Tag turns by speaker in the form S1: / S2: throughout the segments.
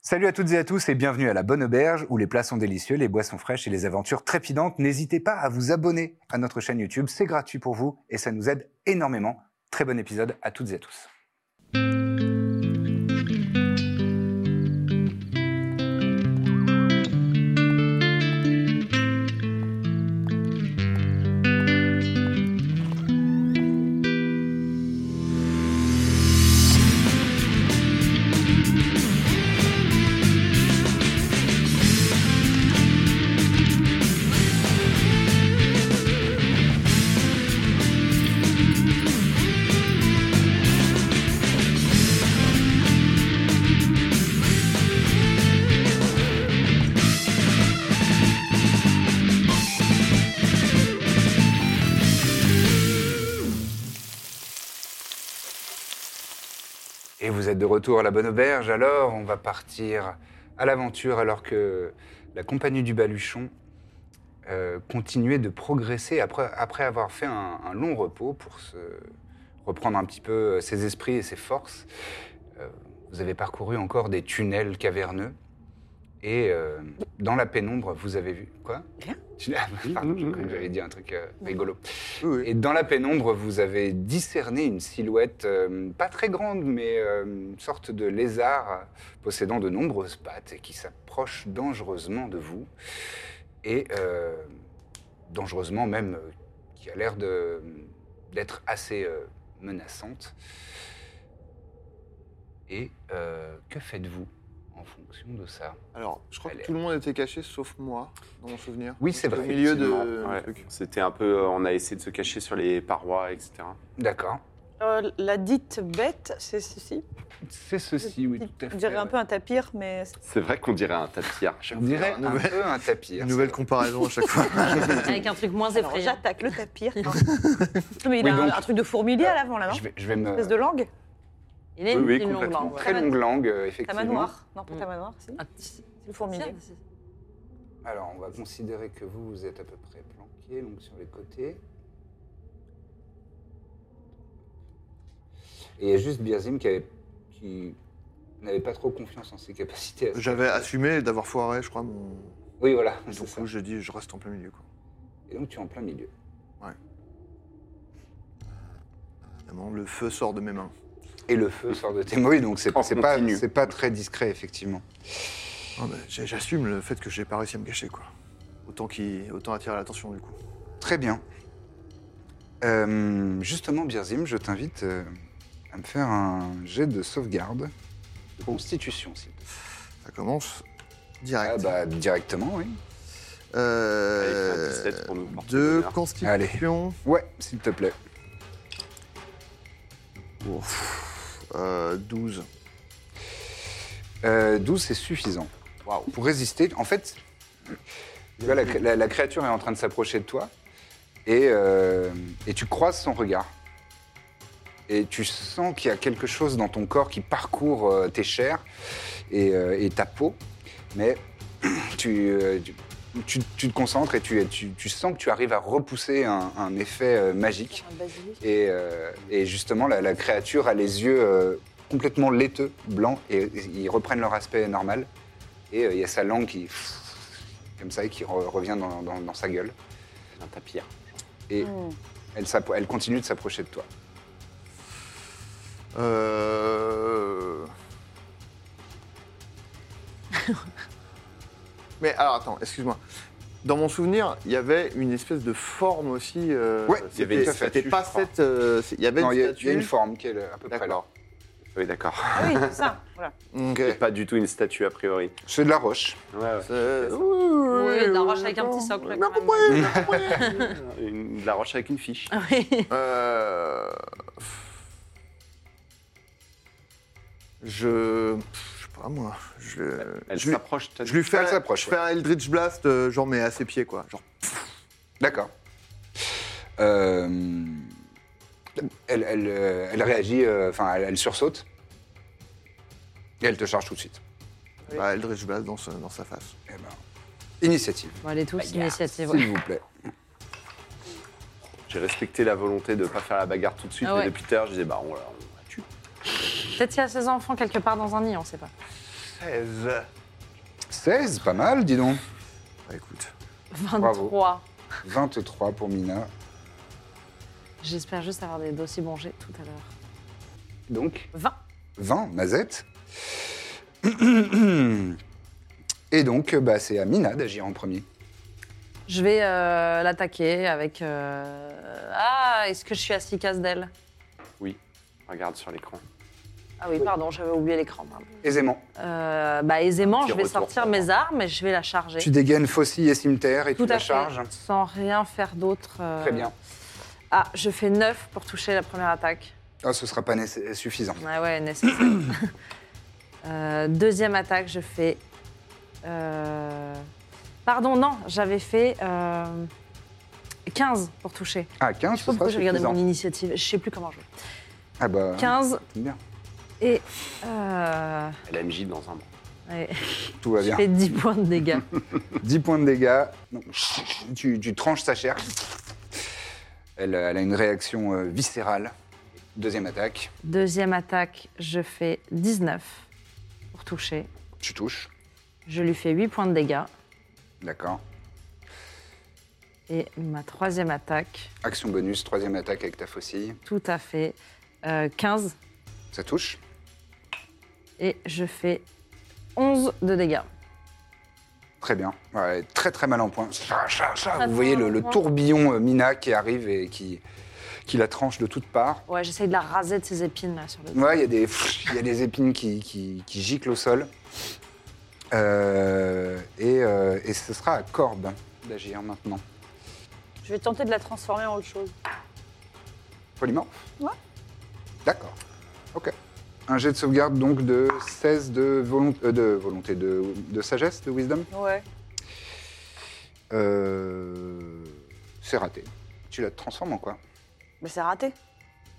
S1: Salut à toutes et à tous et bienvenue à la Bonne Auberge où les plats sont délicieux, les boissons fraîches et les aventures trépidantes. N'hésitez pas à vous abonner à notre chaîne YouTube, c'est gratuit pour vous et ça nous aide énormément. Très bon épisode à toutes et à tous. Et vous êtes de retour à la bonne auberge, alors on va partir à l'aventure alors que la compagnie du Baluchon euh, continuait de progresser après, après avoir fait un, un long repos pour se reprendre un petit peu euh, ses esprits et ses forces. Euh, vous avez parcouru encore des tunnels caverneux et euh, dans la pénombre, vous avez vu quoi
S2: Rien.
S1: Tu- Ah, Pardon, je croyais que j'avais dit un truc euh, rigolo. Et dans la pénombre, vous avez discerné une silhouette, euh, pas très grande, mais euh, une sorte de lézard euh, possédant de nombreuses pattes et qui s'approche dangereusement de vous. Et euh, dangereusement même, euh, qui a l'air de- d'être assez euh, menaçante. Et euh, que faites-vous en fonction de ça
S3: Alors, je crois
S1: Elle
S3: que
S1: est-
S3: tout le monde était caché sauf moi, dans mon souvenir.
S1: Oui, c'est
S3: J'étais
S1: vrai,
S3: Au milieu de.
S4: Effectivement, ouais.
S3: du truc.
S4: euh, C'était un peu. euh, On a essayé de se cacher sur les parois, etc.
S1: D'accord.
S2: Euh, la dite bête, c'est ceci.
S1: C'est ceci, oui, tout à
S2: Je
S1: fait.
S2: dirais un
S1: ouais.
S2: peu un tapir, mais c'est-
S4: C'est vrai qu'on dirait un tapir.
S1: On dirait
S3: Une
S1: un
S3: nouvelle-
S1: peu un tapis. hein,
S3: Une nouvelle comparaison à chaque fois.
S5: Avec un truc moins
S2: Alors,
S5: effrayant.
S2: j'attaque le tapir. Non. mais il
S1: Oui,
S2: a un-
S1: donc-
S2: un, truc de fourmilier à l'avant là, non
S6: Ah
S1: Je vais, euh, je vais
S2: Une
S1: me...
S2: espèce de langue.
S5: Il est
S4: Oui, oui,
S5: une longue
S4: complètement.
S5: langue. ouais.
S1: Très longue langue, euh,
S2: T'as
S1: effectivement.
S2: manoir. Non, pas
S5: Mm.
S2: t'as manoir, si.
S5: Ah, c'est-
S2: C'est le fourmilier.
S5: c'est-
S1: Alors, on va considérer que vous, vous êtes à peu près planqué, donc sur les côtés. Et il y a juste Biazim qui avait- qui n'avait pas trop confiance en ses capacités. à ce-
S3: J'avais assumé d'avoir foiré, je crois, mon.
S1: Oui, voilà.
S3: Et
S1: c'est
S3: Du
S1: ça.
S3: coup, j'ai dit, je reste en plein milieu, quoi.
S1: Et donc, tu es en plein milieu.
S3: Évidemment, le feu sort de mes mains.
S1: Et le feu sort de tes mots, donc c'est
S4: En
S1: c'est pas,
S4: continu.
S1: c'est pas très discret, effectivement.
S3: Non, Ah, mais j'ai- J'assume le fait que j'ai pas réussi à me cacher, quoi. Autant, qu'il- Autant attirer l'attention, du coup.
S1: Très bien. Euh, justement, Birzim, je t'invite euh, à me faire un jet de sauvegarde de constitution, s'il te plaît.
S3: Ça commence
S1: Ah
S3: direct.
S1: bah, directement, oui.
S3: Euh,
S4: Avec un 17 pour nous porter
S3: De
S4: bonheur.
S3: constitution.
S1: Ouais, s'il te plaît. hein.
S3: Ouf. Euh, 12.
S1: Euh, 12, c'est suffisant. Pour résister, en fait, tu vois, la, la- la créature est en train de s'approcher de toi et, euh, et tu croises son regard. Et tu sens qu'il y a quelque chose dans ton corps qui parcourt euh, tes chairs et, euh, et ta peau, mais tu, euh, tu, tu- tu te concentres et tu, tu- tu sens que tu arrives à repousser un, un effet euh, magique.
S2: Un basilic.
S1: Et, euh, et justement, la, la créature a les yeux euh, complètement laiteux, blancs, et, et ils reprennent leur aspect normal. Et euh, il y a sa langue qui. comme ça, et qui re- revient dans, dans- dans sa gueule.
S4: Un tapir.
S1: Et
S2: Mm.
S1: elle, s'appro- elle continue de s'approcher de toi.
S3: Euh... Mais alors attends, excuse-moi. Dans mon souvenir, il y avait une espèce de forme aussi. euh,
S1: Ouais,
S3: c'était-
S4: il y avait une
S3: C'était
S4: statue,
S3: pas
S4: je crois.
S3: cette. euh, c'est- il y avait
S1: Non,
S3: une
S1: il y, a- il
S3: statue.
S1: y a une forme qui est là, à peu près là.
S3: D'accord.
S4: Oui, d'accord.
S2: Ah oui, c'est ça. Voilà.
S3: Ok.
S4: C'est Pas du tout une statue a priori.
S1: C'est de la roche.
S4: Ouais, ouais.
S3: C'est-
S5: Oui, d'un roche avec un petit socle.
S4: Ouais,
S5: quand même.
S4: Une- de la roche avec une fiche.
S5: Ah oui.
S3: Euh, Je. pff, Je sais pas moi. Je,
S4: Elle
S3: je lui-
S4: s'approche. t'as
S3: je lui fais,
S1: Elle
S3: un,
S1: s'approche,
S3: je fais un Eldritch Blast, euh, genre, mais à ses pieds, quoi. Genre,
S1: D'accord. Euh, elle, elle, euh, elle réagit, euh, enfin, elle, elle sursaute. Et elle te charge tout de suite.
S3: bah, Eldritch Blast dans, ce- dans sa face.
S1: Eh ben, initiative,
S5: Bon, allez, tous, initiative.
S1: s'il vous plaît.
S4: J'ai respecté la volonté de ne pas faire la bagarre tout de suite,
S5: Ah ouais.
S4: mais depuis tout à l'heure, je disais, bah, on la on la tue.
S5: Peut-être qu'il y a 16 enfants quelque part dans un nid, on sait pas.
S3: 16.
S1: 16, pas mal, dis donc.
S3: Bah, écoute.
S5: 23.
S1: 23 pour Mina.
S5: J'espère juste avoir des dossiers bons jets tout à l'heure.
S1: Donc
S5: 20.
S1: 20, Mazette. Et donc, bah, c'est à Mina d'agir en premier.
S5: Je vais euh, l'attaquer avec. euh, Ah, est-ce que je suis à 6 cases d'elle
S4: Oui, regarde sur l'écran.
S5: Ah oui, pardon, j'avais oublié l'écran. pardon.
S1: Aisément.
S5: Euh, bah, aisément,
S4: Petit
S5: je vais
S4: retour
S5: sortir
S4: pour
S5: mes armes et je vais la charger.
S1: Tu dégaines Faucille et Cimetière et
S5: Tout
S1: tu
S5: à
S1: la charges.
S5: fait. Sans rien faire d'autre. euh,
S1: Très bien.
S5: Ah, je fais 9 pour toucher la première attaque.
S1: Ah, ce sera pas nécess- suffisant.
S5: Ah ouais, nécessaire. Euh, deuxième attaque, je fais. euh, Pardon, non, j'avais fait euh, 15 pour toucher.
S1: Ah, 15,
S5: Je
S1: ce
S5: sais pas
S1: sera
S5: pourquoi j'ai regardé
S1: suffisant.
S5: mon initiative. Je sais plus comment jouer.
S1: Ah bah,
S5: 15
S1: bien.
S5: et. euh,
S4: Elle MJ dans un bras.
S5: ouais,
S1: Tout va
S5: je
S1: bien.
S5: fais 10 points de dégâts.
S1: 10 points de dégâts. Non, Tu, tu tranches sa chair. Elle, euh, elle a une réaction euh, viscérale. Deuxième attaque,
S5: Deuxième attaque, je fais 19 pour toucher.
S1: tu touches.
S5: Je lui fais 8 points de dégâts.
S1: D'accord.
S5: Et ma troisième attaque,
S1: Action bonus, troisième attaque avec ta faucille.
S5: tout à fait, euh, 15.
S1: Ça touche.
S5: Et je fais 11 de dégâts.
S1: Très bien. Ouais, très très mal en point. Ça, ça, ça.
S5: Très
S1: Vous voyez
S5: mal
S1: le,
S5: en
S1: le
S5: point.
S1: tourbillon euh, Mina qui arrive et qui, qui la tranche de toutes parts.
S5: Ouais, j'essaye de la raser de ses épines là sur le dos.
S1: Ouais, il y a des, pff, il y a des épines qui, qui- qui giclent au sol. Euh, et, euh, et ce sera à Corbe d'agir maintenant.
S2: Je vais tenter de la transformer en autre chose.
S1: Polymorphe
S2: Ouais.
S1: D'accord. Ok. Un jet de sauvegarde donc de 16 de, volon- euh, de volonté, de, de sagesse, de wisdom
S2: Ouais.
S1: Euh, C'est raté. Tu la transformes en quoi
S2: Mais c'est raté.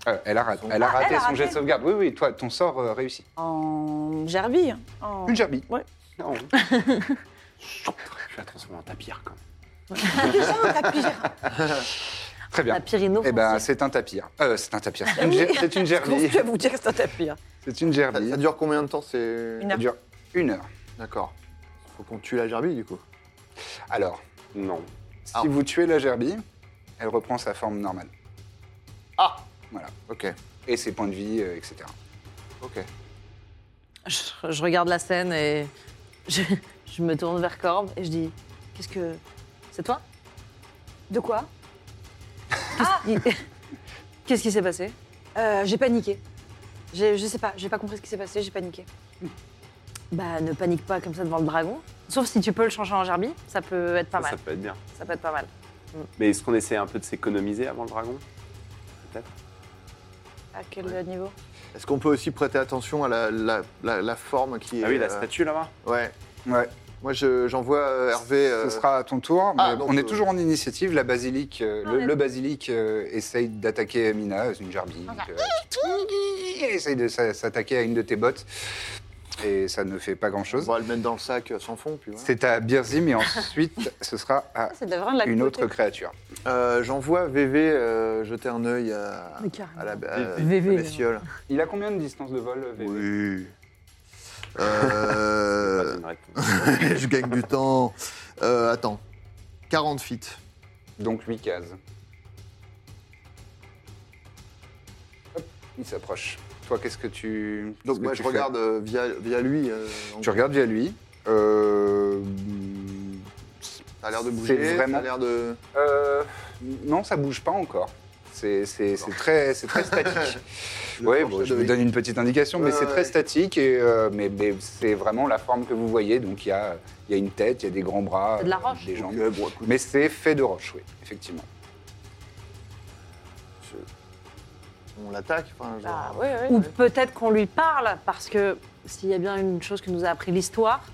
S1: Euh, elle, a rat- elle a
S2: Ah,
S1: raté
S2: elle a
S1: son
S2: raté.
S1: jet de sauvegarde. Oui, oui, toi, ton sort euh, réussi.
S2: En gerbille. En...
S1: Une gerbille.
S4: Non. je la transforme en tapir
S1: hein.
S4: quand même.
S1: Très bien.
S5: La pyrino.
S1: Eh ben, c'est un tapir. Euh, c'est un tapir. C'est une,
S2: Ah Oui.
S1: ger- c'est une
S2: Comment
S1: gerbille.
S2: tu vas vous dire que c'est un tapir
S1: C'est une
S3: Ça,
S1: gerbille.
S3: ça
S1: Ça
S3: dure combien de temps C'est.
S2: Une heure.
S1: dure une heure.
S3: D'accord. Faut qu'on tue la gerbille, du coup.
S1: Alors,
S4: Non.
S1: si
S3: Ah.
S1: vous tuez la gerbille, elle reprend sa forme normale.
S3: Ah
S1: Voilà.
S3: Ok,
S1: Et ses points de vie, euh, etc.
S3: ok.
S5: Je, je regarde la scène et je, je me tourne vers Corbe et je dis Qu'est-ce que. C'est toi
S2: De quoi
S5: Ah Qu'est-ce qui s'est passé
S2: Euh, J'ai paniqué. J'ai- Je sais pas, j'ai pas compris ce qui s'est passé, j'ai paniqué.
S5: Hmm. Bah, ne panique pas comme ça devant le dragon. Sauf si tu peux le changer en gerbille, ça peut être pas
S4: Ça,
S5: mal.
S4: ça peut être bien.
S5: ça peut être pas mal.
S4: Mais est-ce qu'on essaie un peu de s'économiser avant le dragon Peut-être.
S2: À quel niveau
S3: Est-ce qu'on peut aussi prêter attention à la, la- la- la forme qui est.
S4: Ah oui, la
S3: euh,
S4: statue là-bas
S3: Ouais.
S1: Ouais,
S3: Moi, je- j'envoie euh, Hervé. euh,
S1: ce sera à ton tour.
S3: ah,
S1: mais
S3: donc,
S1: on
S3: euh,
S1: est toujours en initiative. La basilique, euh, le,
S5: ouais.
S1: le basilique euh, essaye d'attaquer Mina, une gerbille.
S2: Ah, bah.
S1: donc, euh, elle essaye de s'a- s'attaquer à une de tes bottes. Et ça ne fait pas
S3: On
S1: grand-chose.
S3: va le mettre dans le sac euh, sans fond, puis voilà.
S1: C'est à Birzim et ensuite ce sera à
S2: C'est de la- vraiment de la
S1: une
S2: cruauté.
S1: autre créature.
S3: Euh, J'envoie VV euh, jeter un œil à,
S5: Mais carrément.
S3: à la, à-
S5: VV,
S3: à la bestiole.
S1: Il a combien de distance de vol VV
S3: Oui.
S4: Pas
S3: Euh,
S4: une réponse.
S3: je gagne du temps. Euh, attends. 40 feet.
S1: Donc 8 cases. Hop, il s'approche. Toi, qu'est-ce que tu. qu'est-ce
S3: Donc
S1: que
S3: moi
S1: tu
S3: je
S1: fais
S3: regarde euh, via, via lui. euh, en-
S1: Tu regardes via lui. Euh,
S3: Ça a l'air de
S1: c'est
S3: bouger. Ça
S1: vraiment-
S3: a l'air de.
S1: euh, Non, ça bouge pas encore. C'est c'est- c'est très, c'est très statique.
S3: Le
S1: Oui,
S3: plancher de
S1: je vous
S3: riz.
S1: donne une petite indication, mais
S3: Ouais,
S1: c'est
S3: ouais.
S1: très statique, et, euh, mais, mais c'est vraiment la forme que vous voyez. Donc il y a, il y a une tête, il y a des grands bras,
S5: C'est de la
S1: euh,
S5: roche.
S1: des jambes.
S3: Ouais, bon, écoute,
S1: Mais c'est fait de roche, oui, effectivement.
S3: je- on l'attaque. Enfin, genre,
S2: Bah oui, oui.
S5: Ou peut-être qu'on lui parle, parce que s'il y a bien une chose que nous a appris l'histoire,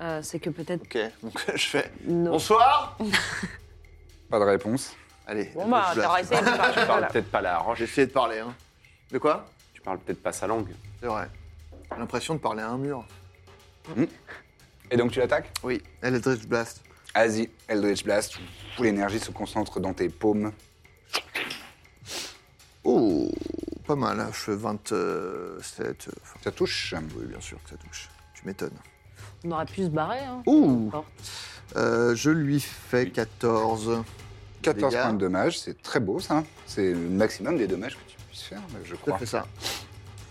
S5: euh, c'est que peut-être
S3: Ok, donc je fais.
S5: nos-
S3: Bonsoir
S1: Pas de réponse.
S3: Allez.
S2: Bon bah,
S3: je
S2: t'auras
S3: la-
S2: essayé de faire.
S4: Tu parles
S2: Voilà.
S4: peut-être pas la roche,
S3: J'ai essayé de parler, hein. De quoi
S4: tu parles peut-être pas sa langue.
S3: C'est vrai. J'ai l'impression de parler à un mur.
S1: Et donc tu l'attaques
S3: Oui, elle Eldritch Blast.
S1: Vas-y, Eldritch Blast. Toute l'énergie se concentre dans tes paumes.
S3: Oh, pas mal, hein. je fais 27. euh, Enfin,
S1: Ça touche.
S3: oui, bien sûr que ça touche. Tu m'étonnes.
S5: on aurait pu se barrer. Hein.
S3: Ouh
S5: Importe.
S3: Euh, Je lui fais 14.
S1: 14
S3: Dégâts.
S1: points de dommages, c'est très beau ça. C'est le maximum des dommages que tu puisses faire, je
S3: Je
S1: crois.
S3: fais ça.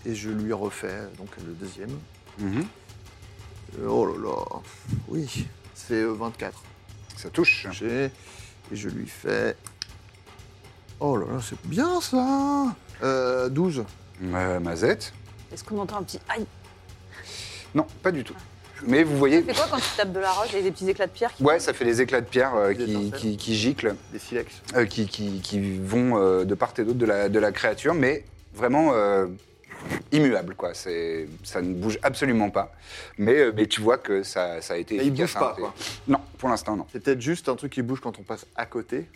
S3: Et je lui refais donc le deuxième.
S1: Mhm.
S3: Euh, Oh là là. Oui, c'est euh, 24.
S1: Ça touche.
S3: J'ai- Et je lui fais. Oh là là, c'est bien ça euh, 12.
S1: Euh, Mazette
S5: Est-ce qu'on entend un petit aïe
S1: Non, pas du tout. Mais vous voyez,
S2: C'est quoi quand tu tapes de la roche et des petits éclats de pierre qui...
S1: ouais, ça fait des éclats de pierre euh,
S3: Des
S1: qui,
S3: étincelles.
S1: qui- qui giclent,
S3: Des silex.
S1: euh, qui, qui- qui vont euh, de part et d'autre de la, de la créature, mais vraiment euh, immuable, quoi. C'est- Ça ne bouge absolument pas. Mais, euh, mais tu vois que ça, ça a été.
S3: Mais il
S1: efficace,
S3: bouge pas,
S1: hein.
S3: quoi.
S1: Non, pour l'instant, non,
S3: C'est peut-être juste un truc qui bouge quand on passe à côté.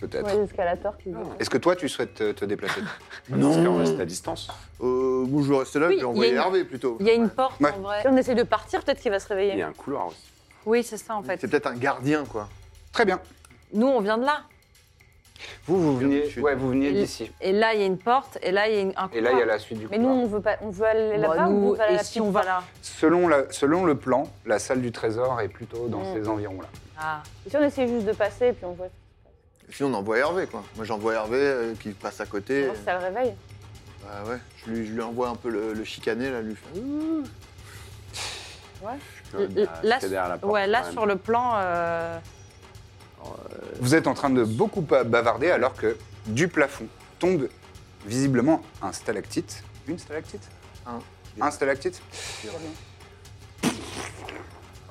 S1: peut-être.
S2: Ouais, l'escalator qui veut.
S1: Est-ce que toi, tu souhaites euh, te, te déplacer
S4: Non Parce qu'on reste à distance.
S3: Euh, bon, je vais rester là,
S5: Oui,
S3: je vais
S5: il y a
S3: envoyer
S5: une-
S3: Hervé plutôt.
S5: Il y a une porte
S1: Ouais.
S5: en vrai.
S2: Si on essaie de partir, peut-être qu'il va se
S4: Il y
S2: réveiller.
S4: a un couloir aussi.
S5: Oui, c'est ça en fait.
S3: C'est peut-être un gardien, quoi.
S1: Très bien.
S5: Nous, on vient de là.
S1: Vous, vous
S3: veniez- ouais,
S1: vous veniez
S5: d'ici. Et là, il y a une porte, et là, il y a une- un couloir.
S1: Et là, il y a la suite du
S2: Mais nous, on veut, pas, on veut aller
S5: Bah,
S2: là-bas
S5: nous,
S2: ou on veut aller à
S5: et
S2: la
S5: si
S2: petite
S5: on va là
S1: Selon, la- selon le plan, la salle du trésor est plutôt dans
S2: Mm.
S1: ces environs-là.
S5: Ah.
S2: Si on essaie juste de passer et puis on voit
S3: Sinon, on envoie Hervé, quoi. Moi, j'envoie Hervé euh, qui passe à côté.
S5: Oh,
S2: voir si ça le réveille.
S3: Bah ouais, je lui, je lui envoie un peu le, le chicané, là, lui. fais, Ouh.
S4: Parce que, bah,
S5: Là,
S4: c'était derrière la porte,
S5: Ouais,
S4: quand
S5: là,
S4: même.
S5: sur le plan. euh,
S1: Vous êtes en train de beaucoup ba- bavarder alors que du plafond tombe visiblement un stalactite. Une stalactite
S3: Un.
S1: Un stalactite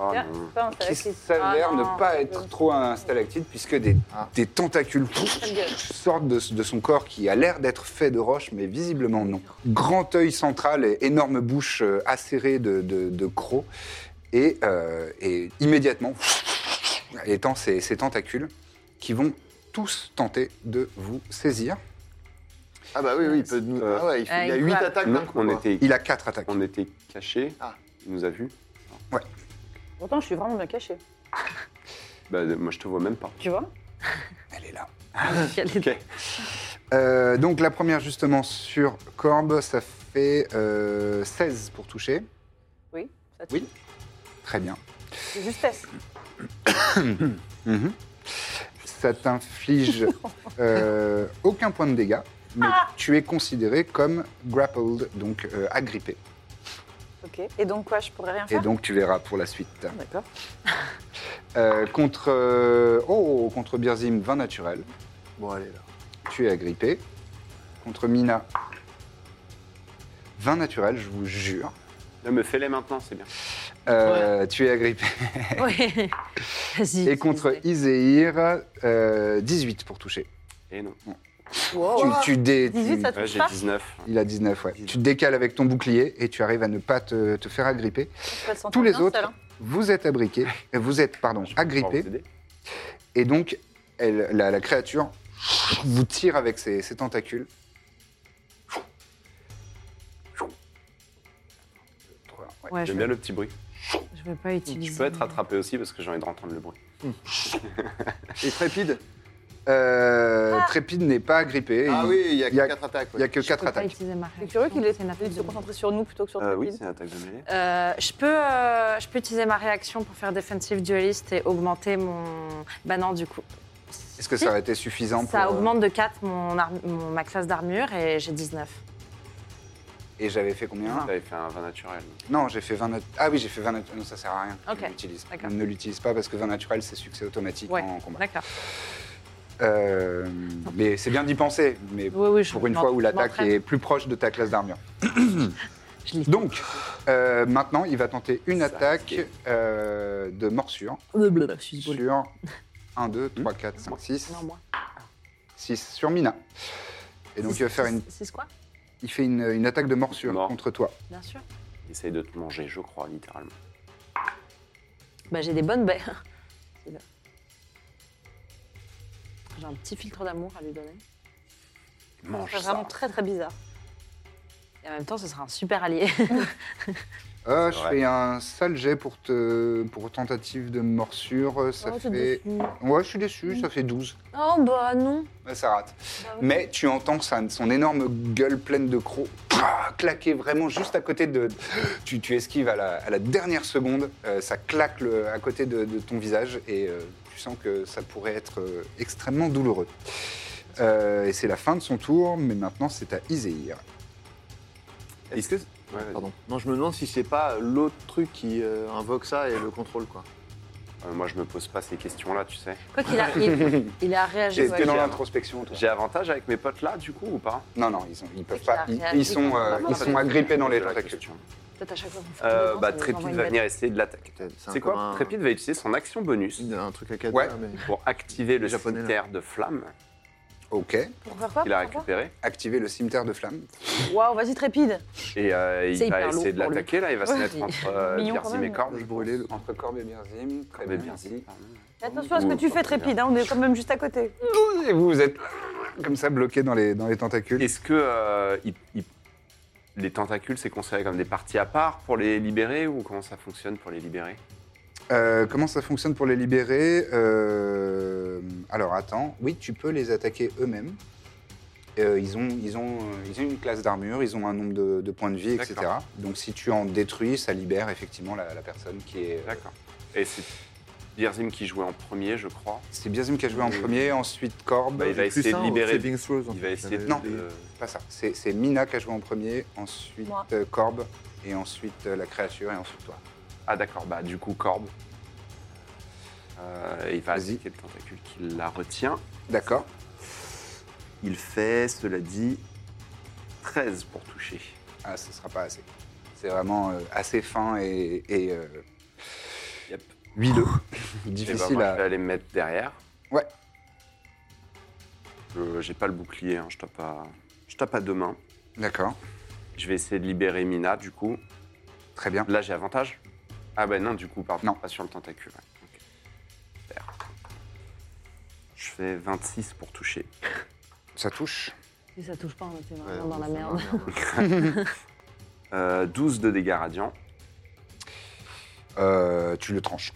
S4: Oh,
S2: Tiens,
S4: non.
S2: c'est pas un
S1: qui
S2: stalactite.
S1: s'avère
S5: Ah non.
S1: ne pas être trop un stalactite puisque des,
S3: Ah.
S1: des tentacules
S2: Quelle gueule.
S1: sortent de, de son corps qui a l'air d'être fait de roche mais visiblement non. Grand œil central et énorme bouche euh, acérée de, de- de crocs et, euh, et immédiatement étant ces, ces tentacules qui vont tous tenter de vous saisir.
S3: Ah bah oui, oui, il peut nous.
S4: Euh,
S3: ah ouais, il, fait- il y a
S5: euh,
S3: 8
S5: quoi.
S3: attaques d'un
S4: Nous,
S3: coup.
S4: on
S3: quoi.
S4: était,
S1: Il a quatre attaques.
S4: on était cachés.
S3: Ah.
S4: Il nous a vus.
S2: Pourtant, je suis vraiment bien cachée.
S4: Bah, de- moi, je te vois même pas.
S2: Tu vois
S1: Elle est là.
S5: quel-
S4: Ok.
S1: Euh, donc la première justement sur Corbe, ça fait euh, 16 pour toucher.
S2: Oui. ça te-
S1: Oui. Très bien.
S2: C'est Justesse.
S1: Mhm. Ça t'inflige euh, aucun point de dégâts, mais tu es considéré comme grappled, donc euh, agrippé.
S2: Ok. Et donc quoi, je pourrais rien
S1: Et
S2: faire
S1: donc tu verras pour la suite.
S2: D'accord.
S1: Euh, contre euh, oh, contre Birzim, 20 naturel,
S3: Bon, allez, là.
S1: tu es agrippé. Contre Mina, 20 naturel, je vous jure.
S4: Non, mais fais-les maintenant, c'est bien.
S1: Euh, Tu es agrippé.
S5: Ouais. Vas-y.
S1: Et contre Iséir, euh, 18 pour toucher.
S4: Et Eh non.
S5: Oh.
S1: tu, tu dé- tu-
S2: 18, ça te-
S4: Ouais, j'ai
S2: pas
S4: 19.
S1: Il a 19, ouais. Tu te décales avec ton bouclier et tu arrives à ne pas te, te faire agripper.
S2: Je peux te sentir
S1: Tous les
S2: bien
S1: autres,
S2: seule, hein.
S1: vous êtes abriqués, euh, vous êtes, pardon,
S4: Je peux pas
S1: agrippés.
S4: vous aider.
S1: Et donc, elle, la, la créature vous tire avec ses, ses tentacules. Ouais.
S5: Ouais, je
S4: J'aime
S5: vais,
S4: bien le petit bruit.
S5: je vais pas utiliser.
S4: Tu peux être rattrapé aussi parce que j'ai envie de entendre le bruit.
S3: Et Trépide
S1: Euh, Trépide n'est pas agrippé.
S3: Ah
S1: il,
S3: oui, il y a
S1: il y a-
S3: 4 attaques.
S1: il
S3: ouais.
S1: n'y a que
S5: Ah. Je peux
S1: 4
S5: pas
S1: attaques.
S5: utiliser ma réaction.
S2: C'est curieux qu'il ait
S5: c'est une
S2: de se
S5: attaque de-
S2: concentrer sur nous plutôt que
S5: Oh,
S2: sur
S4: Euh,
S2: toi.
S4: oui, c'est l'attaque de mêlée.
S5: Euh, je, peux, euh, je peux utiliser ma réaction pour faire Defensive Duelist et augmenter mon. Bah non, du coup.
S1: Est-ce que ça aurait été suffisant pour.
S5: Ça
S1: euh,
S5: augmente de 4 mon arm- mon- ma classe d'armure et j'ai 19.
S1: Et j'avais fait
S5: Ah.
S1: combien
S4: T'avais fait un vin naturel.
S1: Non, j'ai fait 20 nat- Ah oui, j'ai fait 20 nat- Non, ça sert à rien.
S5: Ok,
S1: Je l'utilise. pas.
S5: d'accord.
S1: Ne l'utilise pas parce que 20 naturel, c'est succès automatique
S5: Ouais,
S1: en combat.
S5: d'accord.
S1: Euh, mais c'est bien d'y penser, mais
S5: Oui, oui, je
S1: pour une
S5: m'en-
S1: fois où
S5: je
S1: l'attaque
S5: m'entraîne.
S1: est plus proche de ta classe d'armure.
S5: Je l'ai.
S1: Donc, euh, maintenant, il va tenter une
S4: Ça,
S1: attaque
S4: c'est-
S1: euh, de morsure sur
S4: Hmm.
S1: 1, 2, 3, 4, 5, 6,
S5: Non, moi.
S1: 6 sur Mina. Et donc il va faire une,
S5: C'est quoi
S1: il fait une, une attaque de morsure
S4: Mort.
S1: contre toi.
S5: Bien sûr.
S4: Il essaye de te manger, je crois, littéralement.
S5: Bah, j'ai des bonnes baies. C'est bien. J'ai un petit filtre d'amour à lui donner.
S4: Mange
S5: C'est vraiment
S4: ça.
S5: très très bizarre. Et en même temps, ce sera un super allié.
S1: Ah,
S4: C'est
S1: je
S4: vrai.
S1: fais un sale jet pour, te, pour tentative de morsure. euh, Ça fait. Ouais, je suis déçu, ça fait 12.
S5: Oh bah non.
S1: Ouais, ça rate. Mais tu entends sa- son énorme gueule pleine de crocs ah, claquer vraiment juste à côté de. Tu, tu esquives à la, à la dernière seconde, euh, ça claque le- à côté de, de ton visage et euh, tu sens que ça pourrait être euh, extrêmement douloureux. Euh, et c'est la fin de son tour, mais maintenant c'est à Iséir.
S4: Est-ce que. Oh. Ouais, vas-y.
S3: Pardon. Non, je me demande si c'est pas l'autre truc qui euh, invoque ça et le contrôle, quoi.
S4: Euh, moi, je me pose pas ces questions-là, tu sais.
S5: Quoi qu'il a, il, il a réagi.
S1: T'es
S5: ouais.
S1: t'es dans
S4: j'ai-
S1: l'introspection, toi
S4: J'ai avantage avec mes potes là, du coup, ou pas
S1: Non, non, ils, sont, ils peuvent
S5: qu'il
S1: pas.
S5: a
S1: Ils,
S5: réagi
S1: ils sont,
S5: comme
S1: euh,
S5: un
S1: ils
S5: enfant.
S1: sont agrippés dans les
S4: C'est la
S1: tentacules.
S4: question.
S5: Peut-être à chaque fois. que vous foutez
S4: Euh,
S5: dedans, ça
S4: bah,
S5: vous
S4: Trépide
S5: envoie une
S4: va
S5: bête.
S4: venir essayer de l'attaquer. C'est hein. quoi Trépide va utiliser son action bonus
S3: Un, un truc à quatre
S1: Ouais.
S3: mains, mais-
S4: pour activer le
S3: Japonais, là.
S4: cimetière de flamme
S2: Ah,
S1: Ok.
S5: Pour faire quoi
S4: qu'il a
S5: pour faire quoi
S4: récupéré.
S1: Activer le cimetière de flamme.
S2: Waouh, vas-y, trépide.
S4: Et euh,
S5: C'est
S4: il va
S5: hyper lourd
S4: essayer de
S5: pour lui.
S4: l'attaquer, là. Il va se
S5: Ouais.
S4: mettre entre euh,
S2: Mignon quand
S4: Birzim et
S2: même.
S4: Corbe.
S3: Je brûlais le-
S1: Entre Corbe et Birzim, très
S4: Corbe et Ben
S1: bien,
S4: Birzim,
S1: merci.
S4: pardon.
S2: Fais attention à ce
S4: Ouh,
S2: que tu
S4: ça
S2: fais,
S4: fait bien.
S2: trépide. hein, on est quand même juste à côté.
S1: Et vous, vous êtes comme ça bloqué dans les, dans les tentacules.
S4: Est-ce que euh, il- il- les tentacules, c'est considéré comme des parties à part pour les libérer ou comment ça fonctionne pour les libérer
S1: Euh, comment ça fonctionne pour les libérer Euh, Alors attends, oui, tu peux les attaquer eux-mêmes. Euh, ils, ont, ils, ont, euh, ils ont une classe d'armure, ils ont un nombre de, de points de vie, etc.
S4: D'accord.
S1: Donc si tu en détruis, ça libère effectivement la, la personne qui est...
S4: D'accord. Et c'est Birzim qui jouait en premier, je crois.
S1: C'est Biazim qui a joué en premier, ensuite Corbe.
S4: Bah, il va
S3: J'ai plus
S4: essayer
S3: ça hein,
S4: de
S3: au
S4: libérer-
S3: Saving Throws, en
S4: Il
S3: fait.
S4: va essayer de...
S3: J'avais-
S1: Non. C'est pas ça. C'est c'est Mina qui a joué en premier, ensuite
S2: Moi.
S1: euh, Corbe, et ensuite euh, la créature, et ensuite toi.
S4: Ah d'accord, bah du coup Corbe. Euh, il va
S1: Vas-y.
S4: attaquer le tentacule qui la retient.
S1: D'accord
S4: Il fait, cela dit, 13 pour toucher.
S1: Ah, ce sera pas assez. C'est vraiment euh, assez fin et, et euh,
S4: Yep.
S1: huileux.
S4: Et
S1: Difficile
S4: moi,
S1: à-
S4: Je vais aller me mettre derrière.
S1: Ouais.
S4: Je- J'ai pas le bouclier, hein, je tape à... Je tape à deux mains.
S1: D'accord,
S4: Je vais essayer de libérer Mina, du coup.
S1: très bien.
S4: Là, j'ai avantage Ah ben non, du coup, pardon.
S1: Non.
S4: Pas sur le tentacule. ouais. Ok. Super. Je fais 26 pour toucher.
S1: Ça touche.
S5: Si ça touche pas, on était
S3: Ouais,
S5: vraiment dans
S3: on
S5: la
S3: fait
S5: merde.
S4: Euh, 12 de dégâts radiants.
S1: Euh, tu le tranches,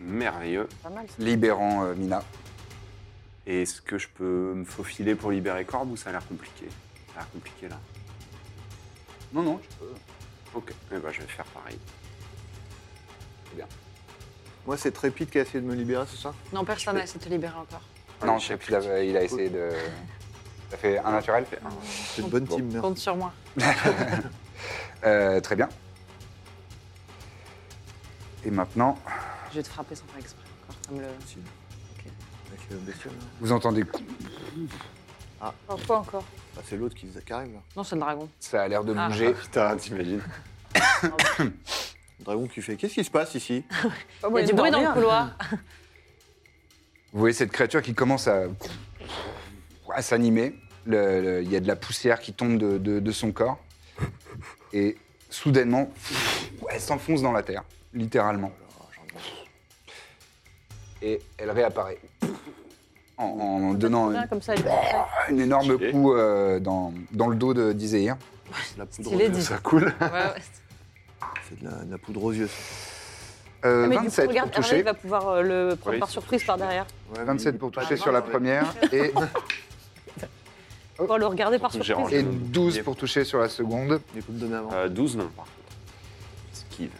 S4: Merveilleux.
S5: Pas mal, ça.
S1: libérant euh, Mina.
S4: Et Est-ce que je peux me faufiler pour libérer Corbe ou ça a l'air compliqué Ça a l'air compliqué là.
S1: Non, non, tu peux.
S4: Ok, eh ben, je vais faire pareil.
S3: Moi, c'est Trépide qui a essayé de me libérer, c'est ça
S5: Non, personne n'a essayé de te libérer encore.
S1: non,
S4: je sais
S1: il a, il a essayé de. Ça fait un naturel
S3: C'est une bonne
S1: Bon.
S3: team, merci.
S5: Compte sur moi.
S1: Euh, Très bien. Et maintenant,
S5: Je vais te frapper sans faire exprès. Encore comme le.
S3: Team. Avec, euh, bestiole, là.
S1: vous entendez.
S2: Pourquoi encore
S3: Ah, c'est l'autre qui, qui arrive, là.
S5: Non, c'est le dragon.
S1: Ça a l'air de
S5: Ah.
S1: bouger.
S4: Putain, t'imagines
S3: Le dragon qui fait Qu'est-ce qui se passe ici
S5: Ah, Il y a du bruit dans le couloir.
S1: Vous voyez cette créature qui commence à, à s'animer. Le- le- Il y a de la poussière qui tombe de, de- de son corps. Et soudainement, elle s'enfonce dans la terre, littéralement. Et elle réapparaît. En, en donnant
S2: Bien,
S1: un,
S2: hein, comme ça, elle-
S1: un énorme coup euh, dans, dans le dos de- d'Iséir.
S3: C'est de la poudre aux
S5: Stylé,
S3: yeux.
S5: dit.
S4: Ça cool.
S5: Ouais, ouais.
S3: C'est de la, de la poudre aux yeux, ça.
S1: Euh,
S2: Ah, mais du coup,
S1: 27
S2: regarde,
S1: pour
S2: Hervé
S1: toucher.
S2: va pouvoir euh, le prendre
S4: Oui,
S2: par
S4: c'est
S2: surprise par derrière.
S3: Ouais,
S1: 27 pour
S2: Ah,
S5: Ah,
S1: toucher sur la
S3: ouais.
S1: première. Et,
S2: On va le regarder par
S4: Surtout que
S2: surprise.
S4: j'ai
S1: et 12 pour toucher sur la seconde.
S3: Il faut me donner avant.
S4: Euh, 12 non, par contre. Esquive.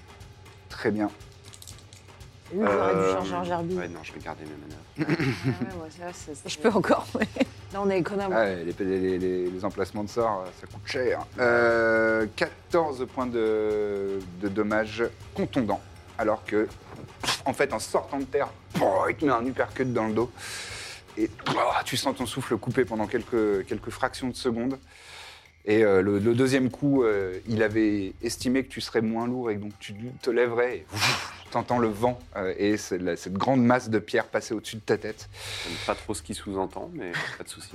S1: Très bien.
S5: Lui, j'aurais dû
S4: Euh,
S5: changer en gerbille.
S4: Ouais, non, je vais garder mes manœuvres.
S5: Ah Je peux encore. ouais. Là, on est économe.
S1: Ah, les, les- les- les emplacements de sorts, ça coûte cher. Euh, 14 points de, de dommages contondants, alors que, en fait, en sortant de terre, pouah, il te met un uppercut dans le dos. Et pouah, tu sens ton souffle couper pendant quelques, quelques fractions de secondes. Et euh, le, le deuxième coup, euh, il avait estimé que tu serais moins lourd et que donc tu te lèverais. et ouf, T'entends le vent euh, et c'est la- cette grande masse de pierre passer au-dessus de ta tête.
S4: J'aime pas trop ce qu'il sous-entend, mais pas de souci.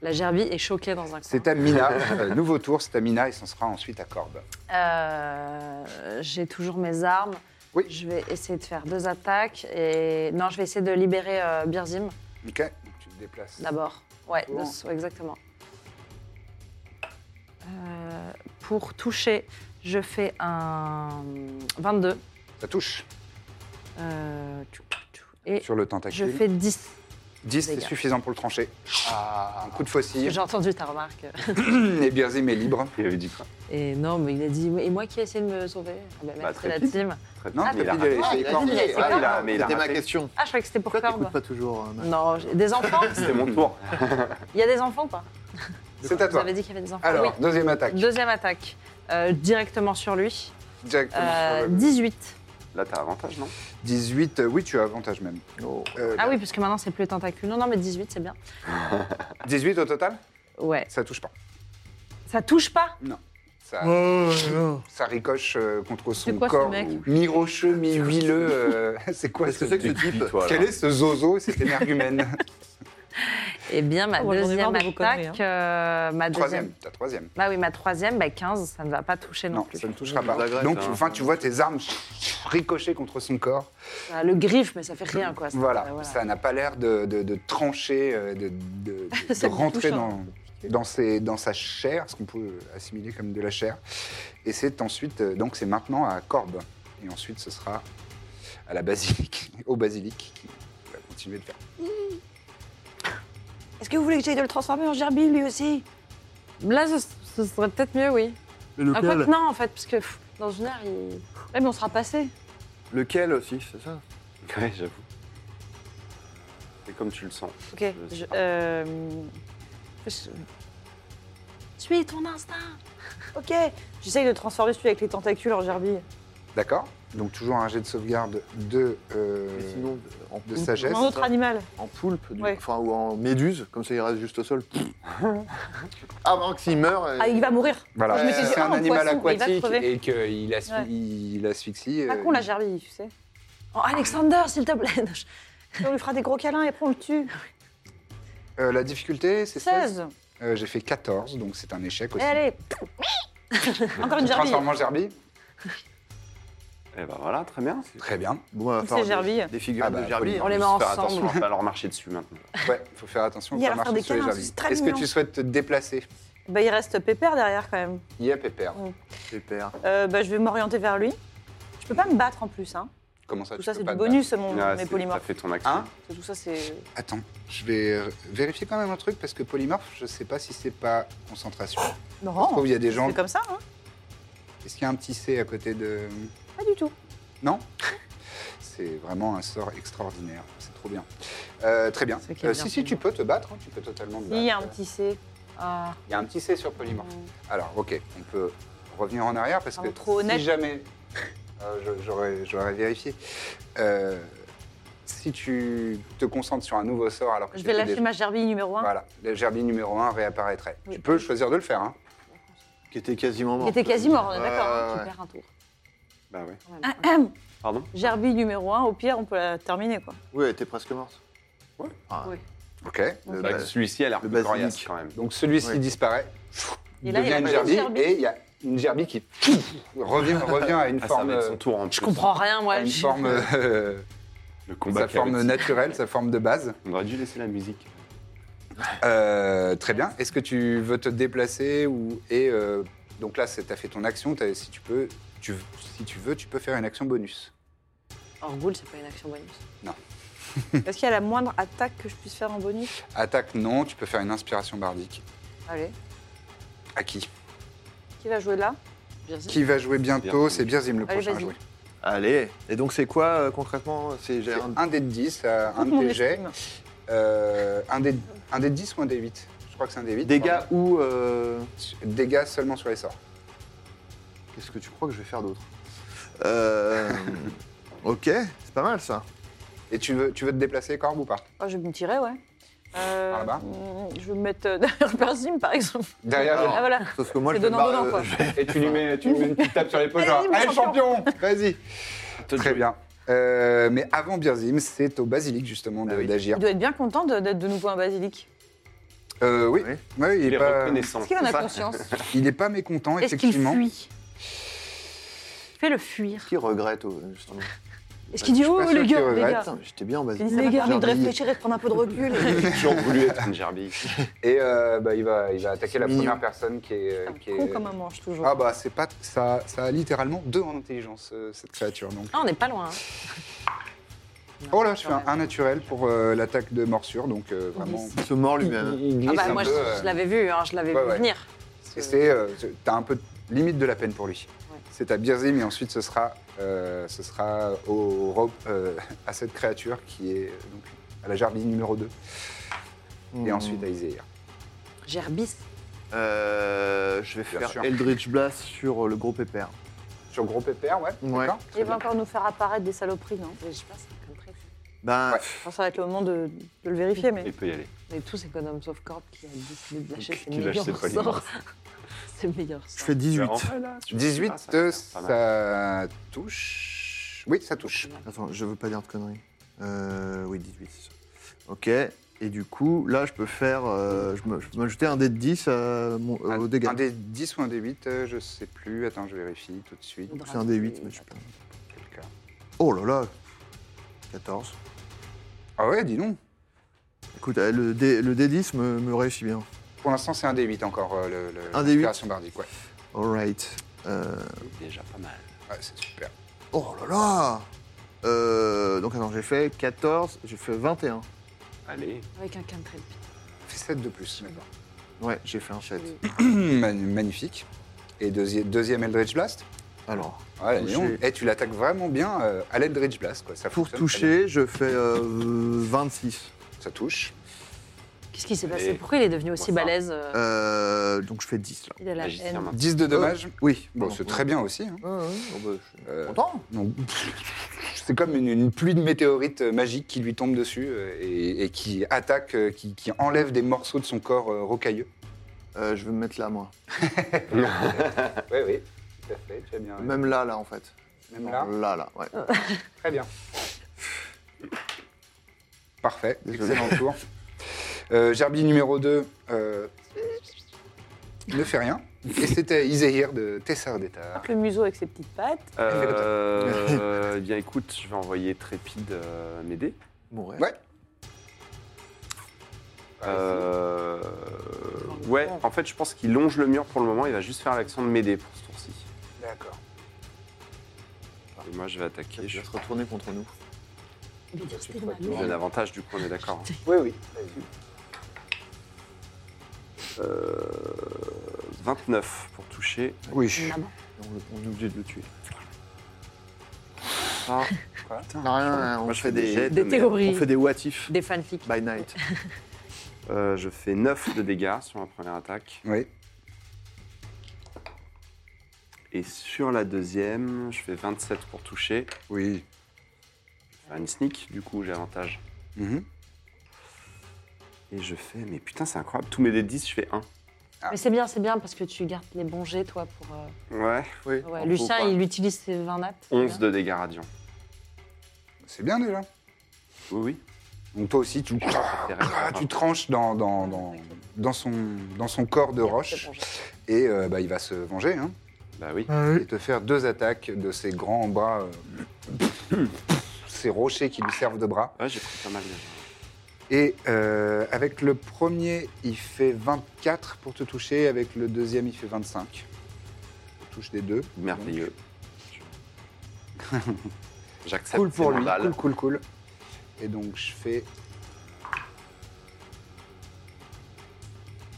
S5: La gerbie est choquée dans un coin.
S1: C'est à Mina. Euh, nouveau tour, c'est à Mina et ce sera ensuite à Corbe.
S5: Euh, J'ai toujours mes armes.
S1: Oui.
S5: Je vais essayer de faire deux attaques. Et... Non, je vais essayer de libérer euh, Birzim
S1: Ok, donc tu te déplaces.
S5: d'abord. Ouais,
S1: Bon.
S5: de ce- ouais, exactement. Euh, pour toucher, je fais un 22.
S1: Ça touche
S5: Euh, tchou, tchou, Et
S1: sur le
S5: je
S1: tentacule.
S5: fais 10.
S1: 10, c'est
S5: dégâts.
S1: suffisant pour le trancher.
S3: Ah.
S1: Un coup de faucille.
S5: J'ai entendu ta remarque.
S1: Et Birzim est libre.
S4: Il avait dit quoi
S5: Et non, mais il a dit. Et moi qui ai essayé de me sauver Ah bah, Merci
S4: très
S5: la
S4: vite.
S5: team.
S4: Très
S1: Non, t'as
S4: bien. Mais il
S1: plus
S4: a
S1: d'y aller.
S4: raté.
S1: Ah, il a dit,
S5: il a-
S4: Ah, il a- mais il a
S3: C'était ma
S4: raté.
S3: question.
S5: Ah, je croyais que c'était pour
S3: Pourquoi t'écoutes
S5: Corbe.
S3: pas toujours euh, Max
S5: Non, j'ai- des enfants
S4: C'était mon tour.
S5: Il y a des enfants ou pas
S1: C'est à
S5: Vous
S1: toi.
S5: avez dit qu'il y avait des enfants.
S1: Alors,
S5: Oui.
S1: deuxième attaque.
S5: Deuxième attaque. Euh, directement sur lui.
S1: Directement
S5: Euh,
S1: sur le-
S5: 18.
S4: Là, t'as avantage, non
S1: 18, euh, oui, tu as avantage même.
S3: Oh.
S1: Euh,
S5: Ah oui, parce que maintenant c'est plus les tentacules. Non, non, mais 18, c'est bien.
S1: 18 au total
S5: Ouais.
S1: Ça touche pas.
S5: Ça touche pas Ah,
S1: Ça,
S3: Oh, non.
S1: ça ricoche euh, contre son
S5: quoi ce
S1: corps.
S5: mec
S1: ou- Mi-rocheux, mi-huileux. euh, c'est quoi
S3: Qu'est-ce que
S1: ce
S3: c'est que ce
S4: Depuis,
S3: type
S4: toi, là.
S1: Quel est ce zozo et cet énergumène
S5: Eh bien, ma
S7: Oh, moi, j'en ai
S5: deuxième
S7: marre de vos conneries, hein.
S5: attaque. euh, ma deuxième.
S1: Troisième, ta troisième.
S5: Bah oui, ma troisième, bah 15, ça ne va pas toucher non,
S1: Non,
S5: plus.
S1: ça ne touchera
S4: Je vous
S1: pas.
S4: agresse,
S1: Donc,
S4: hein.
S1: enfin, tu vois tes armes ricocher contre son corps.
S5: Ça a le griffe, mais ça fait rien, quoi. Ça-
S1: Voilà,
S5: bah,
S1: ça n'a pas l'air de, de- de trancher, euh, de, de- de
S7: Ça me touche,
S1: rentrer dans, dans, ses- dans sa chair, ce qu'on peut assimiler comme de la chair. Et c'est ensuite, euh, donc c'est maintenant à Corbe. Et ensuite, ce sera à la basilique, au basilic, qui va continuer de faire.
S2: Est-ce que vous voulez que j'aille de le transformer en gerbille lui aussi
S5: Là, ce, ce serait peut-être mieux, oui.
S3: Mais
S5: Ah, quoi
S3: lequel
S5: que non, en fait, parce que pff, dans une heure, il. Ouais, mais on sera passé.
S3: Lequel aussi, c'est ça
S4: Ouais, j'avoue. C'est comme tu le sens.
S5: Ok.
S4: Je sais
S5: je-
S4: pas.
S5: euh, je- Suis ton instinct.
S2: Ok, j'essaye de transformer celui avec les tentacules en gerbille.
S1: D'accord Donc, toujours un jet de sauvegarde de. euh,
S3: Et Sinon, en poulpe,
S1: sagesse.
S2: Un autre
S3: ça
S2: animal.
S1: Euh,
S3: En poulpe, du-
S2: Ouais.
S3: enfin, ou en méduse, comme ça il reste juste au sol. Avant qu'il meure. et-
S2: Ah, il va mourir.
S1: Voilà,
S3: Je me suis dit,
S1: c'est
S2: ah,
S1: un
S2: un
S1: animal
S2: poisson, il va
S1: aquatique
S2: crever.
S1: et qu'il asfi-
S2: Ouais.
S1: il asphyxie.
S2: Pas
S1: euh,
S2: con la gerbille, tu sais.
S5: Oh, Alexander, s'il te plaît. Non, je-
S2: On lui fera des gros câlins et après on le tue.
S1: euh, la difficulté, c'est 16.
S2: 16
S1: Euh, J'ai fait 14, donc c'est un échec aussi.
S2: Et allez Encore une
S1: Tu
S2: gerbille
S1: transformes en gerbille
S4: Eh ben voilà, très bien.
S1: Très bien.
S3: Bon, bah,
S2: Ou
S3: faire
S2: c'est
S3: des-
S2: gerbille.
S3: Des figures
S1: Ah bah,
S3: de gerbille.
S5: On les met
S4: Juste faire
S5: ensemble.
S4: attention, hein. on va pas leur marcher dessus maintenant.
S1: Ouais, faut faire attention
S2: Il
S1: faut
S2: y a
S1: pas
S2: à leur faire
S1: marcher
S2: des
S1: sur les
S2: câlins,
S1: gerbilles.
S2: c'est très
S1: Est-ce que
S2: mignon.
S1: tu souhaites te déplacer
S2: Bah, il reste pépère derrière quand même.
S1: Il y a Pépère.
S3: Super.
S2: Euh, bah, je vais m'orienter vers lui. Je peux pas me battre en plus. Hein.
S1: Comment ça
S2: Tout
S1: Bah, tu
S2: ça,
S1: peux
S2: c'est
S1: pas
S2: du
S1: te
S2: bonus, mon,
S4: Ah,
S2: mes
S4: c'est-
S2: polymorphes.
S4: T'as fait ton action.
S1: Hein
S2: Tout ça, c'est.
S1: battre Attends, je vais euh, vérifier quand même un truc parce que polymorphe, je sais pas si c'est pas concentration. Ça se
S2: Non
S1: trouve, il y a des gens.
S2: Oh. C'est comme ça, hein
S1: Est-ce qu'il y a un petit C à côté de.
S2: Pas du tout.
S1: Non C'est vraiment un sort extraordinaire. C'est trop bien. Euh, très bien.
S5: C'est qu'il y a
S1: Euh,
S5: bien
S1: si, si,
S5: polymorphe.
S1: tu peux te battre. hein, tu peux totalement te
S2: Si,
S1: battre.
S2: il y a un petit C.
S5: Ah.
S1: Il y a un petit C sur polymorphe. Alors, ok, on peut revenir en arrière parce que
S2: Pardon, trop honnête.
S1: si jamais, Euh, je- j'aurais j'aurais vérifié, Euh, si tu te concentres sur un nouveau sort alors que
S2: Je
S1: tu
S2: vais
S1: fais
S2: lâcher
S1: des-
S2: ma gerbille numéro 1.
S1: Voilà, le gerbille numéro 1 réapparaîtrait.
S2: Oui.
S1: Tu peux choisir de le faire. hein.
S3: Qui était quasiment mort.
S5: Il était quasi mort, on est
S3: Ouais,
S5: d'accord. hein,
S3: ouais.
S5: Tu perds un tour.
S4: Bah ouais. Pardon
S2: Ah, Gerbille numéro 1, au pire, on peut la terminer, quoi.
S3: Oui, elle était presque Euh, morte.
S4: Ouais.
S3: Ah,
S5: Oui.
S1: Ok.
S3: le-
S4: C'est vrai que Bah, Celui-ci a l'air
S3: le
S4: plus coriace
S3: basilic.
S4: quand même.
S1: Donc celui-ci
S3: Ouais.
S1: disparaît,
S2: Et
S1: il
S2: là, il y
S1: devient
S2: a
S1: une
S2: pas de
S1: gerbille,
S2: gerbille.
S1: et il y a une gerbille qui revient, revient à une
S4: Ah, ça
S1: forme, euh,
S4: va être son tour en
S5: Je
S4: plus. hein.
S5: comprends rien, moi.
S1: à une
S5: je-
S1: forme, euh,
S4: Le combat
S1: sa
S4: chaotique.
S1: forme naturelle, sa forme de base.
S4: On aurait dû laisser la musique.
S1: Euh, très bien. Est-ce que tu veux te déplacer ou et euh, donc là, tu as fait ton action. t'as- Si tu peux, tu, si tu veux, tu peux faire une action bonus.
S5: Orgul, c'est pas une action bonus.
S2: Est-ce qu'il y a la moindre attaque que je puisse faire en bonus
S1: Attaque non. Tu peux faire une inspiration bardique.
S5: Allez,
S1: À qui
S2: Qui va jouer là
S5: Birzim.
S1: Qui va jouer bientôt
S4: Birzim.
S1: C'est Birzim le
S5: Allez,
S1: prochain à
S5: vas-y.
S1: jouer.
S3: bah, Allez. Et donc, c'est quoi euh, concrètement C'est j'ai
S1: C'est
S3: un-
S1: un dé de 10, euh, un de
S2: Mon
S1: tes jets.
S2: estime.
S1: Euh, un, dé, un dé de 10 ou un dé 8 Je crois que c'est un dé 8.
S3: dégâts ou. euh,
S1: Pardon. Dégâts seulement sur les sorts.
S3: Qu'est-ce que tu crois que je vais faire d'autre Euh, Ok, c'est pas mal ça.
S1: Et tu veux, tu veux te déplacer, Corbe, ou pas
S2: Oh, je vais me tirer, ouais. Euh,
S1: Par là-bas
S2: mm, Je vais me mettre euh, derrière Persim, par exemple.
S1: Derrière,
S3: Alors.
S2: Ah, voilà.
S3: Sauf que moi,
S2: C'est
S3: je vais me
S2: donnant,
S3: bar-
S2: donnant,
S3: euh,
S2: quoi.
S3: je vais-
S1: et tu lui mets, tu lui mets une petite tape sur l'épaule, genre,
S2: Allez-y, mon
S1: allez champion, vas-y.
S4: Toi,
S1: Très
S4: tu-
S1: bien. Euh, mais avant Birzim, c'est au basilic justement de-
S4: Ah oui.
S1: d'agir.
S6: Il doit être bien content de- d'être de nouveau un basilic.
S1: Euh, oui.
S4: Oui.
S1: Ouais, il
S4: Il
S1: n'est
S4: est
S1: pas,
S4: reconnaissant.
S6: Est-ce qu'il en a
S4: c'est ça
S6: conscience
S1: il est pas mécontent,
S5: Est-ce qu'il
S1: effectivement.
S5: fuit Fais-le fuir.
S3: Qui regrette, euh, justement
S6: Est-ce qu'il dit
S1: suis
S6: Oh,
S1: pas sûr
S6: les
S1: qu'il
S6: gars, les
S1: regrette.
S6: gars
S3: Putain, mais j'étais bien en bas.
S6: Les gars, envie de réfléchir et de prendre un peu de recul.
S4: J'ai toujours voulu être une gerbille.
S1: Et euh, bah, il, va, il va attaquer la
S3: Mignon.
S1: première personne qui est. euh, qui
S6: Con
S1: est-
S6: comme un manche, toujours.
S1: Ah bah c'est pas ça, ça a littéralement deux en intelligence euh, cette créature donc.
S5: Ah, on n'est pas loin. hein.
S1: Oh là je fais un, un naturel pour euh, l'attaque de morsure donc euh, vraiment.
S3: Il se mord lui-même.
S1: Il glisse
S5: Ah bah,
S1: un
S5: moi,
S1: peu,
S5: je,
S1: euh,
S5: je l'avais vu, hein, je l'avais
S1: ouais,
S5: vu
S1: ouais.
S5: venir. Parce
S1: et
S5: que-
S1: c'est euh, c'est- t'as un peu de- limite de la peine pour lui.
S5: Ouais.
S1: C'est à Birzim et ensuite ce sera euh, ce sera au, Rob- euh, à cette créature qui est euh, donc à la gerbille numéro 2 et
S3: Hmm.
S1: ensuite à Iséir.
S5: Gerbis.
S3: Euh, je vais
S1: Bien
S3: faire
S1: sûr.
S3: Eldritch Blast sur euh, le gros pépère.
S1: Sur gros pépère ouais.
S3: Ouais.
S1: D'accord.
S6: Il va encore nous faire apparaître des saloperies, non
S5: Je sais pas, c'est comme très-
S3: Ben,
S1: Ouais.
S6: Enfin, Ça va être le moment de, de le vérifier, mais.
S4: Il peut y aller.
S5: Mais tous économes sauf Corp qui a décidé de lâcher
S4: Qui-
S5: ses
S4: qui lâche
S5: meilleurs
S4: ses poignets.
S5: sorts. ses meilleurs
S3: je
S5: sorts.
S3: fais 18.
S4: Bah, Enfin, là, tu-
S1: 18
S4: Ah, ça
S1: euh,
S4: fait pas mal.
S1: ça
S4: Mmh.
S1: touche. Oui ça touche.
S3: Attends, je veux pas dire de conneries. Euh, oui, 18. c'est ça. Ok. Et du coup, là, je peux faire. euh, je, me, je peux m'ajouter un dé de 10 à mon- euh,
S1: Un-
S3: au dégât.
S1: Un des 10 ou un des 8, euh, je sais plus. Attends, je vérifie tout de suite.
S4: Mmh.
S3: C'est un dé 8, mais je sais pas.
S1: Quelqu'un.
S3: Oh là là 14.
S1: Ah ouais, dis donc.
S3: Écoute, euh, le dé, le dé 10 me, me réussit bien.
S1: Pour l'instant, c'est un des 8 encore, euh, le, le-
S3: Un des huit
S1: l'inspiration bardique, ouais.
S3: Alright. Euh,
S4: Déjà pas mal.
S1: Ouais, c'est super.
S3: oh là là Euh, Donc, attends, j'ai fait 14, j'ai fait 21.
S4: Allez.
S5: Avec un cantrip.
S1: Fais 7 de plus. maintenant.
S3: Ouais, j'ai fait un 7.
S1: Hmm, Man- Magnifique. Et deuxi- deuxième Eldritch Blast.
S3: Alors,
S1: Ouais,
S3: Touché.
S1: dis donc. Eh, tu l'attaques vraiment bien euh, à l'Eldritch Blast, quoi. Ça
S3: pour
S1: fonctionne très bien.
S3: toucher, je fais euh, 26.
S1: Ça touche.
S5: Qu'est-ce qui s'est passé
S4: Allez.
S5: Pourquoi il est devenu aussi
S4: Moi, ça.
S5: balèze euh,
S3: Euh, donc, je fais 10 là.
S5: Il a la
S4: Magicien
S5: haine.
S4: maintenant.
S1: 10 de dommages.
S3: Oui.
S1: Bon,
S3: pardon.
S1: c'est très bien aussi. hein.
S3: Ouais, ouais, oh bah, je suis
S1: Euh,
S3: content.
S1: Donc, c'est comme une, une pluie de météorites euh, magiques qui lui tombe dessus euh, et, et qui attaque, euh, qui, qui enlève des morceaux de son corps euh, rocailleux.
S3: Euh, je vais me mettre là, moi. Ah.
S1: Oui, oui, tout à fait, tu as bien.
S3: Même là, là, en fait.
S1: Même
S3: là, là, ouais.
S1: très bien. Parfait,
S3: Désolé.
S1: excellent tour. Euh, Gerbille numéro 2 ne fait rien. Et c'était Iséhir de Tessardeta.
S6: Hop, Le museau avec ses petites pattes.
S4: Euh, eh bien, écoute, je vais envoyer Trépide euh, m'aider.
S3: Mourir.
S1: Ouais.
S4: Euh, ouais, en fait, je pense qu'il longe le mur pour le moment. Il va juste faire l'action de m'aider pour ce tour-ci.
S1: D'accord.
S4: Et moi, je vais attaquer.
S3: Il
S4: Je
S3: va se retourner contre nous.
S5: Il veut dire, c'était ma
S4: Il a un
S5: mère.
S4: avantage, du coup, on est d'accord. hein.
S1: Oui, oui.
S4: Euh, 29 pour toucher.
S3: Oui.
S5: Ah bon
S3: On, on est obligé de le tuer.
S4: Ah,
S3: Non, rien, hein, on,
S4: Moi, je fais
S3: fait
S4: des
S3: des,
S4: jets de
S5: Des
S4: merde.
S5: théories.
S3: on fait des what if
S5: Des fanfics.
S3: by night.
S4: Euh, je fais 9 de dégâts sur ma première attaque.
S1: Oui.
S4: Et sur la deuxième, je fais 27 pour toucher.
S1: Oui.
S4: Je fais une sneak, du coup, j'ai avantage.
S1: Mhm.
S4: Et je fais, mais putain, c'est incroyable. Tous mes dés de 10, je fais 1.
S5: Mais c'est bien, c'est bien parce que tu gardes les bons jets, toi, pour. euh,
S4: Ouais.
S3: Oui.
S5: ouais. Lucien,
S4: pas.
S5: il utilise ses 20 nattes.
S4: 11 de dégâts radiants.
S1: C'est bien déjà.
S4: Oui,
S1: Donc toi aussi, tu, Ah, tu tranches dans, dans, dans, dans son, dans son corps de roche et euh, bah, il va se venger hein,
S4: oui. Bah oui.
S1: et te faire deux attaques de ses grands bras, euh, ces rochers qui lui servent de bras.
S4: Ouais, j'ai pris pas mal déjà.
S1: Et euh, avec le premier, il fait 24 pour te toucher, avec le deuxième, il fait 25. Touche des deux.
S4: Merveilleux. J'accepte.
S1: Cool pour
S4: c'est
S1: lui,
S4: ma balle.
S1: cool, cool, cool. Et donc je fais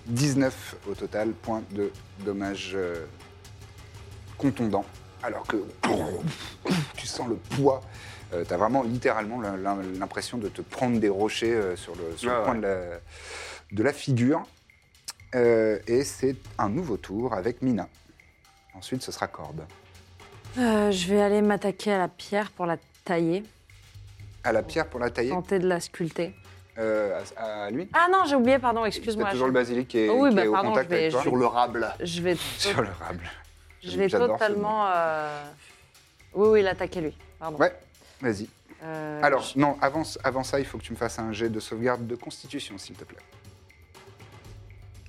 S1: 19 au total, point de dommage euh, contondant. Alors que tu sens le poids, tu t'as vraiment littéralement la- la- l'impression de te prendre des rochers euh, sur le, sur le
S4: Ah
S1: coin
S4: ouais.
S1: de, la, de la figure. Euh, et c'est un nouveau tour avec Mina. Ensuite, ce sera Corbe.
S5: Euh, je vais aller m'attaquer à la pierre pour la tailler,
S1: À la pierre pour la tailler,
S5: tenter de la sculpter.
S1: euh, à- à lui
S5: Ah non, j'ai oublié, pardon,
S1: C'est
S5: excuse-moi.
S1: toujours le basilic qui est,
S5: Oh oui,
S1: qui
S5: bah
S1: est au
S5: pardon,
S1: contact
S5: je vais-
S1: avec toi.
S5: je-
S3: Sur le rable.
S5: Je vais,
S1: Sur le rable.
S5: je vais
S1: j'adore ce
S5: totalement. euh, Oui, oui, l'attaquer lui. Pardon.
S1: Ouais. Vas-y.
S5: Euh,
S1: Alors, non, avant, avant ça, il faut que tu me fasses un jet de sauvegarde de constitution, s'il te plaît.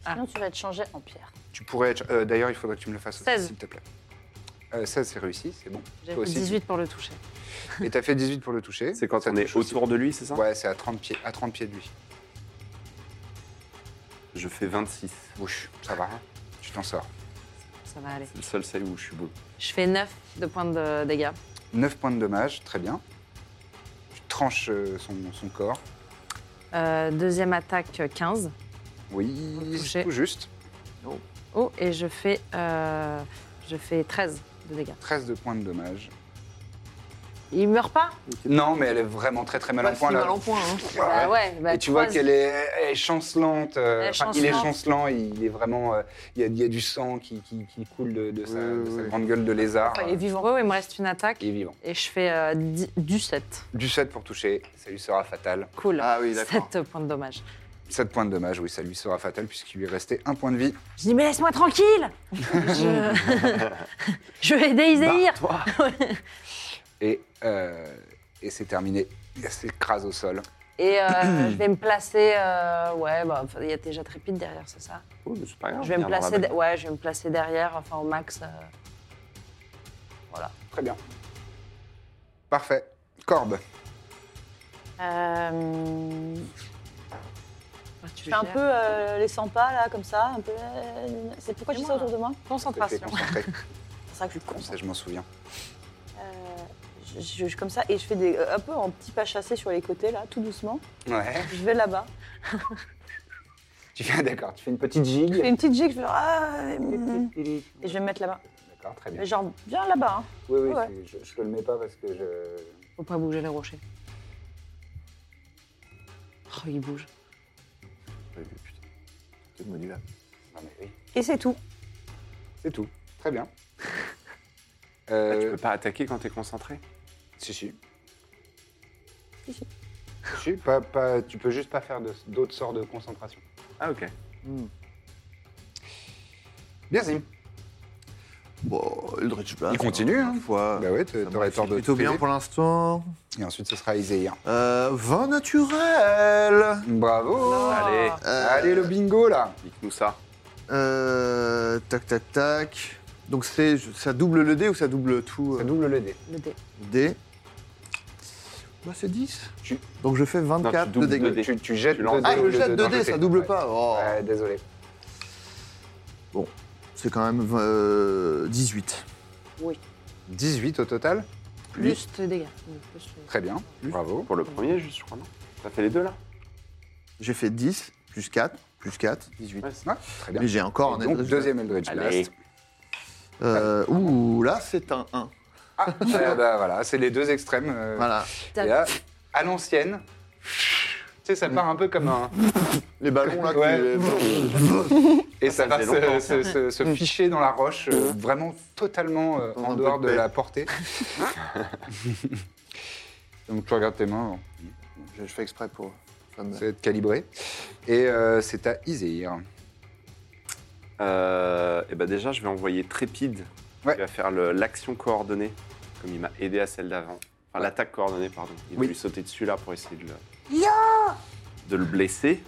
S5: Ah.
S6: Sinon, tu vas te changer en pierre.
S1: Tu pourrais être. euh, D'ailleurs, il faudrait que tu me le fasses aussi,
S5: 16.
S1: s'il te plaît. Euh, 16, c'est réussi, c'est bon.
S5: J'ai
S1: Toi
S5: fait
S1: aussi,
S5: 18 pour le toucher.
S1: Et t'as fait 18 pour le toucher.
S4: C'est quand
S1: Ça
S4: on est
S1: touche aussi.
S4: autour de lui, c'est ça
S1: Ouais, c'est à 30 pieds, à 30 pieds de lui.
S4: Je fais 26.
S1: Bouche, ça va, hein tu t'en sors.
S5: Ça va aller.
S4: C'est le seul save où je suis bon.
S5: Je fais 9 de points de dégâts.
S1: 9 points de dommage, très bien. Tu tranches euh, son, son corps.
S5: Euh, deuxième attaque, euh, 15.
S1: Oui,
S5: Pour le toucher.
S1: c'est tout juste.
S5: Oh, et je fais, euh, je fais 13 de dégâts.
S1: 13 de points de dommage.
S5: Il meurt pas
S1: Non, mais elle est vraiment très très mal en
S7: Pas si
S1: point là.
S7: mal en point, hein.
S1: Ouais.
S5: Bah ouais, bah
S1: Et tu vois
S5: trois-
S1: qu'elle est, elle est chancelante. euh,
S5: Elle est
S1: enfin, il est
S5: chancelante.
S1: chancelant, il est vraiment. euh, Il y, a- il y a du sang qui, qui- qui coule de, de sa, de sa grande gueule de lézard. euh,
S5: Enfin, il est vivant. Ouais, ouais, il me reste une attaque
S1: Il est vivant.
S5: et je fais euh, dix- du 7.
S1: Du 7 pour toucher, ça lui sera fatal.
S5: Cool.
S7: Ah oui, d'accord.
S5: 7 points de dommage.
S1: 7 points de dommage, oui, ça lui sera fatal puisqu'il lui restait un point de vie.
S5: Je dis, mais laisse-moi tranquille Je, je vais aider
S1: Bah,
S5: Iséir
S1: Et, euh, et c'est terminé. Il s'écrase au sol.
S5: Et euh, je vais me placer. euh, ouais, bah, enfin, il y a déjà Trépide derrière, c'est ça
S4: Oh, mais c'est pas grave.
S5: Je vais, me
S4: viens dans la
S5: placer de-
S4: balle.
S5: ouais, je vais me placer derrière, enfin au max. euh,
S1: Très bien. Parfait. Corbe.
S6: Euh,
S5: Ah,
S6: je
S5: tu
S6: fais un peu euh, les 100 pas, là, comme ça. Un peu... euh, C'est pourquoi je dis ça autour de moi
S1: Je t'ai fait
S5: concentration.
S1: concentrer.
S6: C'est ça que je suis con.
S1: Ça, je m'en souviens.
S6: Euh, je, je- je- comme ça, et je fais des, euh, un peu en petit pas chassé sur les côtés, là, tout doucement.
S1: Ouais.
S6: Je vais là-bas.
S1: Tu fais, d'accord, tu fais une petite
S6: Je fais
S1: gigue.
S6: une petite gigue, je fais genre, ah, hum, Et je vais me mettre là-bas.
S1: D'accord, très bien.
S6: Mais genre, bien là-bas. hein.
S1: Oui, oui,
S6: Ouais.
S1: c'est- je, je te le mets pas parce que je.
S5: Faut pas bouger les rochers. Oh, il bouge.
S4: Ouais, mais putain,
S7: C'est modulable.
S1: Non, mais oui.
S6: Et c'est tout.
S1: C'est tout. Très bien.
S6: Bah,
S4: là, Tu
S1: Euh,
S4: peux pas attaquer quand t'es concentré
S1: Si, si.
S6: Si, si.
S1: Si, pas, pas, tu peux juste pas faire de- d'autres sorts de concentration.
S4: Ah, ok.
S1: Bien, Zim.
S7: Bon, Eldritch Blast.
S1: Il continue, hein.
S7: une fois.
S1: Bah ouais, t-
S7: Ah, Ça
S1: t'aurais
S7: marche
S1: tort de
S7: plutôt
S1: te
S7: bien
S1: priver.
S7: pour l'instant.
S1: Et ensuite, ce sera Iséir.
S7: Euh, vin naturel.
S1: Bravo
S4: Allez,
S7: Euh,
S1: Allez, le bingo, là
S4: nique-nous ça.
S7: euh, tac, tac, tac. Donc c'est, je- ça double le dé ou ça double tout
S1: Ça
S7: euh,
S1: double le dé.
S5: Le dé.
S7: dé Bah c'est 10.
S4: Tu-
S7: Donc je fais
S4: Non,
S7: 24
S4: tu doubles
S7: de dégâts.
S4: le dé.
S1: Tu, tu jettes
S4: Tu
S1: le
S4: lances.
S1: dé.
S7: Ah,
S1: au
S7: je
S1: lieu
S7: jette
S1: de-
S7: 2
S1: d'en
S7: dés, ça
S1: jeter.
S7: double
S1: Ouais.
S7: pas. Oh,
S1: Ouais, désolé.
S7: C'est quand même euh, 18.
S1: 18 au total
S5: Plus de dégâts. Oui, plus le-
S1: Très bien. Bravo.
S4: Pour le premier, juste, je crois, non T'as fait les deux, là
S7: J'ai fait 10, plus 4, plus 4, 18.
S4: Ouais, c'est-
S1: Ouais, très bien.
S7: Mais j'ai encore un
S1: Donc,
S7: Eldritch
S1: deuxième Eldritch
S4: Allez.
S1: Blast.
S7: Blast. Euh, ouh, là c'est un 1.
S1: Ah, euh, bah, voilà, c'est les deux extrêmes. euh,
S7: Voilà.
S1: Et là, à l'ancienne, tu sais, ça part un peu comme un.
S7: Les ballons là.
S1: Ouais.
S7: que-
S1: Et ça, va
S4: fait
S1: se,
S4: longtemps,
S1: se- se- se
S5: Mm.
S1: ficher dans la roche, euh, vraiment totalement euh,
S7: Dans un
S1: en
S7: peu
S1: dehors
S7: de
S1: de
S7: paix.
S1: la portée. Donc tu regardes tes mains,
S7: je, je fais exprès pour. ça me-
S1: ça va être calibré. Et euh, c'est à Iséir.
S4: Euh, et ben déjà, je vais envoyer Trépide.
S1: Ouais.
S4: Il va faire le- l'action coordonnée, comme il m'a aidé à celle d'avant. Enfin, l'attaque coordonnée, pardon. Il
S1: Oui.
S4: va lui sauter dessus là pour essayer de le, de le blesser.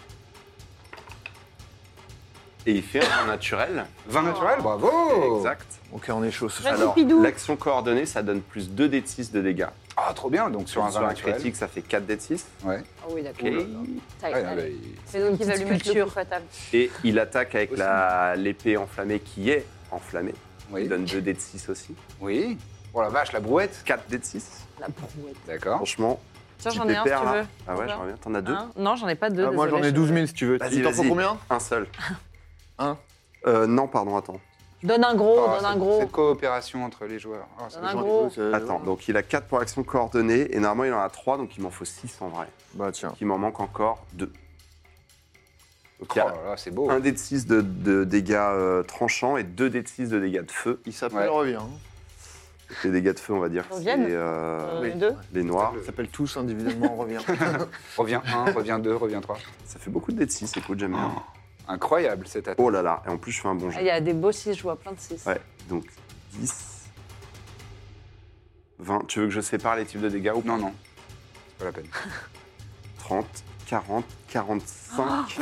S4: Et il fait un naturel.
S1: 20 naturel, bravo
S4: Oh. Exact.
S7: Ok, on est chaud ce soir.
S4: Alors, l'action coordonnée, ça donne plus 2 d 6 de dégâts.
S1: Ah, trop bien, donc sur un 20 naturel.
S4: critique, ça fait 4 d 6.
S1: Ouais.
S5: Ah oui, d'accord.
S4: Ok.
S5: Taille,
S1: Ouais,
S5: allez.
S1: bah, il-
S5: C'est donc qui va lui mettre le coup fatal.
S4: Et il attaque avec la- l'épée enflammée qui est enflammée. Il
S1: oui.
S4: donne 2 d 6 aussi.
S1: oui. Oh la vache, la brouette
S4: 4 d 6.
S5: La brouette.
S1: D'accord.
S4: Franchement,
S5: Tiens,
S4: petit
S5: j'en ai un si
S4: pépère,
S5: tu
S4: là.
S5: veux.
S4: Ah ouais,
S5: Encore.
S4: j'en reviens. T'en as deux
S5: Un Non, j'en ai pas deux.
S7: Ah, moi j'en
S5: désolé,
S7: ai
S5: je-
S7: 12 000 si tu veux.
S4: Vas-y,
S7: Il t'en faut
S4: vas-y.
S7: combien
S4: Un seul.
S7: Un.
S4: Euh, non, pardon, attends.
S5: Donne un gros,
S1: Ah,
S5: donne un
S1: cette-
S5: gros.
S1: Cette coopération entre les joueurs. Ah, ça-
S5: Donne un gros.
S7: euh,
S4: Attends, donc il a 4 pour action coordonnée, et normalement il en a 3, donc il m'en faut 6 en vrai.
S7: Bah tiens.
S4: Donc il m'en manque encore 2. Donc
S1: Oh
S4: il y
S1: là
S4: a
S1: là, c'est beau.
S4: un dé de 6 de, de dégâts euh, tranchants et 2 dés de 6 de dégâts de feu.
S7: Il s'appelle
S1: Ouais.
S7: revient. hein.
S4: Les dégâts de feu, on va dire, que c'est
S6: Reviennent
S4: euh,
S6: Euh,
S7: oui.
S6: Deux.
S4: les noirs.
S7: Ils s'appellent tous individuellement revient.
S1: Reviens 1, reviens 2, reviens 3.
S4: Ça fait beaucoup de dés de 6, écoute, j'aime bien.
S1: Incroyable cette attaque.
S4: Oh là là, et en plus je fais un bon
S5: Ah,
S4: jeu.
S5: Il y a des beaux 6, je vois plein de 6.
S4: Ouais, donc 10, 20. Tu veux que je sépare les types de dégâts ou pas
S1: Non, non. C'est pas la peine.
S4: 30, 40, 45.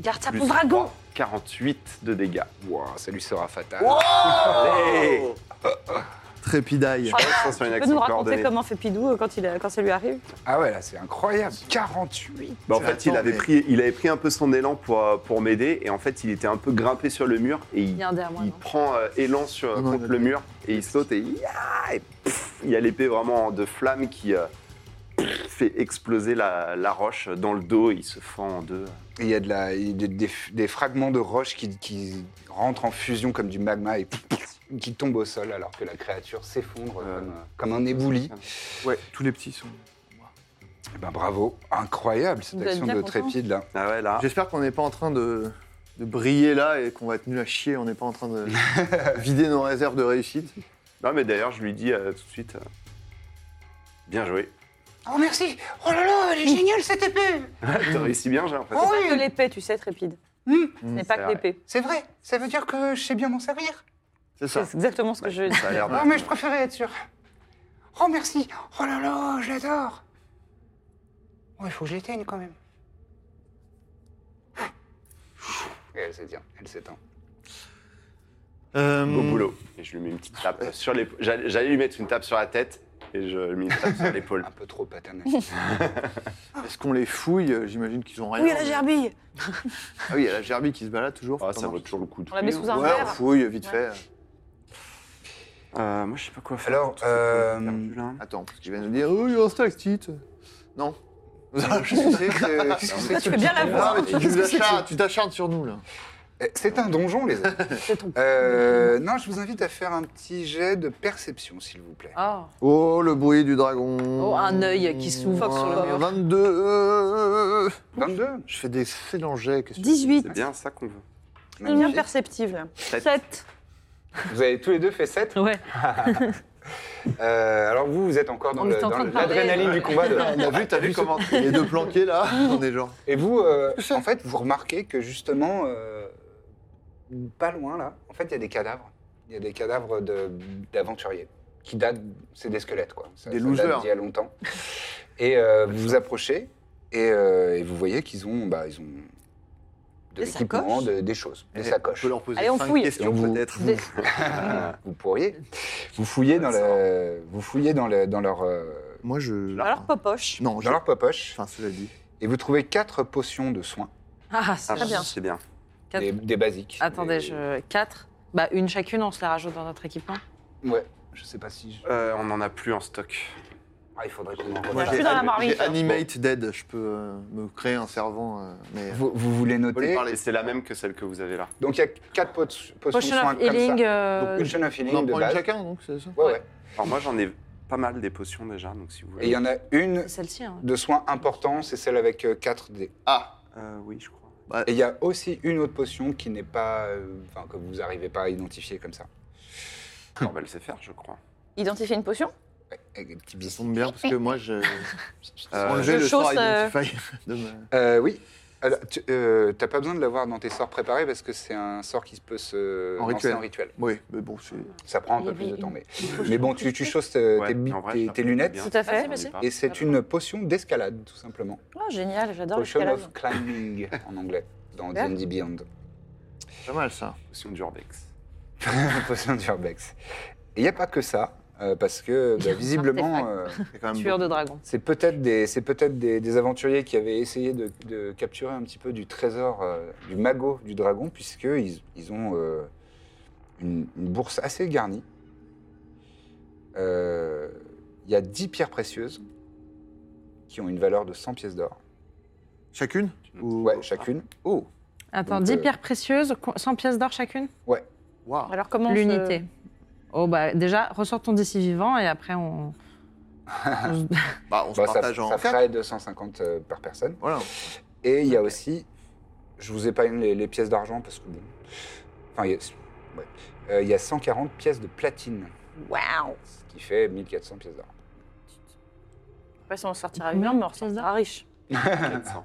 S6: Garde ça
S4: plus
S6: pour Oh, dragon
S4: 3, 48 de dégâts.
S1: Wow, Ah, ça lui sera fatal.
S3: Oh.
S4: Allez
S3: Trépidaille.
S4: Je pense sur une
S6: Oh, Tu peux nous
S4: action
S6: raconter
S4: coordonnée.
S6: comment fait Pidou euh, quand, il, euh, quand ça lui arrive
S1: Ah ouais, là, c'est incroyable. 48
S4: Bah, en fait, il
S3: Attends,
S4: avait,
S3: mais-
S4: pris, il avait pris un peu son élan pour, euh, pour m'aider et en fait, il était un peu grimpé sur le mur et il,
S5: Il y a un derrière moi,
S4: il
S5: non
S4: prend euh, élan sur,
S3: Ah Non, non,
S4: contre
S3: il y a
S4: le
S3: des-
S4: mur et il saute et, ya, et pff, il y a l'épée vraiment de flamme qui euh, pff, fait exploser la, la roche dans le dos. et Il se fend en deux.
S1: Et Il y a, de la, il y a des, des fragments de roche qui, qui rentrent en fusion comme du magma et qui tombent au sol alors que la créature s'effondre
S4: Euh,
S1: comme, comme un ébouli.
S3: Ouais, tous les petits sont.
S1: Eh ben bravo, incroyable cette
S6: Vous êtes
S1: action
S6: bien
S1: de
S6: content
S1: trépide là.
S4: Ah ouais, là.
S3: J'espère qu'on n'est pas en train de, de briller là et qu'on va être nul à chier. On n'est pas en train de vider nos réserves de réussite.
S4: Non, mais d'ailleurs, je lui dis euh, tout de suite euh, Bien joué.
S1: Oh merci Oh là là, elle est géniale cette épée Oh
S4: T'as réussi bien, j'ai l'impression.
S6: C'est pas que l'épée, tu sais, Trépide. Ce n'est pas
S4: c'est
S6: que
S4: vrai.
S6: l'épée.
S1: C'est vrai, ça veut dire que je sais bien m'en servir.
S3: C'est ça.
S6: C'est exactement ce que je dis.
S4: Ça a l'air de-
S1: Ah, mais je préférais être sûr. Oh merci Oh là là, je l'adore Oh, il faut que je l'éteigne quand même. Et elle s'éteint, elle s'éteint.
S3: Euh,
S4: Beau boulot. Et je lui mets une petite tape euh, sur l'épaule. J'allais j'allais lui mettre une tape sur la tête et je lui mets une tape sur l'épaule.
S1: Un
S3: Ah,
S1: peu trop paternel.
S3: Est-ce qu'on les fouille J'imagine qu'ils ont rien.
S6: Oui, la gerbille
S3: Ah oui, il y a la gerbille qui se balade toujours.
S4: Ah,
S3: faut
S4: ça
S3: pas
S4: vaut toujours le coup de
S6: On la met
S4: fouiller,
S6: sous un
S3: Ouais, on
S6: verre.
S3: fouille vite fait.
S4: hein. Euh, Moi, je sais pas quoi faire.
S1: Alors,
S4: Tout ce qui est
S1: euh,
S4: perdu, là.
S3: Attends, parce qu'il va nous dire Oh, il y a un stalactite. Non. Je sais que- qu'est-ce que c'est
S6: Tu fais bien
S5: Ah,
S6: la
S3: Non,
S6: voix.
S3: mais tu- tu t'acharnes- tu t'acharnes sur nous là.
S1: Eh, C'est un donjon, les amis. Euh, non, je vous invite à faire un petit jet de perception, s'il vous plaît.
S5: Oh.
S3: Oh, le bruit du dragon.
S5: Oh, un œil qui s'ouvre
S3: Fox
S5: sur le mur.
S3: 22. euh,
S1: 22
S3: Je fais des excellents jets. qu'est-ce que-
S6: 18.
S4: C'est bien ça qu'on veut.
S6: C'est bien perceptible. là.
S4: Sept.
S6: 7.
S1: Vous avez tous les deux fait 7
S5: Ouais.
S1: Euh, alors vous, vous êtes encore dans
S5: On
S1: le-
S5: était en
S1: dans
S5: train
S1: le-
S5: de parler.
S1: l'adrénaline du combat. de-
S3: On a vu, t'as vu comment les deux planqués là On est genre.
S1: Et vous, euh, en fait, vous remarquez que justement, euh, pas loin là, en fait, il y a des cadavres. Il y a des cadavres de- d'aventuriers qui datent, c'est des squelettes quoi. Ça-
S3: Des
S1: ça
S3: losers.
S1: date d'il y a longtemps. Et euh, vous vous approchez et, euh, et vous voyez qu'ils ont, bah, ils ont de
S6: Des
S1: l'équipement,
S6: sacoches
S1: de- des choses, des sacoches.
S3: On peut leur poser
S6: Allez, on
S3: cinq
S6: fouille.
S3: questions
S1: Et on vous-
S3: peut-être.
S6: Des-
S1: Vous pourriez. Vous fouillez dans le, vous fouillez dans le, dans leur, euh,
S3: Moi je.
S6: Alors, popoche.
S3: Non, je-
S1: dans leur poche
S3: Enfin, cela dit.
S1: et vous trouvez quatre potions de soins,
S5: Ah, c'est
S4: Ah,
S5: très bien.
S4: C'est bien.
S5: Quatre.
S1: des, des basiques.
S5: Attendez,
S1: Des-
S5: je... 4 Bah, une chacune, on se la rajoute dans notre équipement.
S1: Ouais, je sais pas si. je-
S4: Euh, on en a plus en stock.
S1: Ah, il faudrait qu'on en
S3: Moi,
S1: reparle.
S3: j'ai
S6: plus dans la
S3: j'ai
S6: marmite.
S3: Animate Dead, je peux euh, me créer un servant. euh, mais...
S1: Vous, vous voulez noter
S4: Et c'est la même que celle que vous avez là.
S1: Donc il y a quatre pot- potions de
S5: Potion
S1: soins
S5: of
S1: comme
S5: Healing.
S1: ça.
S5: euh,
S1: Donc potion of
S3: On en
S1: healing de
S3: prend une
S1: base.
S3: chacun, donc c'est ça
S1: Ouais, ouais.
S4: Alors moi, j'en ai pas mal des potions déjà, donc si vous
S1: Et il y
S4: voulez.
S1: en a une
S5: Celle-ci. hein.
S1: de soins importants, c'est celle avec 4 dés.
S3: Ah
S4: Euh, oui, je crois.
S3: bah,
S1: Et il y a aussi une autre potion qui n'est pas, euh, enfin que vous n'arrivez pas à identifier comme ça.
S4: Ah, On va le sait faire, je crois.
S6: Identifier une potion
S1: Ouais, avec des petits
S3: Ça
S1: bisous.
S3: tombe bien parce que moi, je.
S4: Euh,
S3: enlevé
S6: je
S3: le sort
S6: chausse, euh,
S3: Identify. de ma-
S1: Euh, oui. Alors, tu euh, t'as pas besoin de l'avoir dans tes sorts préparés parce que c'est un sort qui peut se
S3: En
S1: lancer
S3: rituel.
S1: en rituel.
S3: Oui, mais bon, c'est.
S1: Ça prend un peu plus de temps, mais, mais bon, tu, tu chausses euh,
S4: Ouais,
S1: tes, bi-
S4: en vrai,
S1: tes-
S4: ça
S1: tes
S4: peut
S1: lunettes
S4: bien.
S5: Tout à fait.
S4: On oublie
S5: vas-y.
S4: pas.
S1: et c'est une potion d'escalade tout simplement.
S6: Oh, génial, j'adore le
S1: Potion
S6: scalade.
S1: of climbing en anglais dans
S6: Super.
S1: D&D Beyond.
S3: Pas mal ça.
S4: Potion d'urbex.
S1: potion d'urbex. Et il n'y a pas que ça, euh, parce que bah, visiblement, euh,
S3: C'est quand même.
S5: Tueur
S3: bon.
S5: de dragon.
S1: c'est peut-être des, c'est peut-être des, des aventuriers qui avaient essayé de, de capturer un petit peu du trésor euh, du magot du dragon, puisque ils, ils ont euh, une, une bourse assez garnie. Euh, Il y a 10 pierres précieuses qui ont une valeur de 100 pièces d'or.
S3: Chacune Ou-
S1: Ouais, chacune.
S3: Oh
S5: Attends,
S1: Donc,
S5: 10
S1: euh,
S5: pierres précieuses, co- 100 pièces d'or chacune
S3: Waouh
S6: Alors, comment on se-
S5: L'unité. Oh, bah, déjà, ressort ton d'ici vivant et après, on. on se-
S3: Bah, on se
S1: Bah, ça
S3: partage en
S1: ça
S3: quatre.
S1: ferait 250 euh, par personne.
S3: Voilà.
S1: Et il y a aussi, je vous épargne les, les pièces d'argent parce que bon. Enfin, il y, a- ouais. Euh, il y a 140 pièces de platine,
S6: Waouh
S1: ce qui fait 1400 pièces d'or.
S6: Je sais pas si on sortira
S5: Combien
S6: bien,
S5: de
S6: mais on
S5: pièces
S6: sortira riche.
S4: 400.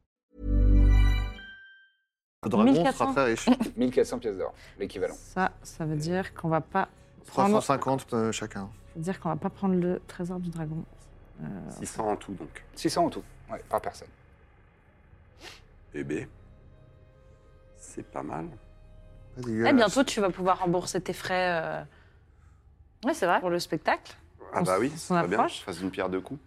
S3: Le dragon
S5: 1400.
S3: sera très riche.
S1: 1400 pièces d'or, l'équivalent.
S5: Ça, ça veut dire qu'on va pas prendre,
S3: 350 euh, chacun.
S5: ça veut dire qu'on va pas prendre le trésor du dragon.
S4: 600 en tout, donc.
S1: 600 en tout, ouais, par personne.
S4: Eh ben, c'est pas mal.
S3: Pas
S5: Eh,
S3: dégueulasse.
S5: bientôt, tu vas pouvoir rembourser tes frais. euh, Ouais, c'est vrai. Pour le spectacle.
S4: Ah
S5: On
S4: bah
S5: s-
S4: oui,
S5: s'en
S4: ça va bien,
S5: approche
S4: je fasse une pierre deux coups.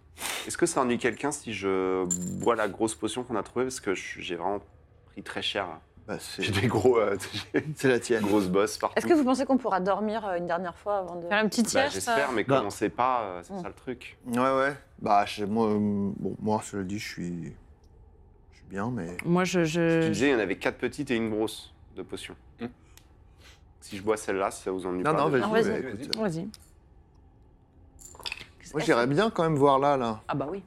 S4: Est-ce que ça ennuie quelqu'un si je bois la grosse potion qu'on a trouvée Parce que je- j'ai vraiment pris très cher.
S3: Bah, c'est
S4: J'ai des gros... euh, j'ai
S3: c'est la
S4: des
S3: tienne.
S4: grosses bosses partout.
S6: Est-ce que vous pensez qu'on pourra dormir euh, une dernière fois avant de.
S5: Faire une petite
S4: Bah,
S5: sieste. euh?
S4: J'espère, mais
S3: Bah.
S4: comme on sait pas, euh, c'est
S6: Mm.
S4: ça le truc.
S3: Ouais, ouais. Bah, je- moi, euh, bon, moi, je le dis, je suis. Je suis bien, mais.
S5: Moi, je.
S1: Euh,
S4: Tu
S5: je...
S4: disais, il y en avait quatre petites et une grosse de potions.
S1: Mm.
S4: Si je bois celle-là, si ça vous ennuie
S3: Non,
S4: pas.
S3: non,
S4: déjà.
S3: vas-y.
S6: vas-y,
S3: bah,
S1: vas-y.
S3: écoute, euh,
S5: Vas-y.
S3: Moi, j'irais bien quand même voir là, là.
S5: Ah bah oui.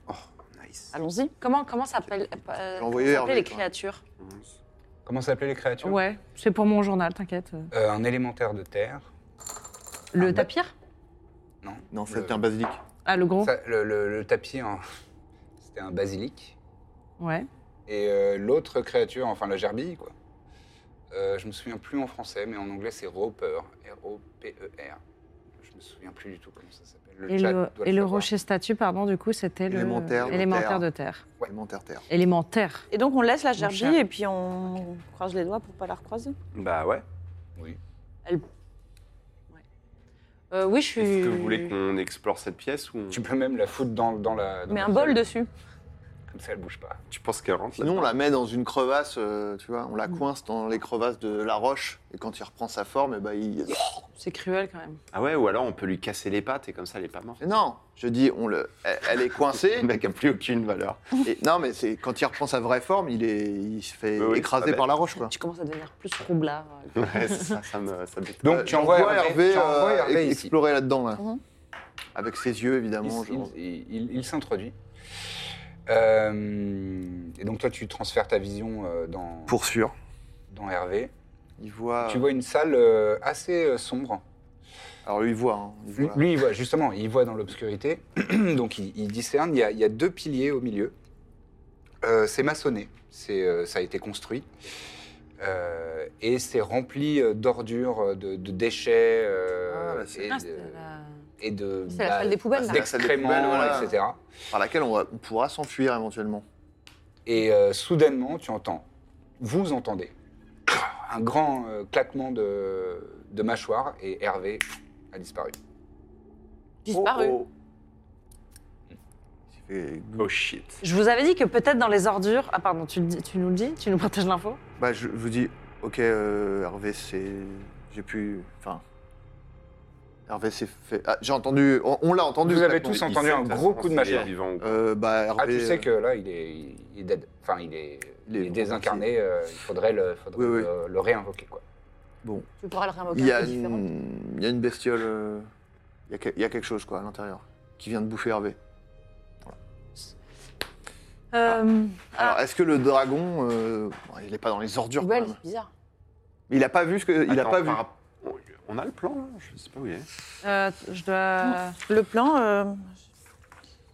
S4: Nice.
S1: Ah.
S6: Allons-y.
S5: Comment comment s'appelle euh, comment
S3: envoyé
S5: s'appellent
S3: Hervé,
S5: les
S3: quoi.
S5: créatures
S4: Onze.
S1: Comment s'appelaient les créatures
S5: Ouais, c'est pour mon journal, t'inquiète.
S1: Euh, Un élémentaire de terre.
S5: Le
S1: bah-
S5: tapir
S1: Non.
S3: Non,
S1: Le-
S3: c'était un basilic.
S5: Ah, le gros.
S1: ça, le, le- le tapis, hein, c'était un basilic.
S5: Ouais.
S1: Et euh, l'autre créature, enfin la gerbille, quoi. Euh, je me souviens plus en français, mais en anglais c'est roper, R-O-P-E-R. E Je me souviens plus du tout comment ça s'appelle.
S5: Et
S1: chat
S5: le,
S1: doit
S5: et le
S1: savoir.
S5: rocher statue, pardon, du coup, c'était le
S3: Élémentaire de
S5: élémentaire
S3: terre.
S5: de terre.
S1: Ouais.
S3: Élémentaire terre.
S5: Élémentaire.
S6: Et donc on laisse la
S5: Mon
S6: gerbille
S5: cher.
S6: et puis on croise les doigts pour pas la recroiser.
S4: Bah ouais.
S5: Euh, oui, je suis.
S4: Est-ce que vous voulez qu'on explore cette pièce ou on-
S1: Tu
S4: tu...
S1: peux même la foutre dans, dans la. dans
S6: Mais
S1: la
S6: un bol
S1: salle.
S6: dessus.
S1: Comme ça elle bouge pas.
S4: penses qu'elle rentre là
S3: Sinon, on la met dans une crevasse, euh, tu vois, on la coince dans les crevasses de la roche, et quand il reprend sa forme, eh ben, il.
S5: C'est cruel quand même.
S4: Ah ouais, ou alors on peut lui casser les pattes et comme ça elle est pas morte.
S3: Mais non, je dis, on le, elle, elle est coincée.
S4: Le mec a plus aucune valeur.
S3: et- non, mais c'est quand il reprend sa vraie forme, il est, il se fait
S4: Oui, oui, c'est
S1: Ah,
S3: écraser
S1: bah,
S4: pas
S3: par la roche, quoi.
S5: Tu commences à devenir plus roublard. euh,
S4: Ouais, c'est ça, ça me ça m'étonne.
S1: Donc
S3: Euh,
S1: tu envoies
S3: j'envoie
S1: Hervé, tu envoies
S3: euh,
S1: Hervé
S3: ex-
S1: ici.
S3: explorer là-dedans, là.
S6: Mhm.
S3: Avec ses yeux,
S1: Il,
S3: évidemment. genre.
S1: il- il- il- il s'introduit. Euh, et donc toi tu transfères ta vision euh, dans,
S3: Pour Ah. sûr.
S1: dans Hervé.
S3: Il voit.
S1: Tu vois une salle euh, assez euh, sombre.
S3: Alors lui, il voit. hein, il
S1: Lui,
S3: voit.
S1: lui, il voit, justement, il voit dans l'obscurité, donc il, il discerne, il y, a, il y a deux piliers au milieu. Euh, c'est maçonné, c'est, euh, ça a été construit, Euh, et c'est rempli euh, d'ordures, de, de déchets, euh,
S3: Ah, bah, c'est-
S1: et, Oh,
S5: Ah,
S1: de,
S5: c'était la-
S1: et de-
S6: C'est la salle des poubelles, là.
S3: C'est la salle des
S1: d'excréments,
S3: poubelles, voilà.
S1: etc.
S3: Par laquelle on, va- on pourra s'enfuir éventuellement.
S1: Et euh, soudainement, tu entends, vous entendez, un grand euh, claquement de, de mâchoire, et Hervé a disparu.
S6: Disparu.
S4: Oh,
S3: Il fait-
S4: oh. Oh, shit.
S5: Je vous avais dit que peut-être dans les ordures. Ah, pardon, tu, le dis- tu nous le dis Tu nous partages l'info
S3: Bah, je vous dis, ok, euh, Hervé, c'est. J'ai pu. Enfin. Hervé s'est fait. Ah, j'ai entendu. On, on l'a entendu.
S1: Vous avez
S3: claquement.
S1: tous entendu un gros coup de machine.
S4: Vivant, ou-
S3: Euh, bah, Hervé.
S1: Ah, tu sais
S3: euh,
S1: que là, il est, il est dead. Enfin, il est,
S3: Il
S1: il
S3: est
S1: est désincarné. euh, il faudrait, le, faudrait
S3: Oui, oui.
S1: Le, le réinvoquer, quoi.
S6: Tu pourras le réinvoquer
S3: Il y,
S6: un
S3: a
S6: peu différent.
S3: une... il y a une bestiole. euh, Il y, a que- il y a quelque chose, quoi, à l'intérieur. Qui vient de bouffer Hervé.
S5: Euh, Ah.
S3: Alors, est-ce que le dragon. euh, bon, il n'est pas dans les ordures, quand
S6: Poubelle,
S3: même.
S6: c'est bizarre.
S3: Mais il n'a pas vu ce que. il a
S4: Attends,
S3: pas vu.
S4: par rap- on- On a le plan, là Je sais pas où il est.
S5: euh, je dois.
S6: Le plan, euh,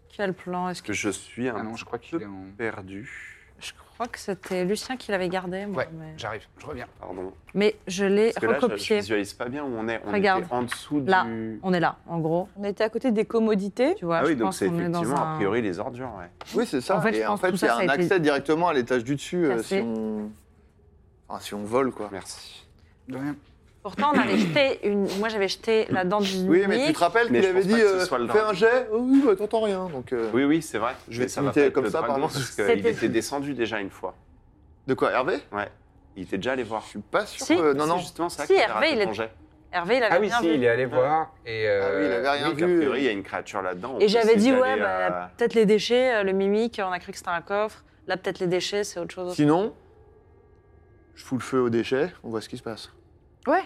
S5: Qui a le plan Est-ce que...
S4: Que je suis un
S1: Ah non, je crois qu'il est en.
S4: perdu.
S5: Je crois que c'était Lucien qui l'avait gardé, moi.
S1: Ouais,
S5: mais-
S1: j'arrive, je reviens.
S4: Pardon.
S5: Mais je l'ai
S4: Parce que là, je, je
S5: recopié.
S4: visualise pas bien où on est. On
S5: Regarde.
S4: était en dessous
S5: Là.
S4: du...
S5: On est là, en gros.
S6: on était à côté des commodités.
S5: Tu vois,
S4: Ah
S5: je
S4: oui, donc
S5: pense
S4: c'est
S5: qu'on est dans
S4: effectivement,
S5: un.
S4: a priori, les ordures, ouais.
S3: Oui, c'est ça.
S5: En fait, je
S3: Et en
S5: pense
S3: fait,
S5: que tout
S3: il y
S5: ça,
S3: a
S5: ça a
S3: un
S5: été-
S3: accès directement à l'étage du dessus euh, si
S5: Cassé.
S3: on. enfin, si on vole, quoi.
S4: Merci.
S1: De rien.
S5: Pourtant, on avait jeté une. Moi, j'avais jeté la dent du.
S3: Oui, mais tu te rappelles
S4: Mais
S3: qu'il
S4: je
S3: avait
S4: pense
S3: dit
S4: pas que ce
S3: euh,
S4: soit le
S3: fais
S4: dragon.
S3: un jet Oh Oui, bah, t'entends rien. Donc, euh,
S4: Oui, oui, c'est vrai.
S3: Je vais
S4: Mais ça va
S3: t'imiter
S4: pas être
S3: comme
S4: le
S3: ça,
S4: dragon,
S3: pardon.
S4: Parce qu'il
S5: C'était-
S4: était descendu déjà une fois.
S3: De quoi Hervé
S4: Ouais. Il était déjà allé voir.
S3: Je suis pas sûr.
S5: Si.
S3: euh, non,
S4: C'est
S3: non.
S4: justement ça
S5: Si,
S4: qui a
S5: Hervé, il
S4: raté
S5: a-
S4: ton jet.
S5: Hervé, il avait
S1: Ah oui,
S5: bien
S1: si,
S5: vu.
S1: il est allé voir. Et, euh,
S3: Ah oui, il avait rien
S4: Oui, qu'a
S3: vu.
S4: priori, il y a une créature là-dedans.
S5: Et j'avais dit, ouais, bah, peut-être les déchets, euh, le mimique, on a cru que c'était un coffre. Là, peut-être les déchets, c'est autre chose.
S3: Sinon, je fous le feu aux déchets, on voit ce qui se passe.
S5: Ouais.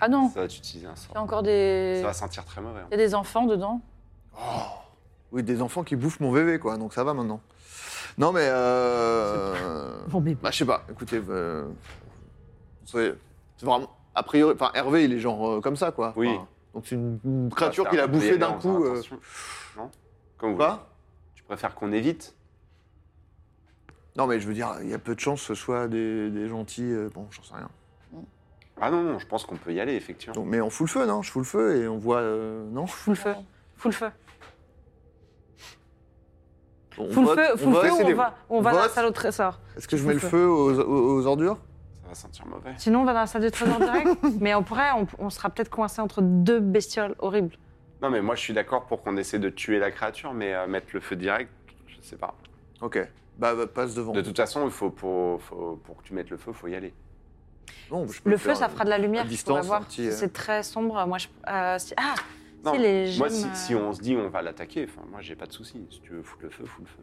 S6: Ah non,
S4: Ça va t'utiliser un sort.
S6: il y a encore des.
S4: Ça va sentir très mauvais. hein.
S6: Il y a des enfants dedans.
S3: Oui, des enfants qui bouffent mon VV, quoi, donc ça va maintenant. Non, mais. Euh...
S5: Bon, mais-
S3: Bah, je sais pas, écoutez. euh, C'est c'est vraiment. A priori, enfin, Hervé, il est genre euh, comme ça, quoi.
S4: Oui.
S3: Enfin, donc, c'est une, une
S4: Ça va
S3: créature
S4: faire
S3: qu'il a
S4: un peu
S3: bouffée
S4: aller
S3: d'un
S4: en faisant
S3: coup. euh,
S4: attention. Non Comme vous
S3: Quoi
S4: voulez. Tu préfères qu'on évite
S3: Non, mais je veux dire, il y a peu de chances que ce soit des, des gentils. euh, Bon, j'en sais rien.
S4: Ah non, non, je pense qu'on peut y aller, effectivement.
S3: Donc, mais on fout le feu, non Je fous le feu et on voit. euh, Non
S5: Fous le feu. Fous le feu.
S3: On
S5: Fous le
S3: vote,
S5: feu,
S3: on
S5: fous le
S3: vote.
S5: feu ou on
S3: Décidez-vous.
S5: va, on va dans la
S3: Vote.
S5: salle au trésor.
S3: Est-ce que je
S5: Fous
S3: mets
S5: le
S3: le
S5: feu.
S3: feu aux, aux- aux ordures
S4: Ça va sentir mauvais.
S5: Sinon, on va dans la salle de trésor direct. mais on pourrait, on, on sera peut-être coincé entre deux bestioles horribles.
S4: Non, mais moi, je suis d'accord pour qu'on essaie de tuer la créature, mais euh, mettre le feu direct, je sais pas.
S3: Ok. Bah, bah, passe devant.
S4: De toute façon, il faut, pour, faut- pour que tu mettes le feu, faut y aller.
S3: Non, je peux
S5: Le feu,
S3: faire,
S5: ça
S3: euh,
S5: fera de la lumière.
S3: à
S5: je pourrais
S3: distance,
S5: voir.
S3: un petit, euh,
S5: C'est très sombre. Moi, je. euh, si- Ah,
S4: Non,
S5: si les
S4: moi,
S5: gemmes,
S4: si,
S5: euh,
S4: si on se dit on va l'attaquer, enfin, moi, j'ai pas de souci. Si tu veux foutre le feu, fous le feu.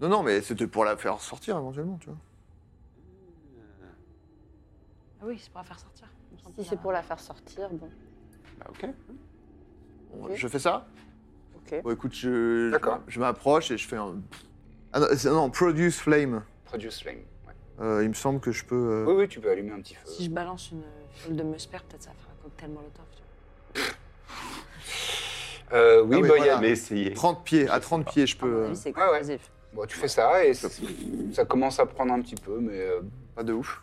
S3: Non, non, mais c'était pour la faire sortir éventuellement, tu vois.
S5: Ah oui, c'est pour la faire sortir. Il me
S6: Si
S5: semble qu'il y
S6: c'est
S5: a-
S6: pour la faire sortir, bon.
S4: Bah, ok.
S3: On-
S6: Ok.
S3: Je fais ça
S6: Ok.
S3: Bon, écoute, je,
S1: D'accord.
S3: je m'approche et je fais un. Ah non, c'est- non, Produce Flame.
S1: Produce flame. ouais.
S3: Euh, il me semble que je peux. euh,
S1: Oui, oui, tu peux allumer un petit feu.
S5: Si je balance une fiole de musper, peut-être ça fera un cocktail molotov. tu vois.
S1: Euh, oui,
S3: Ah oui,
S1: bah, il y
S3: voilà.
S1: a-
S4: Mais essayez.
S3: 30 pieds, à 30 pieds, je
S5: À mon
S3: peux. euh,
S5: avis, c'est
S1: ouais, ouais.
S5: explosif.
S1: Bon, tu fais ça et ça, ça commence à prendre un petit peu, mais euh,
S3: pas de ouf.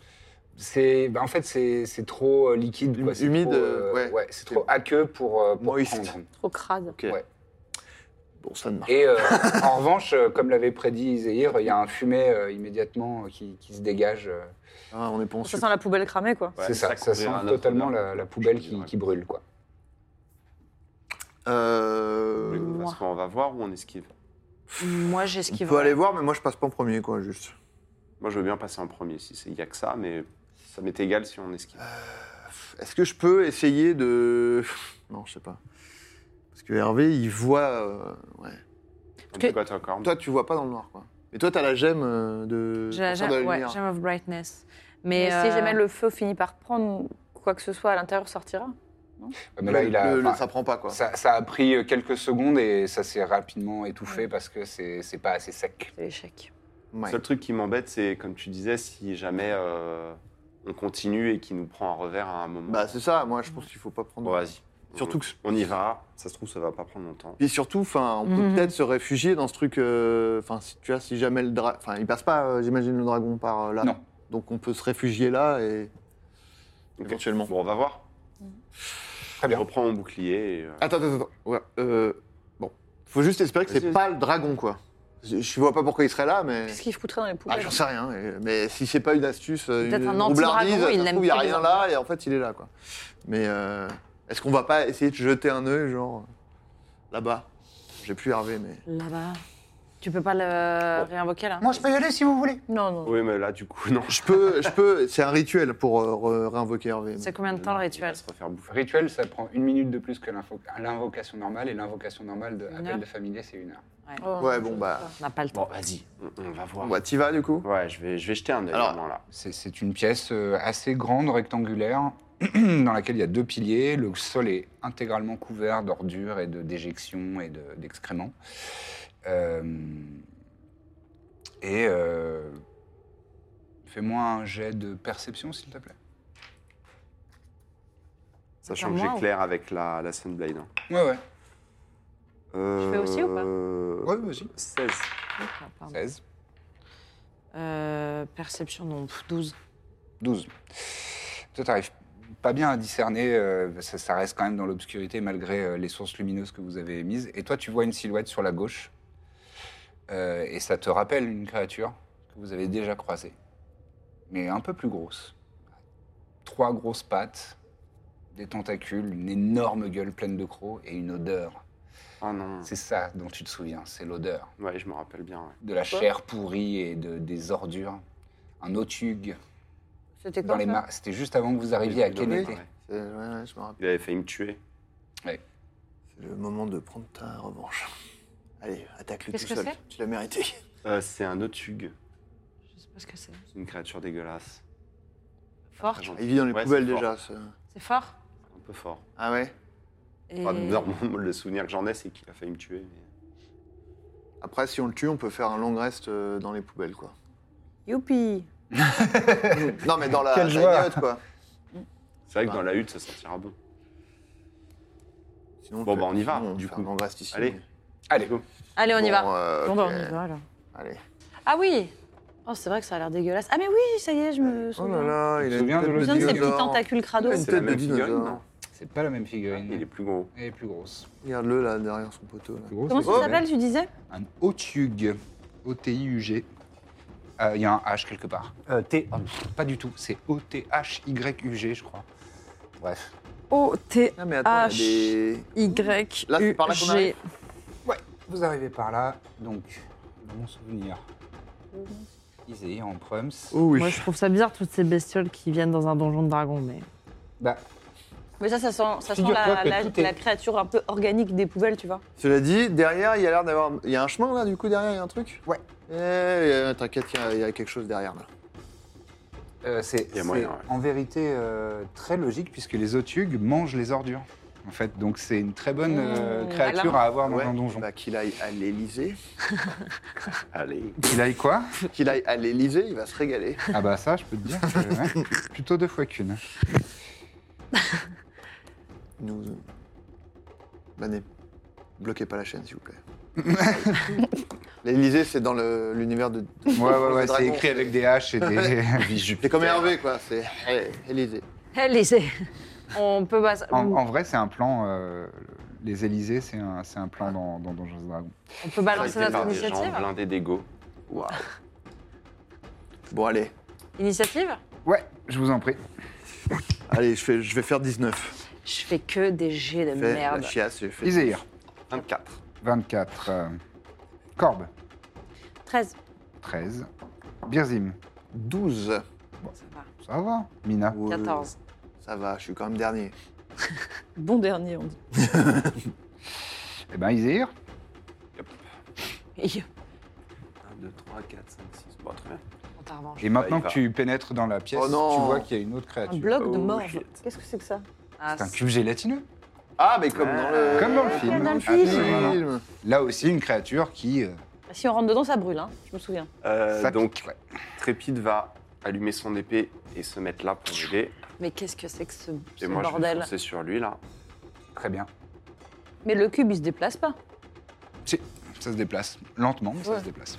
S1: c'est, bah, en fait, c'est c'est trop euh, liquide. quoi, c'est
S3: Humide,
S1: trop,
S3: euh, ouais.
S1: c'est trop aqueux pour, euh, pour
S3: Moist.
S1: prendre.
S6: Trop crade.
S3: Bon, ça ne marche
S1: Et euh, en revanche, euh, comme l'avait prédit Izehir, il y a un fumet euh, immédiatement euh, qui, qui se dégage. euh.
S3: pas. Ah, on est pas en
S6: Ça
S3: sucre.
S6: sent la poubelle cramée, quoi.
S4: Ouais,
S1: c'est ça, ça, sent
S4: couvrira notre
S1: totalement
S4: odeur.
S1: la, la poubelle
S4: Je
S1: qui,
S4: dirais.
S1: qui brûle. quoi.
S3: Euh,
S4: Parce qu'on va voir où on esquive.
S5: Moi, j'ai ce
S3: On
S5: qui
S3: peut aller voir, mais moi je passe pas en premier, quoi, juste.
S4: Moi, je veux bien passer en premier, si c'est- il y a que ça, mais ça m'est égal si on esquive.
S5: Euh,
S3: Est-ce que je peux essayer de. Non, je sais pas. Parce que Hervé, il voit. euh, Ouais.
S4: On
S5: que-
S4: dit quoi, toi, Corne
S3: Toi, tu vois pas dans le noir, quoi. Et toi, t'as la gemme euh, de.
S5: J'ai la
S3: sortir
S5: gemme,
S3: de la
S5: ouais,
S3: lumière.
S5: gemme of brightness. Mais,
S6: Mais si
S5: euh,
S6: jamais le feu finit par prendre quoi que ce soit à l'intérieur sortira.
S1: Mais là,
S3: Le-
S1: il a,
S3: le- le-
S1: enfin,
S3: ça prend pas, quoi.
S1: ça, ça a pris euh, quelques secondes et ça s'est rapidement étouffé parce que c'est c'est pas assez sec.
S6: C'est l'échec.
S3: Ouais.
S4: Le seul truc qui m'embête, c'est, comme tu disais, si jamais euh, on continue et qu'il nous prend un revers à un moment.
S3: Bah, c'est ça, moi je pense qu'il faut pas prendre.
S4: Bon, vas-y.
S3: Surtout
S4: Surtout
S3: que-
S4: On y va. Ça se trouve, ça va pas prendre longtemps.
S3: Puis surtout, enfin, on peut
S5: Mhm.
S3: peut-être se réfugier dans ce truc. euh, Enfin, si, tu vois, si jamais le dragon, enfin, il passe pas, euh, j'imagine le dragon par euh, là.
S1: Non.
S3: Donc on peut se réfugier là et
S4: Ok.
S3: éventuellement.
S4: Bon, on va voir.
S1: Très bien.
S4: Je reprends mon bouclier. Et, euh,
S3: Attends, attends, attends. Ouais. euh, bon, faut juste espérer que
S4: Vas-y,
S3: c'est pas le dragon, quoi. Je, je vois pas pourquoi il serait là, mais.
S6: Qu'est-ce qu'il foutrait dans les
S3: Ah,
S6: poubelles
S3: j'en sais rien. euh, Mais si c'est pas une astuce, euh,
S5: Peut-être
S3: une
S5: un
S3: roublardise,
S5: anti-dragon,
S3: ça
S5: il
S3: se
S5: l'aime
S3: trouve, y a
S5: que les
S3: rien là et en fait il est là, quoi. Mais euh, est-ce qu'on va pas essayer de jeter un œil, genre là-bas J'ai plus Hervé, mais.
S5: Là-bas. Tu peux pas le réinvoquer, là
S1: Moi, je peux y aller si vous voulez.
S6: Non, non.
S4: Oui, mais là, du coup, non.
S3: Je peux, je peux. C'est un rituel pour euh, re- réinvoquer Hervé.
S5: C'est combien de temps le rituel
S4: Il va se refaire bouffer.
S1: Rituel, ça prend une minute de plus que l'info- l'invocation normale et l'invocation normale de
S5: Une
S1: appel
S5: heure.
S1: de familier, c'est une heure.
S6: Oh,
S5: hein,
S3: Ouais, bon bah,
S5: On n'a pas le temps.
S4: Bon, vas-y. On, on va voir.
S3: bah t'y vas du coup.
S4: Ouais, je vais, je vais jeter un œil.
S3: Alors-
S4: vraiment, là.
S1: C'est- C'est une pièce euh, assez grande, rectangulaire, dans laquelle il y a deux piliers. Le sol est intégralement couvert d'ordures et de déjections et de- d'excréments. Euh, et euh, fais-moi un jet de perception, s'il te plaît.
S4: Sachant que
S5: moi,
S4: j'éclaire avec la, la Sunblade. hein.
S1: Ouais, ouais.
S4: Euh,
S5: fais aussi ou pas
S1: Ouais, vas-y.
S4: 16.
S5: D'accord, pardon.
S1: 16.
S5: Euh, perception, non, pff, 12.
S1: 12. Toi, t'arrives pas bien à discerner, euh, ça, ça reste quand même dans l'obscurité malgré euh, les sources lumineuses que vous avez émises. Et toi, tu vois une silhouette sur la gauche, Euh, et ça te rappelle une créature que vous avez déjà croisée, mais un peu plus grosse. Trois grosses pattes, des tentacules, une énorme gueule pleine de crocs et une odeur.
S4: Ah non.
S1: C'est ça dont tu te souviens, c'est l'odeur
S4: Ouais, je me rappelle bien. ouais.
S1: de la chair pourrie et de, des ordures. Un autugue
S6: C'était
S1: dans
S6: quoi
S1: les
S6: ça
S1: mains. C'était juste avant que vous arriviez à
S4: Dans le
S1: Kennedy.
S4: marais.
S3: C'est- Ouais, ouais, je me rappelle.
S4: Il avait failli me tuer.
S3: C'est le moment de prendre ta revanche. Allez, attaque-le tout
S5: Qu'est-ce que
S3: seul.
S5: c'est
S3: Tu l'as mérité.
S4: Euh, c'est un otug.
S5: Je sais pas ce que c'est.
S4: C'est une créature dégueulasse.
S5: Forte
S4: Très gentille.
S3: Il vit dans les
S4: Ah, Ouais,
S3: poubelles
S4: c'est fort.
S3: déjà. ça.
S5: C'est C'est fort
S4: Un peu fort.
S3: Ah ouais
S5: Et-
S4: Enfin, normalement, le souvenir que j'en ai, c'est qu'il a failli me tuer. mais-
S3: Après, si on le tue, on peut faire un long rest euh, dans les poubelles, quoi.
S6: Youpi
S3: non, mais dans la
S8: Quelle
S3: la
S8: joie.
S3: hutte, quoi.
S4: C'est vrai que
S5: Bah.
S3: Ouais.
S4: dans la hutte, ça sortira bon.
S3: Sinon,
S4: Bon,
S3: peut-
S4: bah, on y va,
S3: sinon, on
S4: du
S3: fait
S4: coup.
S3: un long rest ici.
S4: Allez.
S1: Allez,
S5: Allez, on y
S3: Bon,
S5: va.
S3: euh,
S5: Bon, bah,
S3: ok.
S5: on y va alors.
S3: Allez.
S5: Ah oui
S6: Oh, c'est vrai que ça a l'air dégueulasse. Ah, mais oui, ça y est, je me
S3: Oh
S6: souviens.
S3: là là, il a
S1: te souviens de
S3: tête
S1: l'autre
S6: Je me souviens de ces petits
S3: dinosaure.
S6: tentacules crado.
S3: Une
S4: C'est la
S3: tête de
S4: même figurine,
S3: dinosaure.
S4: non
S1: c'est pas la même figurine.
S4: Ah, Il est plus gros.
S1: Elle est plus grosse.
S3: Regarde-le, là, derrière son poteau. Là.
S1: Plus grosse,
S6: Comment
S1: c'est
S6: ça s'appelle, tu disais
S1: Un Otug. O-T-I-U-G. Euh, Il y a un H quelque part.
S8: Euh, T.
S1: Ah, pff, pas du tout, c'est O-T-H-Y-U-G, je crois. Bref.
S3: Ah, mais attends, il y a des...
S5: Y.
S3: Là, c'est par là qu'on arrive.
S1: Vous arrivez par là, donc, dans mon souvenir. Iséir en prums.
S3: Oh oui.
S5: Moi, je trouve ça bizarre, toutes ces bestioles qui viennent dans un donjon de dragon, mais...
S1: Bah,
S6: Mais ça, ça sent, ça sent
S1: Figure-toi
S6: la,
S1: que
S6: la-
S1: tout est-
S6: la créature un peu organique des poubelles, tu vois.
S3: Cela dit, derrière, il y a l'air d'avoir. Il y a un chemin là, du coup, derrière, il y a un truc
S1: Ouais.
S3: Eh, euh, T'inquiète, il y a- il y, a quelque chose derrière là.
S1: euh, c'est
S4: Il y a
S1: c'est
S4: moyen, ouais.
S1: en vérité euh, très logique puisque les Otugs mangent les ordures. En fait, donc c'est une très bonne euh,
S6: Mmh,
S1: créature
S6: malin.
S1: à avoir dans
S3: Ouais,
S1: un donjon.
S3: Bah, qu'il aille à l'Elysée.
S4: Allez.
S1: Il aille quoi
S3: qu'il aille à l'Elysée, il va se régaler.
S1: Ah bah ça, je peux te dire. que, ouais, plutôt deux fois qu'une.
S3: Nous. Bah, ne bloquez pas la chaîne, s'il vous plaît. L'Elysée, c'est dans le- l'univers de. de-
S1: Ouais, ouais,
S3: de
S1: ouais, c'est
S3: Dragon.
S1: écrit avec des haches et des
S3: C'est comme Hervé, quoi. C'est eh, Élysée.
S5: Élysée On peut pas...
S1: En, en vrai, c'est un plan. euh, les Élysées, c'est un, c'est un plan dans, dans Donjons et Dragons.
S5: On peut balancer
S4: Arrêtez
S5: notre
S4: par des gens
S5: initiative
S4: blindés d'ego. Waouh.
S3: Bon, allez.
S5: Initiative
S1: Ouais, je vous en prie.
S3: Allez, je, fais- je vais faire 19.
S5: Je fais que des jets de
S3: Je fais
S5: merde.
S3: La chiasse, je fais.
S1: Iséir,
S4: 24.
S1: 24. euh, Corbe,
S6: 13.
S1: 13. Birzim,
S3: 12.
S1: ça va. Mina,
S3: Ouais,
S5: 14.
S3: Ça va, je suis quand même dernier.
S6: Bon dernier, on dit.
S1: eh ben Iséir.
S4: 1, 2, 3, 4, 5, 6. Bon, très bien.
S5: On t'a revanche.
S1: Et maintenant
S4: il va.
S1: que tu pénètres dans la pièce,
S3: Oh non.
S1: tu vois qu'il y a une autre
S6: Un
S1: créature.
S6: bloc de
S4: Oh,
S6: mort.
S4: shit.
S6: Qu'est-ce que c'est que ça
S5: Ah,
S1: C'est un cube gélatineux.
S3: Ah, mais comme dans le.
S1: Comme dans le film.
S6: dans le
S1: Absolument.
S3: film.
S1: Là aussi, une créature qui. euh,
S5: Ah,
S6: Si on rentre dedans, ça brûle, hein, je me souviens.
S4: Euh,
S1: ça
S4: donc,
S1: pique, ouais.
S4: Trépide va allumer son épée et se mettre là pour m'aider.
S5: mais qu'est-ce que c'est que ce, ce
S4: Et moi, je vais
S5: bordel
S4: foncer sur lui, là.
S1: Très bien.
S6: Mais le cube, il se déplace pas.
S1: Si, ça se déplace. Lentement, mais ça se déplace.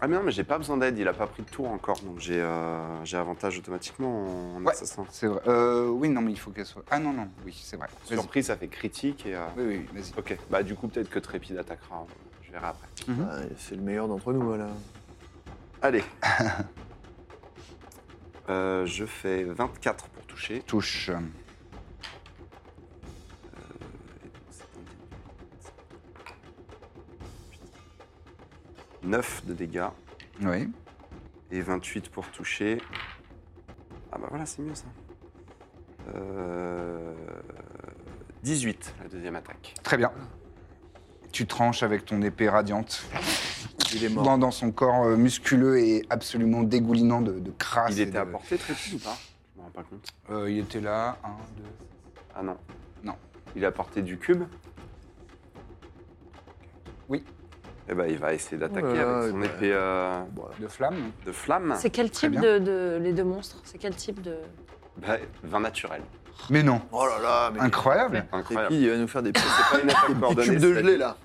S4: Ah, mais non, mais j'ai pas besoin d'aide. Il a pas pris de tour encore. Donc, j'ai euh, j'ai avantage automatiquement en
S1: Ouais.
S4: assassin.
S1: C'est vrai. Euh, oui, non, mais il faut qu'elle soit. Ah non, non, oui, c'est vrai. Vas-y.
S4: Surprise, ça fait critique. Et, euh,
S1: Oui, oui, oui, vas-y.
S4: Ok. Bah, du coup, peut-être que Trépide attaquera. Je verrai après.
S3: Ah, C'est le meilleur d'entre nous, voilà.
S4: Allez. Euh, je fais 24 pour toucher.
S1: Touche. euh,
S4: C'est un dé. 9 de dégâts
S1: Oui.
S4: et 28 pour toucher. Ah bah voilà, c'est mieux ça. Euh, 18, la deuxième attaque.
S1: Très bien. Tu tranches avec ton épée radiante
S3: Il est mort.
S1: dans, dans son corps euh, musculeux et absolument dégoulinant de, de
S3: Ah,
S1: crasse.
S4: Il
S1: et
S4: était à
S1: de-
S4: portée très vite ou pas Je me rends pas compte.
S1: Euh, il était là. Un, deux.
S4: Ah non.
S1: Non.
S4: Il est à portée du cube
S1: Oui.
S4: Eh ben, il va essayer d'attaquer
S3: Oh là là,
S4: avec son
S3: il va-
S4: épée euh,
S1: De flamme.
S4: de flamme.
S5: C'est quel
S1: Ah, Très
S5: type
S1: bien.
S5: de, de- Les deux monstres C'est quel type de...
S4: Bah, vin naturel.
S1: Mais non.
S3: Oh là là, mais.
S1: Incroyable.
S3: Et
S4: Incroyable.
S3: puis, il va nous faire des petits
S4: C'est pas une attaque
S3: des
S4: coordonnée.
S3: cubes de
S4: c'est-
S3: gelée, là.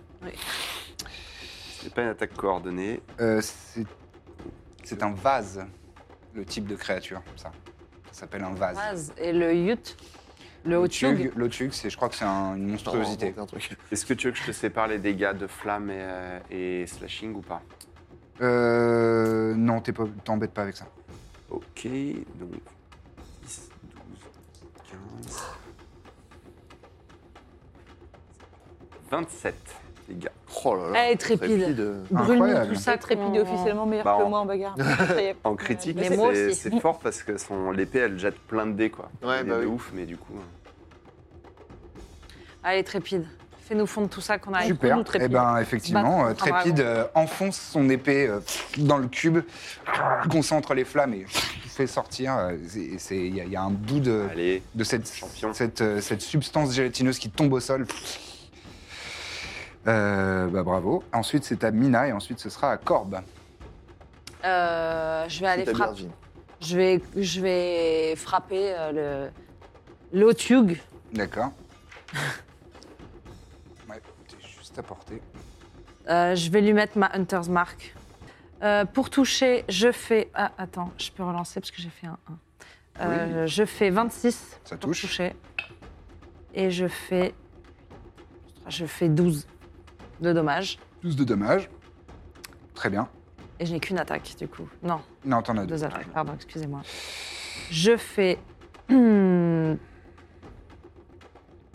S4: C'est pas une attaque coordonnée.
S1: Euh, c'est- c'est un vase, le type de créature, ça. Ça s'appelle un vase.
S5: Vase et le yut Ah, Le
S1: Le
S5: hotug
S1: tug, le tug, c'est, je crois que c'est un- une
S3: Pardon,
S1: monstruosité.
S3: on a un truc.
S4: Est-ce que tu veux que je te sépare les dégâts de flamme et, euh, et slashing ou pas
S1: Euh, non, t'es pas- t'embêtes pas avec ça.
S4: Ok, donc 10, 12, 15. 27 dégâts.
S3: Oh là là.
S5: Allez, trépide.
S3: euh,
S5: Brûle-nous
S1: Incroyable.
S5: tout ça,
S6: Trépide
S5: trépide
S6: est officiellement meilleur
S4: Bah,
S6: que
S4: en-
S6: moi en bagarre. Ça y est.
S4: En critique,
S5: Mais
S4: c'est-
S5: moi aussi.
S4: c'est fort parce que son l'épée elle jette plein de dés quoi.
S3: Ouais,
S4: Des
S3: bah
S4: de
S3: oui.
S4: ouf, mais du coup. euh,
S5: Allez, trépide. Fais-nous fondre tout ça qu'on arrive.
S1: Super.
S5: Fais-nous
S1: Eh
S5: trépide.
S1: ben, effectivement,
S5: Battre
S1: euh,
S5: contre un
S1: Trépide euh, enfonce son épée euh, dans le cube, concentre les flammes et fais sortir. euh, c'est- c'est- Il y, a- il y a un bout de,
S4: Allez,
S1: de cette,
S4: Champion.
S1: cette, euh, cette substance gélatineuse qui tombe au sol. Euh, bah, bravo. Ensuite, c'est à Mina et ensuite, ce sera à Corbe.
S5: Euh, je vais aller
S3: Tout à
S5: frapper.
S3: Birdie.
S5: Je vais, je vais frapper euh, le l'autug.
S1: D'accord. Ouais, t'es juste à portée.
S5: Euh, je vais lui mettre ma Hunter's Mark. Euh, pour toucher, je fais. Ah, attends, je peux relancer parce que j'ai fait un 1. Je fais 26
S1: Ça
S5: pour
S1: touche.
S5: toucher. Et je fais. Je fais 12 de dommages.
S1: 12 de dommages. Très bien.
S5: Et je n'ai qu'une attaque, du coup. Non,
S1: Non, t'en as deux.
S5: deux attaques, pardon, excusez-moi. Je fais. hmm,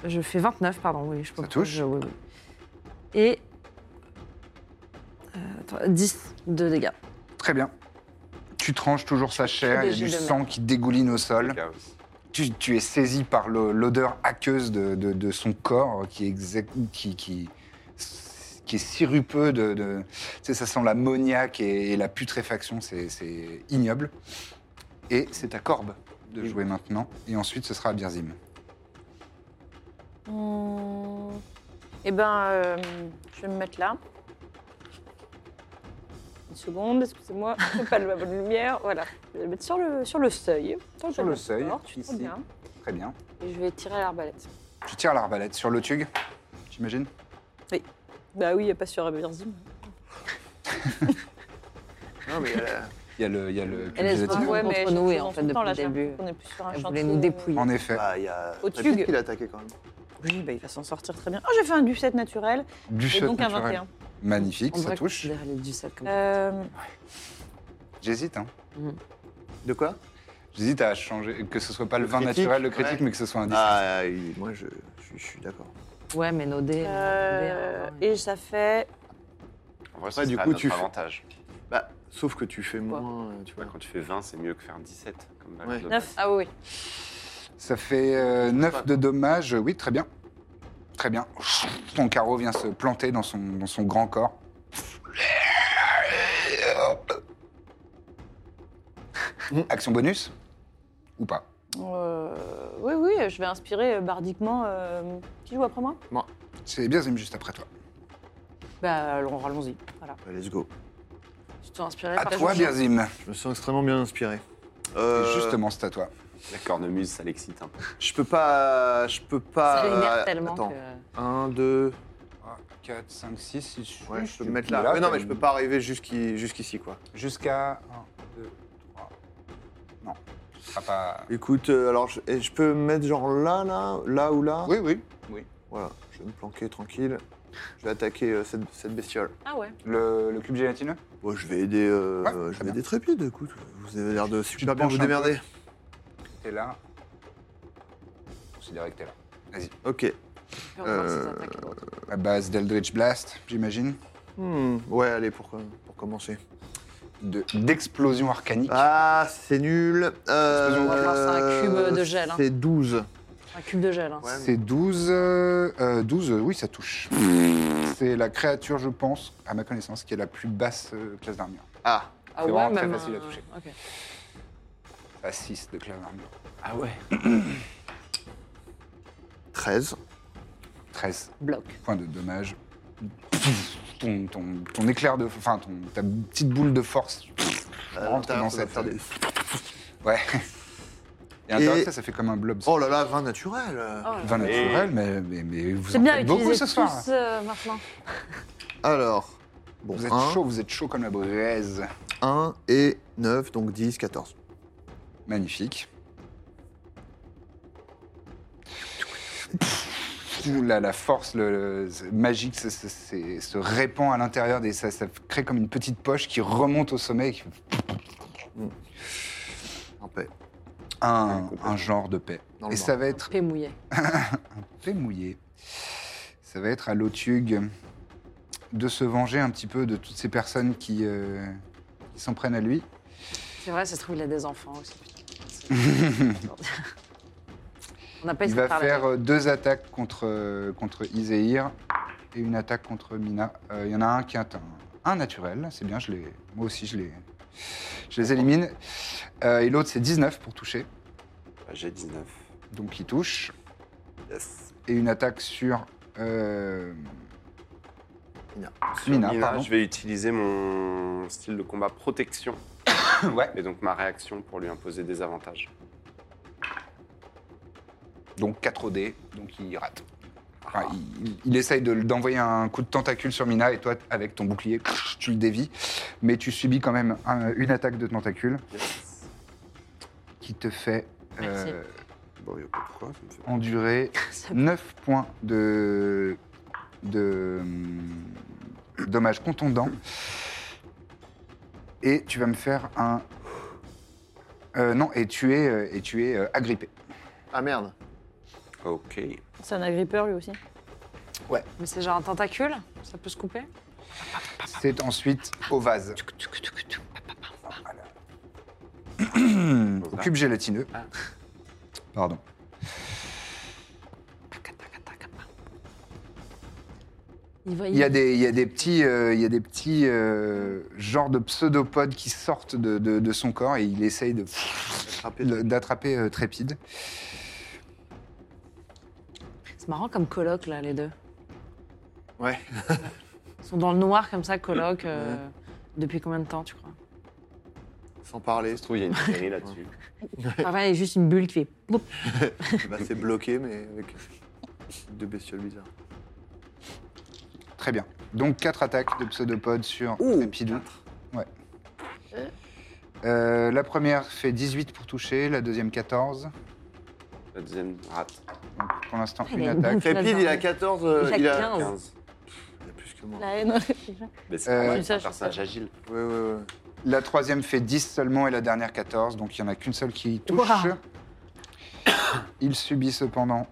S5: Je fais 29, pardon, oui, je
S1: Ça
S5: peux pas-
S1: touche.
S5: je- oui, oui. Et. euh, attends, 10 de dégâts.
S1: Très bien. Tu tranches toujours sa chair, il y a
S6: des
S1: du
S6: jets de
S1: sang qui dégouline au sol.
S4: Chaos.
S3: Ah,
S1: Tu, tu es saisi par le- l'odeur aqueuse de, de- de son corps qui, exact, qui, qui, qui est sirupeux. De, de- tu sais, ça sent l'ammoniaque et, et la putréfaction, c'est c'est ignoble. Et c'est à Corbe de jouer maintenant. Et ensuite, ce sera à Birzim.
S6: Hum, Eh ben, euh, je vais me mettre là. Une seconde, excusez-moi, c'est pas la bonne lumière. Voilà, je vais me mettre sur le, sur le seuil. Dans
S1: Sur le seuil,
S6: bord, tu te
S1: ici.
S6: sens bien.
S1: Très bien.
S6: Et je vais tirer à l'arbalète.
S1: Tu tires l'arbalète sur le tug, j'imagine
S6: Bah oui, il n'y a pas sur Abirzim.
S3: Non, mais euh,
S1: Il y a le, il y a le
S5: Elle laisse
S1: cul
S5: pas
S1: gélatineux.
S5: ouais, mais nous, en fait, depuis le début.
S6: On est plus sur un
S5: Elle
S6: chantier. euh,
S5: voulait nous dépouiller.
S1: En effet.
S3: bah, il y a
S6: Au
S3: Papy
S6: tug.
S3: qui l'a attaqué quand même.
S6: Oui, bah, il va s'en sortir très bien. Oh, j'ai fait un du 7 naturel.
S1: Du
S6: et
S1: shot
S6: donc un
S1: naturel.
S6: 21.
S1: Magnifique,
S5: On
S1: ça
S5: devrait
S1: touche.
S5: considérer les 17 comme-
S6: Euh,
S1: J'hésite, hein.
S3: De quoi
S1: J'hésite à changer, que ce soit pas le,
S3: Le
S1: vin
S3: critique,
S1: naturel, le critique,
S3: ouais.
S1: mais que ce soit un 10.
S3: Ah, oui, moi je, je- je suis d'accord.
S5: Ouais, mais nos dés. hein,
S6: euh,
S5: on va trouver un-
S6: et ça fait
S4: En vrai,
S3: Ouais,
S4: c'est
S3: du
S4: du
S3: coup,
S4: coup,
S3: tu fais-
S4: avantage.
S3: Bah, sauf que tu fais moins, euh, tu vois.
S4: Ouais, Quand tu fais 20, c'est mieux que faire 17. Comme dans le
S3: Ouais.
S4: jeu.
S6: 9.
S5: Ah oui, oui.
S1: Ça fait 9
S3: Pas.
S1: de dommages, oui, très bien. Très bien. Ton carreau vient se planter dans son, dans son grand corps. Action bonus Ou pas
S6: Euh, oui, oui, je vais inspirer euh, bardiquement. euh, qui joue après moi
S1: C'est bien, Zim, juste après toi.
S6: Bah, alors, allons-y. Voilà.
S3: Bah, let's go.
S5: Tu t'es inspiré
S1: À
S5: par
S1: toi,
S5: Jean-Jean.
S1: Birzim.
S3: Je me sens extrêmement bien inspiré.
S1: Et
S3: Euh,
S1: Justement, c'est à toi.
S4: La cornemuse, ça l'excite un peu.
S3: Je peux pas. Je peux pas.
S1: Ah,
S3: euh,
S5: Ça
S1: euh,
S5: l'énerve tellement
S3: Attends.
S5: que.
S3: 1, 2.
S1: 4, 5, 6, 6,
S3: Ouais, je peux me mettre là. mais non, mais je peux pas arriver jusqu'i- jusqu'ici, quoi.
S1: Jusqu'à 1, 2, 3. Non. Tu seras pas.
S3: Écoute, euh, alors, je, et je peux me mettre genre là, là, là ou là
S1: Oui, oui.
S3: Voilà, je vais me planquer tranquille. Je vais attaquer euh, cette, cette bestiole.
S5: Ah ouais.
S1: Euh, Le, le cube gélatineux
S3: Bon, je vais aider, euh,
S1: Ouais,
S3: euh,
S1: très
S3: je vais
S1: bien.
S3: aider Trépide, écoute. Vous avez l'air de super bien
S1: penches
S3: vous
S1: un peu.
S3: démerder.
S1: T'es là. Considérez que t'es là. Vas-y.
S3: Ok.
S5: Peur de voir
S3: Euh,
S5: ses attaques et autres.
S1: À base d'Eldritch Blast, j'imagine.
S3: Hmm, Ouais, allez, pour, pour commencer.
S1: De- D'explosion arcanique.
S3: Ah, c'est nul. Euh,
S1: On va
S5: voir, c'est un cube de gel, hein.
S3: C'est 12.
S5: Un cube de gel. hein.
S3: Ouais.
S1: Ah, C'est 12. euh, euh, 12, euh, oui, ça touche. C'est la créature, je pense, à ma connaissance, qui est la plus basse euh, classe d'armure.
S3: Ah,
S5: Ah
S1: C'est
S5: ouais,
S1: vraiment très
S5: même
S1: facile à
S5: un-
S1: toucher.
S5: ok.
S1: À 6 de classe d'armure.
S4: Ah ouais
S3: 13.
S1: 13
S5: Bloc.
S1: points de dommage. Pff, Ton, ton- ton éclair de. Enfin, ton- ta petite boule de force
S3: Euh,
S1: rentre
S3: l'intérieur,
S1: dans
S3: ça doit
S1: cette.
S3: faire des-
S1: Ouais. Et, à l'intérieur de ça, ça fait comme un blob.
S3: Oh là là, vin naturel.
S5: Oh là là.
S1: Vin naturel, mais, mais, mais vous
S5: C'est
S1: en
S5: bien
S1: faites
S5: utilisé
S1: beaucoup ce soir.
S5: tous euh, maintenant.
S3: Alors, bon,
S1: Vous êtes
S3: 1,
S1: chaud, vous êtes chaud comme la braise.
S3: 1 et 9, donc 10, 14.
S1: Magnifique. Ouh là, la force le, le- c'est magique c'est- c'est- c'est- se répand à l'intérieur des ça, ça crée comme une petite poche qui remonte au sommet. et qui-
S3: En paix.
S1: Un, un genre de paix.
S3: Dans le
S1: Et
S3: vent.
S1: ça va être
S5: Pé mouillé.
S1: fait mouillé. Ça va être à l'Otug de se venger un petit peu de toutes ces personnes qui, euh, qui s'en prennent à lui.
S5: C'est vrai, ça se trouve, il a des enfants aussi. C'est- On n'a pas
S1: Il
S5: essayé de
S1: va
S5: parler.
S1: faire euh, deux attaques contre, euh, contre Izehir et une attaque contre Mina. Euh, Il y en a un qui est un, un naturel, c'est bien, je l'ai, moi aussi je l'ai, Je les élimine. Euh, et l'autre, c'est 19 pour toucher.
S4: J'ai 19.
S1: Donc il touche.
S4: Yes.
S1: Et une attaque sur. euh,
S3: Mina.
S4: Sur
S1: Mina,
S4: Mina,
S1: Ah, pardon.
S4: je vais utiliser mon style de combat protection
S1: Ouais.
S4: et donc ma réaction pour lui imposer des avantages.
S1: Donc 4 au dé. Donc il rate. Enfin, il, il- il essaye de- d'envoyer un coup de tentacule sur Mina et toi, avec ton bouclier, tu le dévis. Mais tu subis quand même un- une attaque de tentacule
S4: Yes.
S1: qui te fait
S5: Merci.
S1: euh,
S4: Bon, il y a pas pourquoi ça me fait-
S1: endurer 9 points de, de hum, dommages contondants. Et tu vas me faire un. euh, non, et tu es, euh, et tu es euh, agrippé.
S3: Ah merde.
S4: Ok.
S6: C'est un agrippeur lui aussi.
S5: Mais c'est genre un tentacule Ça peut se couper
S1: C'est ensuite au vase. Au cube gélatineux. Pardon.
S5: Il va-
S1: Il y a des, il y a des petits, euh, il y a des petits euh, genres de pseudopodes qui sortent de, de- de son corps et il essaye de- de- d'attraper euh, Trépide.
S5: C'est marrant comme colloque, là, les deux.
S3: Ouais.
S5: Ils sont dans le noir comme ça, colloque, euh, depuis combien de temps, tu crois
S3: Sans parler.
S4: Je trouve qu'il y a une série là-dessus.
S5: Enfin, il y a juste une bulle qui fait... boum.
S3: Bah, c'est bloqué, mais avec deux bestioles bizarres.
S1: Très bien. Donc 4 attaques de pseudopodes sur Trépide. Ouais. Euh, la première fait 18 pour toucher, la deuxième 14.
S4: La deuxième rate.
S1: Donc, pour l'instant,
S5: Ah, il
S1: une
S5: a une bonne
S1: attaque.
S3: Trépide, il a 14. euh,
S5: Il a
S3: il, a...
S5: 15.
S4: 15.
S3: il a plus que moi.
S6: La haine.
S4: Mais c'est
S1: Euh,
S4: pas mal, c'est un
S6: Je sais, je
S4: personnage
S6: sais.
S4: agile.
S3: Ouais, ouais, ouais.
S1: La troisième fait 10 seulement et la dernière 14, donc il n'y en a qu'une seule qui touche.
S5: Waouh.
S1: Il subit cependant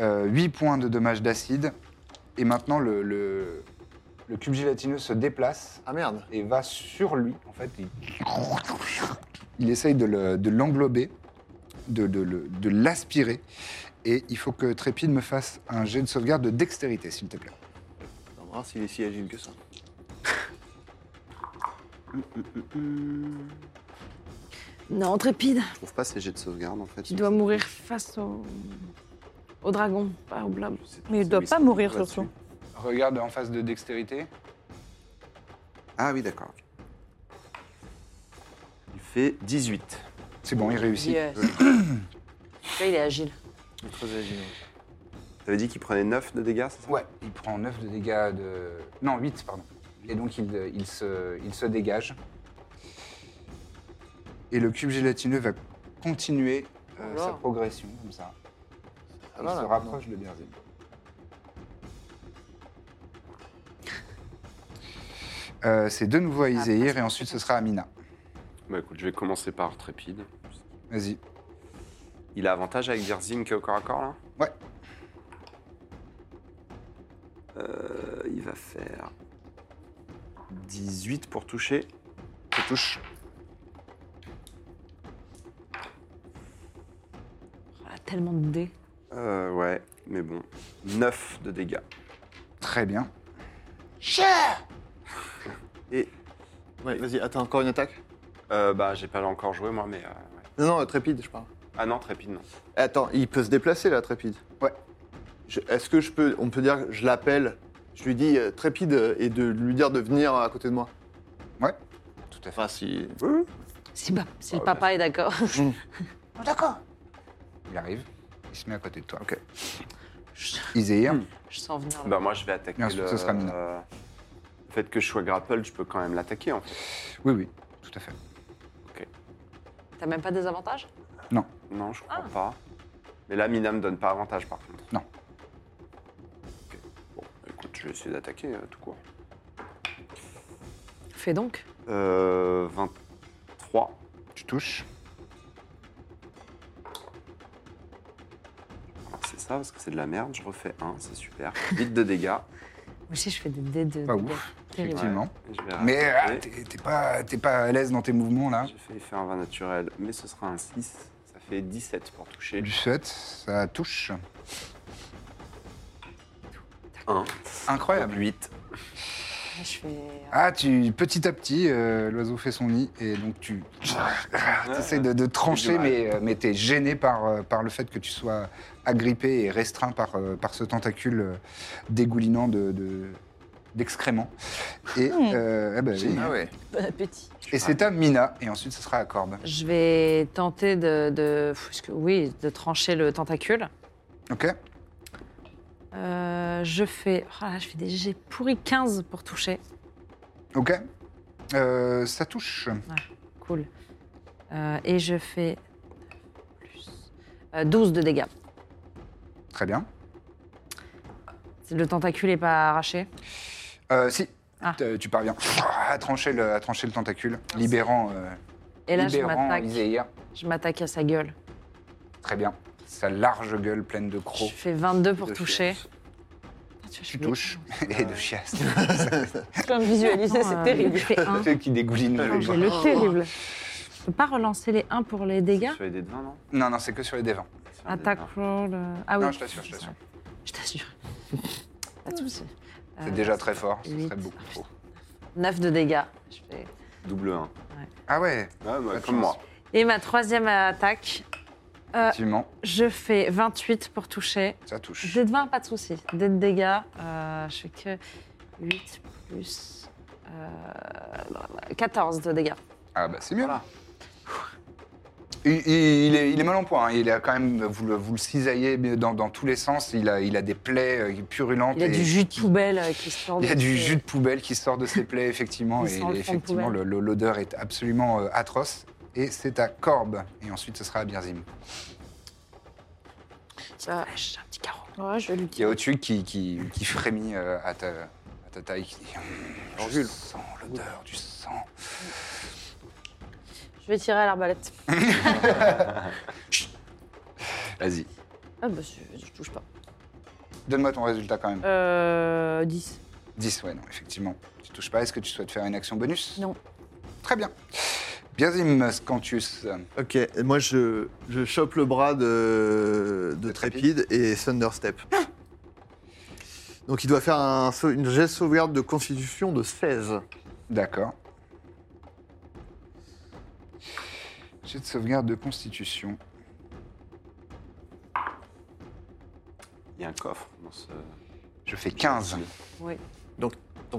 S1: 8 points de dommages d'acide. Et maintenant, le, le- le cube gélatineux se déplace
S3: Ah merde.
S1: et va sur lui. En fait, il, il essaye de le- de l'englober, de, de le- de l'aspirer. Et il faut que Trépide me fasse un jet de sauvegarde de dextérité, s'il te plaît.
S3: On va voir s'il est si agile que ça.
S5: Non, trépide,
S4: Je trouve pas ces jets de sauvegarde en fait.
S5: tu dois mourir face au... au dragon, pas au blob.
S6: Mais il doit pas mourir, surtout.
S1: Regarde en face de dextérité.
S4: Ah oui, d'accord. Il fait 18.
S1: C'est bon, il réussit.
S5: Là, il est agile.
S3: Il est très agile. ouais.
S4: T'avais dit qu'il prenait 9 de dégâts, c'est ça
S1: Ouais, il prend 9 de dégâts de. Non, 8, pardon. Et donc il, il se, il se dégage. Et le cube gélatineux va continuer euh,
S5: Oh là.
S1: sa progression, comme ça.
S3: Ça
S1: Il
S3: va,
S1: se
S3: Ah, là,
S1: rapproche de Berzin. Euh, c'est de
S3: Ah,
S1: nouveau à Iséir et ensuite ce sera à Mina.
S4: Bah écoute, je vais commencer par Trépide.
S1: Vas-y.
S4: Il a avantage avec Birzim qui est au corps à corps là
S1: Ouais.
S4: Euh, il va faire 18 pour toucher. Ça touche.
S5: Voilà, tellement de dés.
S4: Euh, ouais, mais bon. 9 de dégâts.
S1: Très bien.
S3: non. Ouais, vas-y, attends, encore une attaque
S4: Euh, bah j'ai pas encore joué moi, mais... euh, ouais.
S3: Non, non, euh, trépide, je parle.
S4: Ah non, Trépide non.
S3: Eh, Attends, il peut se déplacer là, Trépide
S1: Ouais.
S3: Je- Est-ce que je peux, on peut dire, que je l'appelle, je lui dis euh, Trépide euh, et de lui dire de venir euh, à côté de moi
S1: Ouais, tout à fait.
S3: Enfin, si.
S5: Si, bah, si le
S4: Ah, ouais.
S5: papa est d'accord.
S1: Il arrive. Il se met à côté de toi.
S3: Ok. Hmm.
S1: Iséir.
S5: Je sens venir. là.
S4: Bah moi je vais attaquer
S1: Ensuite,
S4: le...
S1: ce sera Mina.
S4: euh, Le fait que je sois grapple, je peux quand même l'attaquer en fait.
S1: Oui, oui, tout à fait.
S5: T'as même pas des avantages
S4: Non, je crois pas. Mais là, Mina me donne pas avantage par contre.
S1: Non.
S4: Ok. Bon, écoute, je vais essayer d'attaquer euh, tout court.
S5: Fais donc.
S4: Euh, 23.
S1: Tu touches.
S4: Alors, C'est ça, parce que c'est de la merde. Je refais 1, c'est super. 8 de dégâts.
S5: Moi aussi, je fais des dés de...
S1: Pas
S5: de-
S1: ouf,
S5: terrible.
S1: effectivement.
S4: Je vais
S1: Mais euh,
S4: rajouter.
S1: t'es t'es pas, t'es pas à l'aise dans tes mouvements là.
S4: Ah, J'ai failli faire ah, un 20 naturel, mais ce sera un 6. Ça fait 17 pour toucher.
S1: Du set, ça touche.
S4: 1.
S1: Incroyable.
S4: 8.
S6: Je fais.
S1: Ah, tu, petit à petit, euh, l'oiseau fait son nid et donc tu
S4: Ah,
S1: essaies de, de trancher, mais, euh, mais t'es gêné par, euh, par le fait que tu sois agrippé et restreint par, euh, par ce tentacule euh, dégoulinant de. de- d'excréments. Et, euh, eh ben oui.
S9: Ah ouais.
S6: Bon appétit.
S1: et c'est à Mina, et ensuite ce sera à Corbe.
S5: Je vais tenter de, de- pff, est-ce que- oui, de trancher le tentacule.
S1: Ok
S5: Euh, je fais, oh là, je fais des j'ai pourri 15 pour toucher.
S1: Ok. Euh, ça touche.
S5: Cool. Euh, et je fais plus euh, 12 de dégâts.
S1: Très bien.
S5: Le tentacule n'est pas arraché.
S1: Euh, si,
S5: Ah.
S1: T- tu parviens Ah, à trancher le, à trancher le tentacule, libérant, euh,
S5: Et là, je
S1: libérant
S5: m'attaque.
S1: Iséir.
S5: Je m'attaque à sa gueule.
S1: Très bien. Sa large gueule pleine de
S5: Je
S1: crocs.
S5: fais 22 pour
S9: De
S5: toucher.
S9: chiasse.
S5: Putain, vois, je
S1: Tu
S5: fais-
S1: touches et de chiasse.
S6: Je viens de visualiser,
S5: Attends,
S6: c'est
S5: euh,
S6: terrible.
S5: Je fais 1.
S1: Ceux qui dégoulinent.
S5: Non, Ah, j'ai le terrible. Je peux pas relancer les 1 pour les dégâts
S4: Sur les dés de 20, non
S1: Non, non, c'est que sur les dévins.
S4: Sur les dés de
S5: Attaque
S4: 20.
S5: roll. euh, Ah oui.
S1: Non, je t'assure, je t'assure.
S5: Je t'assure. Pas de soucis.
S1: C'est déjà très fort. Ce
S5: Ah, huit.
S1: serait beaucoup trop.
S5: 9 Euh, de dégâts. Je fais-
S4: Double 1.
S1: Ah ouais,
S4: Ah, bah,
S1: Pas de
S4: comme
S1: chance.
S4: moi.
S5: Et ma troisième attaque, Ah.
S1: effectivement,
S5: je fais 28 pour toucher.
S1: ça touche.
S5: Dès de 20, pas de souci. Dès de dégâts, euh, je fais que 8 plus euh, 14 de dégâts.
S1: Ah bah c'est mieux. Il, il- il est, il est mal en point. hein. Il a quand même, vous le, vous le cisaillez dans, dans tous les sens. Il a, il a des plaies euh, purulentes.
S5: Il y a
S1: et-
S5: du jus de poubelle euh, qui sort.
S1: Il y a
S5: de
S1: du
S5: ses-
S1: jus de poubelle qui sort de ses plaies, effectivement,
S5: Il
S1: et
S5: sent le fond de
S1: effectivement, le-
S5: poubelle.
S1: le- l'odeur est absolument euh, atroce. Et c'est à Corbe, et ensuite ce sera à Birzim.
S5: Ah, j'ai un petit carreau.
S6: Ouais, je vais lui
S1: Il y a Otu qui, qui, qui frémit euh, à, ta, à ta taille, qui dit Hum, Je sens l'odeur du sang.
S6: Je vais tirer à l'arbalète.
S1: Vas-y,
S6: Ah bah, je, je touche pas.
S1: donne-moi ton résultat quand même.
S6: Euh. 10.
S1: 10, ouais, non, effectivement. Tu touches pas. Est-ce que tu souhaites faire une action bonus
S6: Non.
S1: Très bien. Birzim, Scantius.
S3: Ok, et moi je, je chope le bras de, de
S1: De
S3: Trépide Ah et Thunderstep. Donc il doit faire un, sau- une geste sauvegarde de constitution de 16.
S1: D'accord. Jet de sauvegarde de constitution.
S4: Il y a un coffre dans ce.
S1: Je fais 15,
S3: Donc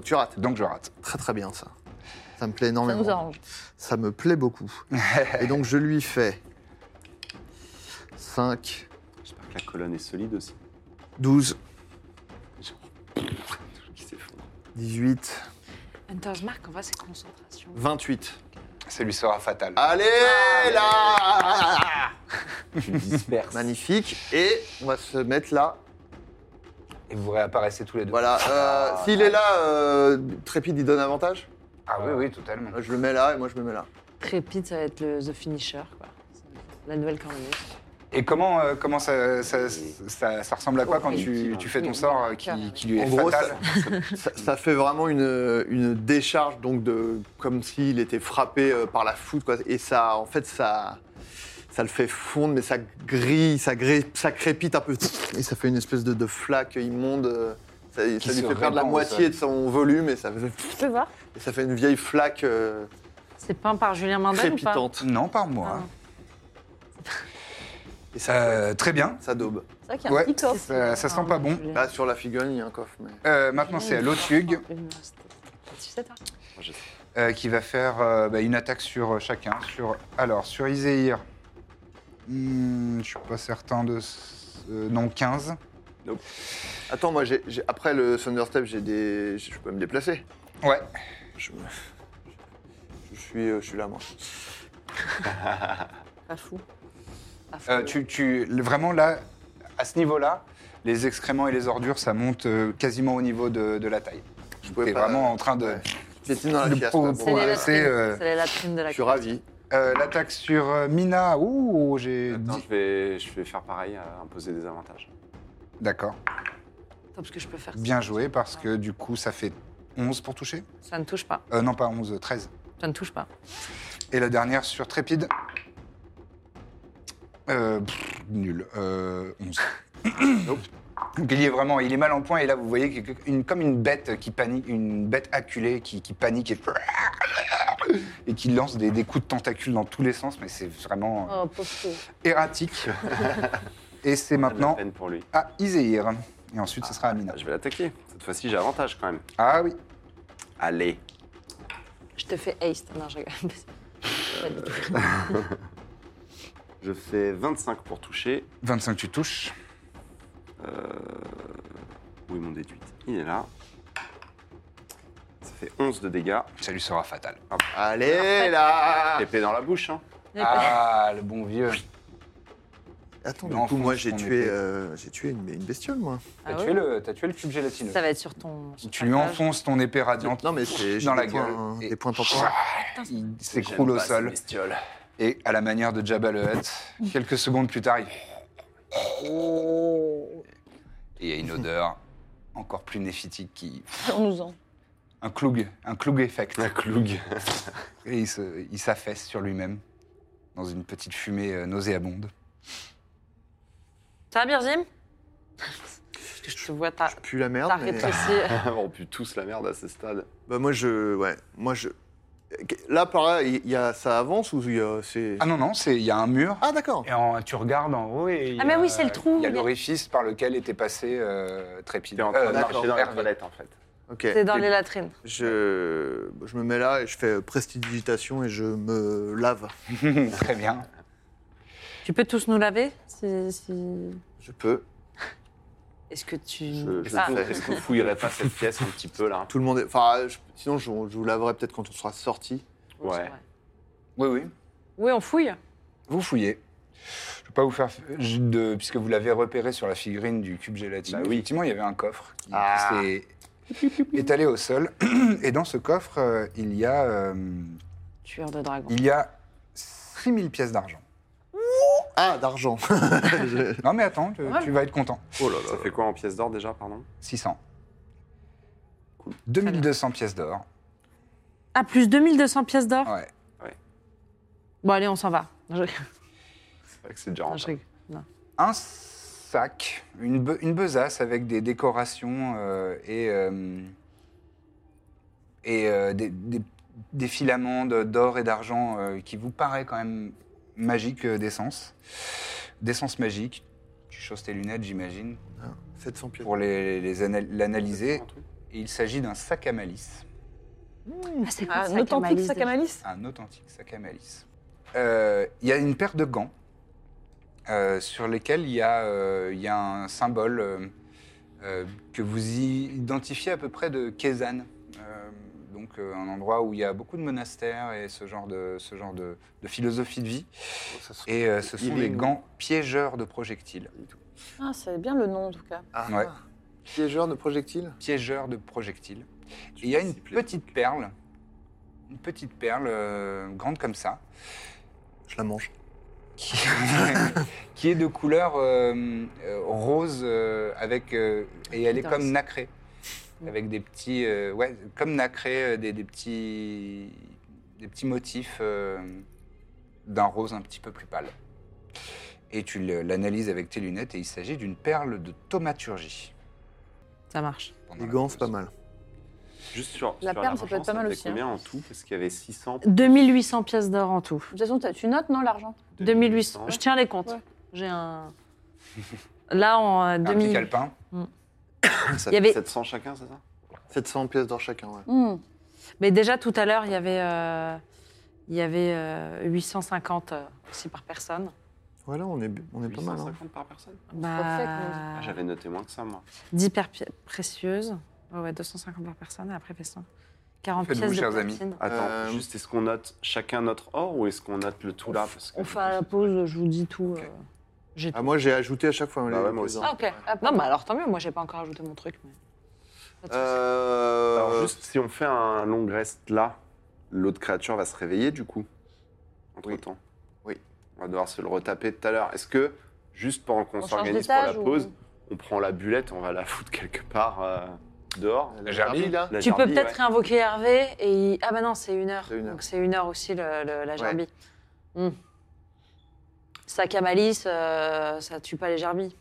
S3: tu rates.
S1: donc je rate.
S3: Très très bien ça. Ça me plaît
S6: Ça
S3: énormément.
S6: nous arrange.
S3: Ça me plaît beaucoup. et donc je lui fais 5,
S4: J'espère que la colonne est solide aussi.
S3: 12,
S4: Qui s'effondre.
S3: 18,
S5: Hunter's Mark, en vrai, c'est concentration.
S3: 28.
S1: Ça lui sera fatal.
S3: Allez là
S4: Tu disperses.
S3: Magnifique. Et on va se mettre là.
S1: Et vous réapparaissez tous les deux.
S3: Voilà. euh, S'il est là, euh, Trépide, il donne avantage
S1: Ah oui, oui, totalement.
S3: Là, Je le mets là et moi je me mets là.
S5: Trépide, ça va être le The Finisher, quoi. La nouvelle candidate.
S1: Et comment, euh, comment ça, ça, ça- ça ressemble à quoi quand tu, tu fais ton sort euh, qui, qui lui est
S3: En gros,
S1: fatal
S3: Ça, ça fait vraiment une, une décharge, donc de, comme s'il était frappé euh, par la foudre. quoi. Et ça, en fait, ça, ça le fait fondre, mais ça grille, ça, gré- ça crépite un peu. Et ça fait une espèce de, de flaque immonde. euh, Ça, ça
S1: se
S3: lui fait perdre la
S1: répand au
S3: moitié de son volume et ça,
S6: Je peux voir
S3: et ça fait une vieille flaque euh,
S5: C'est peint par Julien Mandel ou pas
S3: crépitante.
S1: Non, par moi.
S3: Et ça,
S1: Euh, très bien.
S3: ça daube.
S6: C'est vrai qu'il y a un
S1: Ouais,
S6: petit coffre.
S1: ça, ça sent pas bon.
S3: Là, sur la figurine, il y a un coffre. Mais...
S1: Euh, Bah, maintenant, c'est à Lotug
S5: Tu sais, toi
S1: euh, qui va faire euh, bah, une attaque sur euh, chacun. Sur, alors, sur Iséir, hmm, je suis pas certain de. ce- euh, non, 15.
S3: Attends, moi, j'ai- j'ai- après le Thunderstep, j'ai des... je peux me déplacer.
S1: Ouais.
S3: Je, me- je suis, euh, je suis là, moi.
S6: Pas fou.
S1: Euh, tu, tu- le- vraiment là, à ce niveau-là, les excréments et les ordures, ça monte euh, quasiment au niveau de, de la taille.
S3: Je
S1: T'es
S3: pouvais pas-
S1: vraiment en train de.
S3: Ouais. J'étais dans la
S1: Le
S3: fiasse,
S1: pro-
S3: là,
S1: pro-
S3: bon,
S1: Ouais,
S3: voilà.
S5: les latrines,
S1: c'est, euh,
S5: c'est les latrines de la
S3: Je suis ravi.
S1: Euh, L'attaque sur euh, Mina, ouh, j'ai.
S4: Attends,
S1: dix-
S4: je vais, je vais faire pareil, euh, imposer des avantages.
S1: D'accord.
S5: Attends, parce que je peux faire ça.
S1: Bien joué, parce que du coup, ça fait 11 pour toucher.
S5: Ça ne touche pas.
S1: Euh, non, pas 11, euh, 13.
S5: Ça ne touche pas.
S1: Et la dernière sur Trépide. Euh, pff, nul. Euh, 11. Le pilier vraiment, il est mal en point et là vous voyez que- une- comme une bête qui panique, une bête acculée qui, qui panique et, et qui lance des, des coups de tentacules dans tous les sens, mais c'est vraiment euh,
S6: Oh, pauvre petit.
S1: erratique. et c'est maintenant
S4: peine pour lui.
S1: à Iséir. Et ensuite, ce sera à Mina.
S4: Je vais l'attaquer. Cette fois-ci, j'ai avantage quand même.
S1: Ah oui,
S4: Allez.
S6: Je te fais haste. Non, je rigole.
S4: Je fais 25 pour toucher.
S1: 25 tu touches.
S4: Où est mon déduit Il est là. Ça fait 11 de dégâts.
S1: Ça lui sera fatal.
S3: Allez là
S4: Épée dans la bouche. Hein.
S1: Ah, le bon vieux.
S3: Attends,
S1: Il
S3: du coup, moi,
S1: enfonce
S3: j'ai
S1: ton
S3: tué,
S1: épée.
S3: euh, j'ai tué une, une bestiole, moi.
S1: T'as
S5: Ah
S1: tué,
S5: oui
S1: le- t'as tué le cube gélatineux.
S5: Ça va être sur ton. sur
S1: Tu
S5: ta
S1: lui
S5: page.
S1: enfonces ton épée radiante
S3: Non, mais c'est j'ai
S1: dans
S3: des
S1: la gueule.
S3: points,
S1: et
S3: des points temporaires.
S1: Il s'écroule au sol. Et à la manière de Jabba le Hutt, quelques secondes plus tard, il...
S3: Oh.
S1: Et il y a une odeur encore plus néphitique qui...
S6: On nous en.
S1: Un cloug, un cloug effect.
S4: Un cloug.
S1: Et il se- il s'affaisse sur lui-même, dans une petite fumée euh, nauséabonde.
S5: Ça va, Birzim Je te vois, t'as
S3: Plus la merde.
S5: t'as
S3: mais-
S5: rétréci.
S4: On pue tous la merde à ce stade.
S3: Bah, moi, je. Ouais. Moi, je. Là, pareil, il y a, ça avance ou il y a- c'est.
S1: Ah non, non, c'est- il y a un mur.
S3: Ah, d'accord.
S8: Et en- tu regardes en haut et. il
S5: Ah,
S8: y
S5: mais
S8: a-
S5: oui, c'est le trou.
S1: Il y a
S5: il y a-
S1: l'orifice par lequel était passé euh, Trépide.
S4: T'es en train
S1: Euh,
S4: de marcher
S1: non,
S4: dans la
S1: Hervé.
S4: toilette en fait.
S3: Ok.
S5: C'est dans les latrines.
S3: Je, je me mets là et je fais euh, prestidigitation et je me lave.
S1: Très bien.
S5: Tu peux tous nous laver si- si-
S3: Je peux.
S5: Est-ce que tu.
S4: Je, je
S5: Ah.
S4: Est-ce qu'on fouillerait pas cette pièce un petit peu là
S3: Tout le monde. est- Enfin, je- sinon, je, je vous laverai peut-être quand on sera sorti.
S5: Oui, c'est
S4: Ouais.
S5: vrai.
S1: Oui, oui.
S5: Oui, on fouille.
S1: Vous fouillez. Je ne vais pas vous faire. je- de- puisque vous l'avez repéré sur la figurine du cube gélatine.
S4: Bah oui.
S1: Effectivement, il y avait un coffre qui, qui
S3: Ah.
S1: s'est étalé au sol. Et dans ce coffre, euh, il y a, euh,
S5: Tueur de dragon.
S1: il y a 6000 pièces d'argent.
S3: Ah, d'argent. Je-
S1: Non, mais attends, tu, tu vas être content.
S3: Oh là
S4: Ça fait quoi en pièces d'or déjà, pardon
S1: 600. 2200 pièces d'or.
S5: Ah, plus 2200 pièces d'or
S1: Ouais.
S5: Bon, allez, on s'en va. Je-
S4: C'est vrai que c'est déjà
S5: non, je
S4: rentable.
S5: rigole. Non.
S1: un sac, une, be- une besace avec des décorations euh, et, euh, et euh, des, des- des filaments de- d'or et d'argent euh, qui vous paraît quand même magique euh, d'essence. D'essence magique. Tu chausses tes lunettes, j'imagine,
S3: 700 pièces.
S1: pour les- les anal- l'analyser. Et il s'agit d'un sac à malice,
S5: Ah, c'est quoi
S6: Ah,
S5: ça,
S6: un authentique
S5: Camalise,
S6: sac à
S5: déjà
S6: malice
S1: un authentique sac à malice. Euh, Il y a une paire de gants euh, sur lesquels il y, a, euh, il y a un symbole euh, euh, que vous y identifiez à peu près de Kézan. Euh, donc euh, un endroit où il y a beaucoup de monastères et ce genre de, ce genre de, de philosophie de vie.
S4: Oh,
S1: Et euh, ce sont
S3: healing.
S1: les gants piégeurs de projectiles.
S6: Ah, c'est bien le nom en tout cas.
S3: Ah,
S1: Ouais.
S3: Piégeur de projectiles
S1: Piégeurs de projectiles. Et il y a une petite perle, une petite perle euh, grande comme ça,
S3: Je la mange.
S1: qui, qui est de couleur euh, euh, rose euh, avec euh, et elle est
S5: Intéressant.
S1: comme nacrée avec des petits euh, ouais comme nacrée euh, des, des petits des petits motifs euh, d'un rose un petit peu plus pâle et tu le- l'analyses avec tes lunettes et il s'agit d'une perle de thaumaturgie
S5: Ça marche.
S1: Pendant
S3: Les
S1: la
S3: gants,
S1: pause.
S3: c'est pas mal.
S4: Juste sur
S6: La
S4: sur
S6: perle, ça peut
S4: l'argent,
S6: être pas mal
S4: fait
S6: aussi, hein.
S4: combien en tout Parce qu'il y avait 600.
S5: 2800 pièces d'or en tout.
S6: De toute façon, t'as- tu notes, non, l'argent
S5: 2800. Je tiens les comptes.
S6: Ouais.
S5: J'ai un. Là, en euh,
S1: un
S5: 2000.
S1: petit calepin
S3: Ça
S5: Il y
S3: fait
S5: avait...
S4: 700 chacun, c'est ça
S3: 700 pièces d'or chacun, ouais.
S6: Hmm.
S5: Mais déjà, tout à l'heure, il y avait, euh, il y avait euh, 850 euh, aussi par personne.
S3: Voilà, on est, on est pas mal. hein.
S4: 850 par personne
S5: Bah,
S4: Ah, J'avais noté moins que ça, moi.
S5: 10 paires pi- précieuses. Ouais, ouais, 250 par personne. Et après, fais ça. 40
S1: Faites-vous,
S5: pièces de
S1: chers amis.
S5: platine.
S4: Attends,
S3: Euh,
S4: juste est-ce qu'on note chacun notre or ou est-ce qu'on note le tout là parce que...
S5: On fait à la pause, je vous dis tout. euh, J'ai
S3: Ah,
S5: tout.
S3: moi, j'ai ajouté à chaque fois. hein,
S4: Bah ouais, moi
S3: les
S4: aussi.
S3: ordres.
S5: Ah, ok. Non, mais alors tant mieux. Moi, j'ai pas encore ajouté mon truc. mais- Pas de souci.
S3: Euh,
S4: Alors, juste si on fait un long rest là, l'autre créature va se réveiller du coup. Entre temps.
S3: Oui.
S4: On va devoir se le retaper tout à l'heure. Est-ce que, juste pendant qu'on
S6: On change
S4: s'organise pour la
S6: d'étage ou-
S4: pause, on prend la bulette, on va la foutre quelque part euh, dehors
S3: la
S1: Gerbille,
S3: gerbille, là
S4: La
S5: Tu peux
S4: gerbille,
S5: peut-être
S4: ouais.
S5: réinvoquer Hervé et il- ah bah non c'est une heure
S3: C'est une heure.
S5: donc c'est une heure aussi le- le- la gerbie. Hmm. Sac à malice, euh, ça tue pas les gerbilles.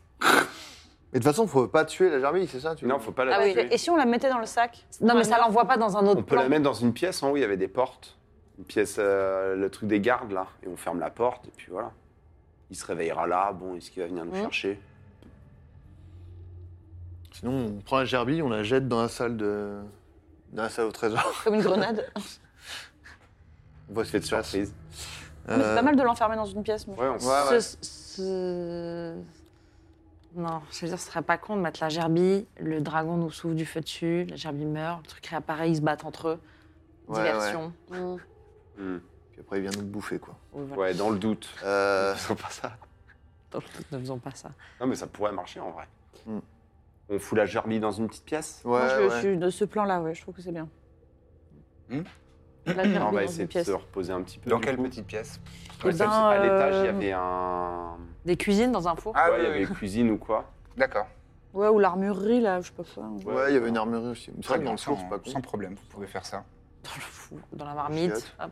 S3: Mais de toute façon, faut pas tuer la germille, c'est ça tu
S4: Non, faut pas la
S6: Ah oui.
S4: tuer.
S6: Et si on la mettait dans le sac
S5: Non, mais ça l'envoie pas dans un autre
S4: On peut
S5: plan.
S4: la mettre dans une pièce en haut, il y avait des portes. Une pièce, euh, le truc des gardes là. Et on ferme la porte, et puis voilà. Il se réveillera là, bon, est-ce qu'il va venir nous
S6: Mhm.
S4: chercher
S3: Sinon, on prend la gerbille, on la jette dans la salle de. Dans la salle au trésor.
S6: Comme une grenade.
S3: On voit ce qui se passe.
S4: surprise.
S3: Euh,
S6: Mais c'est pas mal de l'enfermer dans une pièce. moi.
S4: Ouais, on
S3: Ouais, ouais.
S5: Ce- ce- Non, je veux dire, ce serait pas con de mettre la gerbille, le dragon nous souffle du feu dessus, la gerbille meurt, le truc réapparaît, ils se battent entre eux.
S3: Ouais,
S5: Diversion.
S6: Mm.
S4: Mhm.
S3: Puis après, il vient nous bouffer, quoi.
S5: Oui, voilà.
S4: Ouais, dans le doute.
S3: Euh,
S4: Ils font pas ça.
S5: Donc, ne faisons pas ça.
S4: Non, mais ça pourrait marcher en vrai.
S3: Mhm.
S4: On fout la gerbille dans une petite pièce
S3: ouais,
S6: Moi, je, je
S3: ouais.
S6: suis de ce plan-là, ouais, je trouve que c'est bien.
S1: Hmm
S6: La
S4: Non,
S6: gerbille
S4: On va
S6: dans une
S4: essayer de
S6: pièce.
S4: se reposer un petit peu.
S1: Dans
S4: du
S1: quelle
S4: coup.
S1: petite pièce
S4: Ouais,
S5: Eh
S4: celle-ci,
S5: ben,
S4: À l'étage, il y
S5: euh,
S4: avait un.
S5: Des cuisines dans un four
S1: Ah
S4: ouais,
S1: oui,
S4: il y avait
S1: oui.
S4: cuisine ou quoi.
S1: D'accord.
S6: Ouais, ou l'armurerie, là, je sais pas quoi.
S3: Ouais, il y avait une armurerie aussi. Mais c'est vrai que dans le four, c'est pas con.
S1: Sans problème, vous pouvez faire ça.
S5: Dans le four, dans la marmite.
S3: Chiottes.
S5: hop.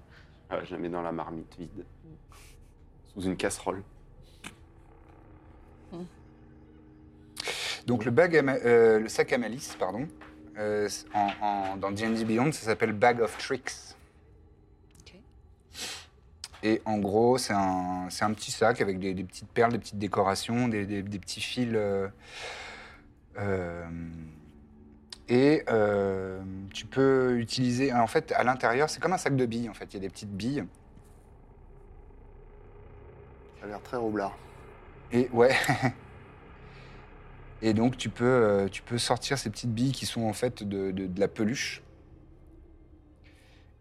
S4: Ah, je la mets dans la marmite vide. Sous une casserole.
S1: Donc le, bag à ma- euh, le sac à malice, pardon, euh, c'est- en, en- dans D&D Beyond, ça s'appelle Bag of Tricks.
S5: Ok.
S1: Et en gros, c'est un, c'est un petit sac avec des, des petites perles, des petites décorations, des, des- des petits fils. euh, euh, et euh, tu peux utiliser, en fait, à l'intérieur, c'est comme un sac de billes, en fait. Il y a des petites billes.
S3: Ça a l'air très roublard.
S1: Et ouais. Et donc tu peux, euh, tu peux sortir ces petites billes qui sont en fait de, de- de la peluche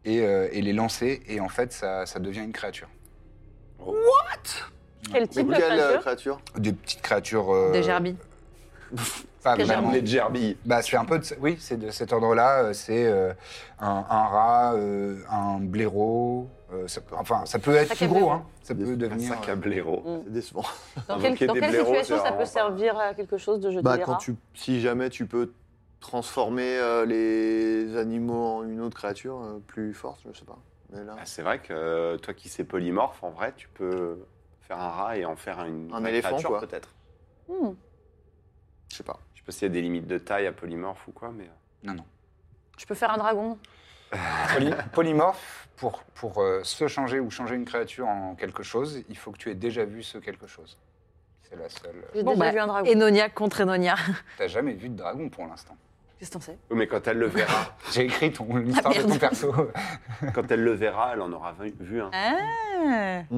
S1: et, euh, et les lancer et en fait ça, ça devient une créature.
S6: Quel type de
S3: Quelle euh, créature
S6: créature
S1: Des petites créatures. euh,
S5: Des gerbilles.
S1: Pas
S5: Des
S1: vraiment.
S4: Les gerbilles.
S1: Bah, c'est un peu de, ce- oui c'est de cet ordre-là. euh, C'est euh, un, un rat, euh, un blaireau. euh, ça peut- enfin ça peut être
S5: Sac à
S1: plus gros.
S5: blaireau.
S1: Hein. Ça peut
S4: Un
S1: devenir.
S4: sac
S1: euh,
S4: à blaireau.
S3: C'est décevant.
S6: Dans, quelle-
S4: Invoquer
S6: dans
S4: des
S6: quelle
S4: blaireaux, c'est
S6: situation ça
S4: vraiment
S6: peut
S4: pas-
S6: servir à quelque chose de hein jeter
S3: Bah,
S6: les
S3: quand
S5: hein.
S6: rats
S3: tu, si jamais tu peux transformer euh, les animaux en une autre créature euh, plus forte, je sais pas. Mais là,
S4: Ah, c'est vrai que euh, toi qui sais polymorphe, en vrai, tu peux faire un rat et en faire une,
S3: Un
S4: une
S3: éléphant,
S4: créature,
S3: quoi.
S4: peut-être.
S6: Hmm.
S3: je sais pas.
S4: Je sais pas s'il y a des limites de taille à polymorphe ou quoi, mais... euh.
S1: Non non.
S6: Je peux faire un dragon.
S1: Poly- polymorphe pour pour euh, se changer ou changer une créature en quelque chose, il faut que tu aies déjà vu ce quelque chose. C'est la seule.
S6: J'ai
S5: Bon,
S6: déjà
S5: bah,
S6: vu un dragon.
S5: Enonia contre Enonia.
S1: T'as jamais vu de dragon pour l'instant.
S6: Qu'est-ce que t'en sais
S4: Oui, mais quand elle le verra,
S1: J'ai écrit ton- l'histoire de ton
S5: Ah, merde.
S1: perso.
S4: quand elle le verra, elle en aura vu, vu
S6: Hein
S4: un.
S5: Hein
S6: Ah.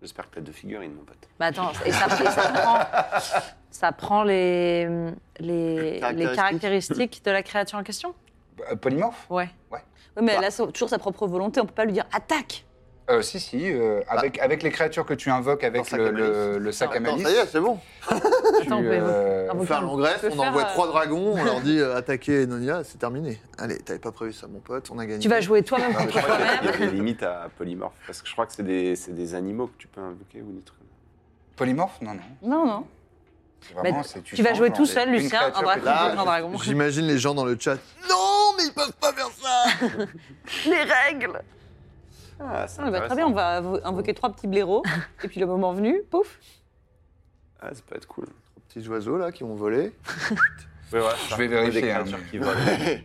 S4: J'espère que t'as deux figurines, mon pote.
S5: Bah attends, et ça, et ça prend, ça prend les, les,
S3: Caractéristiques.
S5: les caractéristiques de la créature en question
S1: Euh, polymorphe
S5: Ouais.
S6: Oui, mais
S1: Bah.
S6: elle a son- toujours sa propre volonté, on peut pas lui dire attaque
S1: Euh, Si, si. euh, avec, avec les créatures que tu invoques avec
S3: Ah. Dans
S1: le,
S3: sac à malice.
S1: le- le
S4: Ah,
S1: sac à
S3: Attends,
S1: malice.
S3: ça y est, c'est bon.
S1: tu,
S5: Attends, on peut évoquer.
S1: euh,
S5: Ah bon,
S3: On fait un
S5: tu
S3: long greffe,
S5: peux
S3: on
S5: faire,
S3: envoie
S5: euh,
S3: trois dragons, on leur dit euh, attaquer Nonia, c'est terminé. Allez, t'avais pas prévu ça, mon pote, on a gagné.
S5: Tu vas jouer toi-même
S4: Ah, mais je
S5: contre
S4: crois qu'il y a- il y a
S5: toi-même.
S4: des limites à polymorphe, parce que je crois que c'est des, c'est des animaux que tu peux invoquer ou des trucs.
S1: Polymorphe Non, non.
S6: Non, non.
S1: C'est Vraiment,
S5: Mais
S1: c'est-
S5: tu vas
S1: changes
S5: jouer
S1: en-
S5: tout seul,
S1: une
S5: Lucien,
S1: créature
S5: en
S1: que tu as
S5: dragon contre un
S1: déjà-
S5: dragon.
S3: J'imagine les gens dans le chat. Non, mais ils peuvent pas faire ça
S6: Les règles
S4: Ah, c'est
S6: Ah, bah, Très
S4: intéressant.
S6: bien, on va invo- invoquer trois petits blaireaux, et puis le moment venu, pouf
S4: Ah, ça peut être cool.
S3: Petits oiseaux là qui ont volé.
S4: Ouais, ouais,
S1: Je vais vérifier,
S4: Des
S1: hein,
S4: créatures
S1: mais-
S4: qui volent.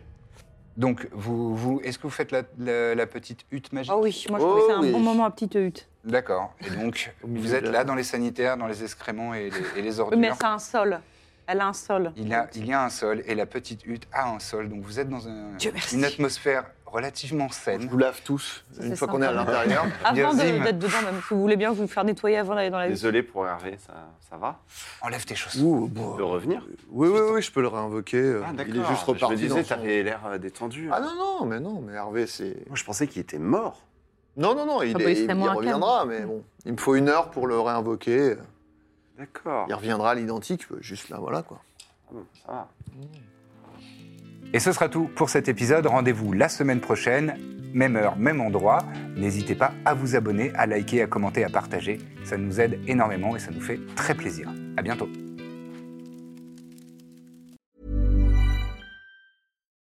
S1: Donc, vous, vous, est-ce que vous faites la, la- la petite hutte magique
S6: Ah oui, moi je
S3: Oh
S6: trouvais ça un
S3: oui.
S6: bon moment à petite hutte.
S1: D'accord. Et donc,
S3: milieu
S1: vous êtes
S3: de la-
S1: là dans les sanitaires, dans les excréments et les, et les
S6: Oui,
S5: Euh,
S1: ordures.
S6: mais ça a un sol. Elle a un sol.
S1: Il y, a, il y a un sol et la petite hutte a un sol. Donc vous êtes dans un- une atmosphère relativement
S3: Je
S1: saine.
S3: vous lave tous une
S5: c'est
S3: fois qu'on est à
S5: sympa.
S3: l'intérieur.
S6: Avant de-
S1: Birzim.
S6: d'être dedans, même si vous voulez bien vous faire nettoyer avant d'aller dans la hutte.
S4: Désolé pour Hervé, ça, ça va
S1: Enlève tes chaussures.
S3: Ouh,
S4: Tu
S3: bon.
S4: peux revenir
S3: Oui, oui, oui, je peux le réinvoquer. euh,
S4: Ah, d'accord.
S3: Il est juste
S4: Je me
S3: reparti.
S4: disais,
S3: Dans son-
S4: t'avais l'air euh, détendu.
S3: Ah non, non, mais non, mais Hervé, c'est.
S4: Moi, je pensais qu'il était mort.
S3: Non, non, non, il,
S5: Ah
S3: est-
S5: bah, il
S3: il,
S5: serait
S3: il
S5: moins
S3: reviendra, mais bon. Il me faut une heure pour le réinvoquer.
S4: D'accord.
S3: Il reviendra à l'identique, euh, juste là, voilà quoi.
S4: Ah bon, ça va.
S1: Et ce sera tout pour cet épisode. Rendez-vous la semaine prochaine, même heure, même endroit. N'hésitez pas à vous abonner, à liker, à commenter, à partager. Ça nous aide énormément et ça nous fait très plaisir. À bientôt.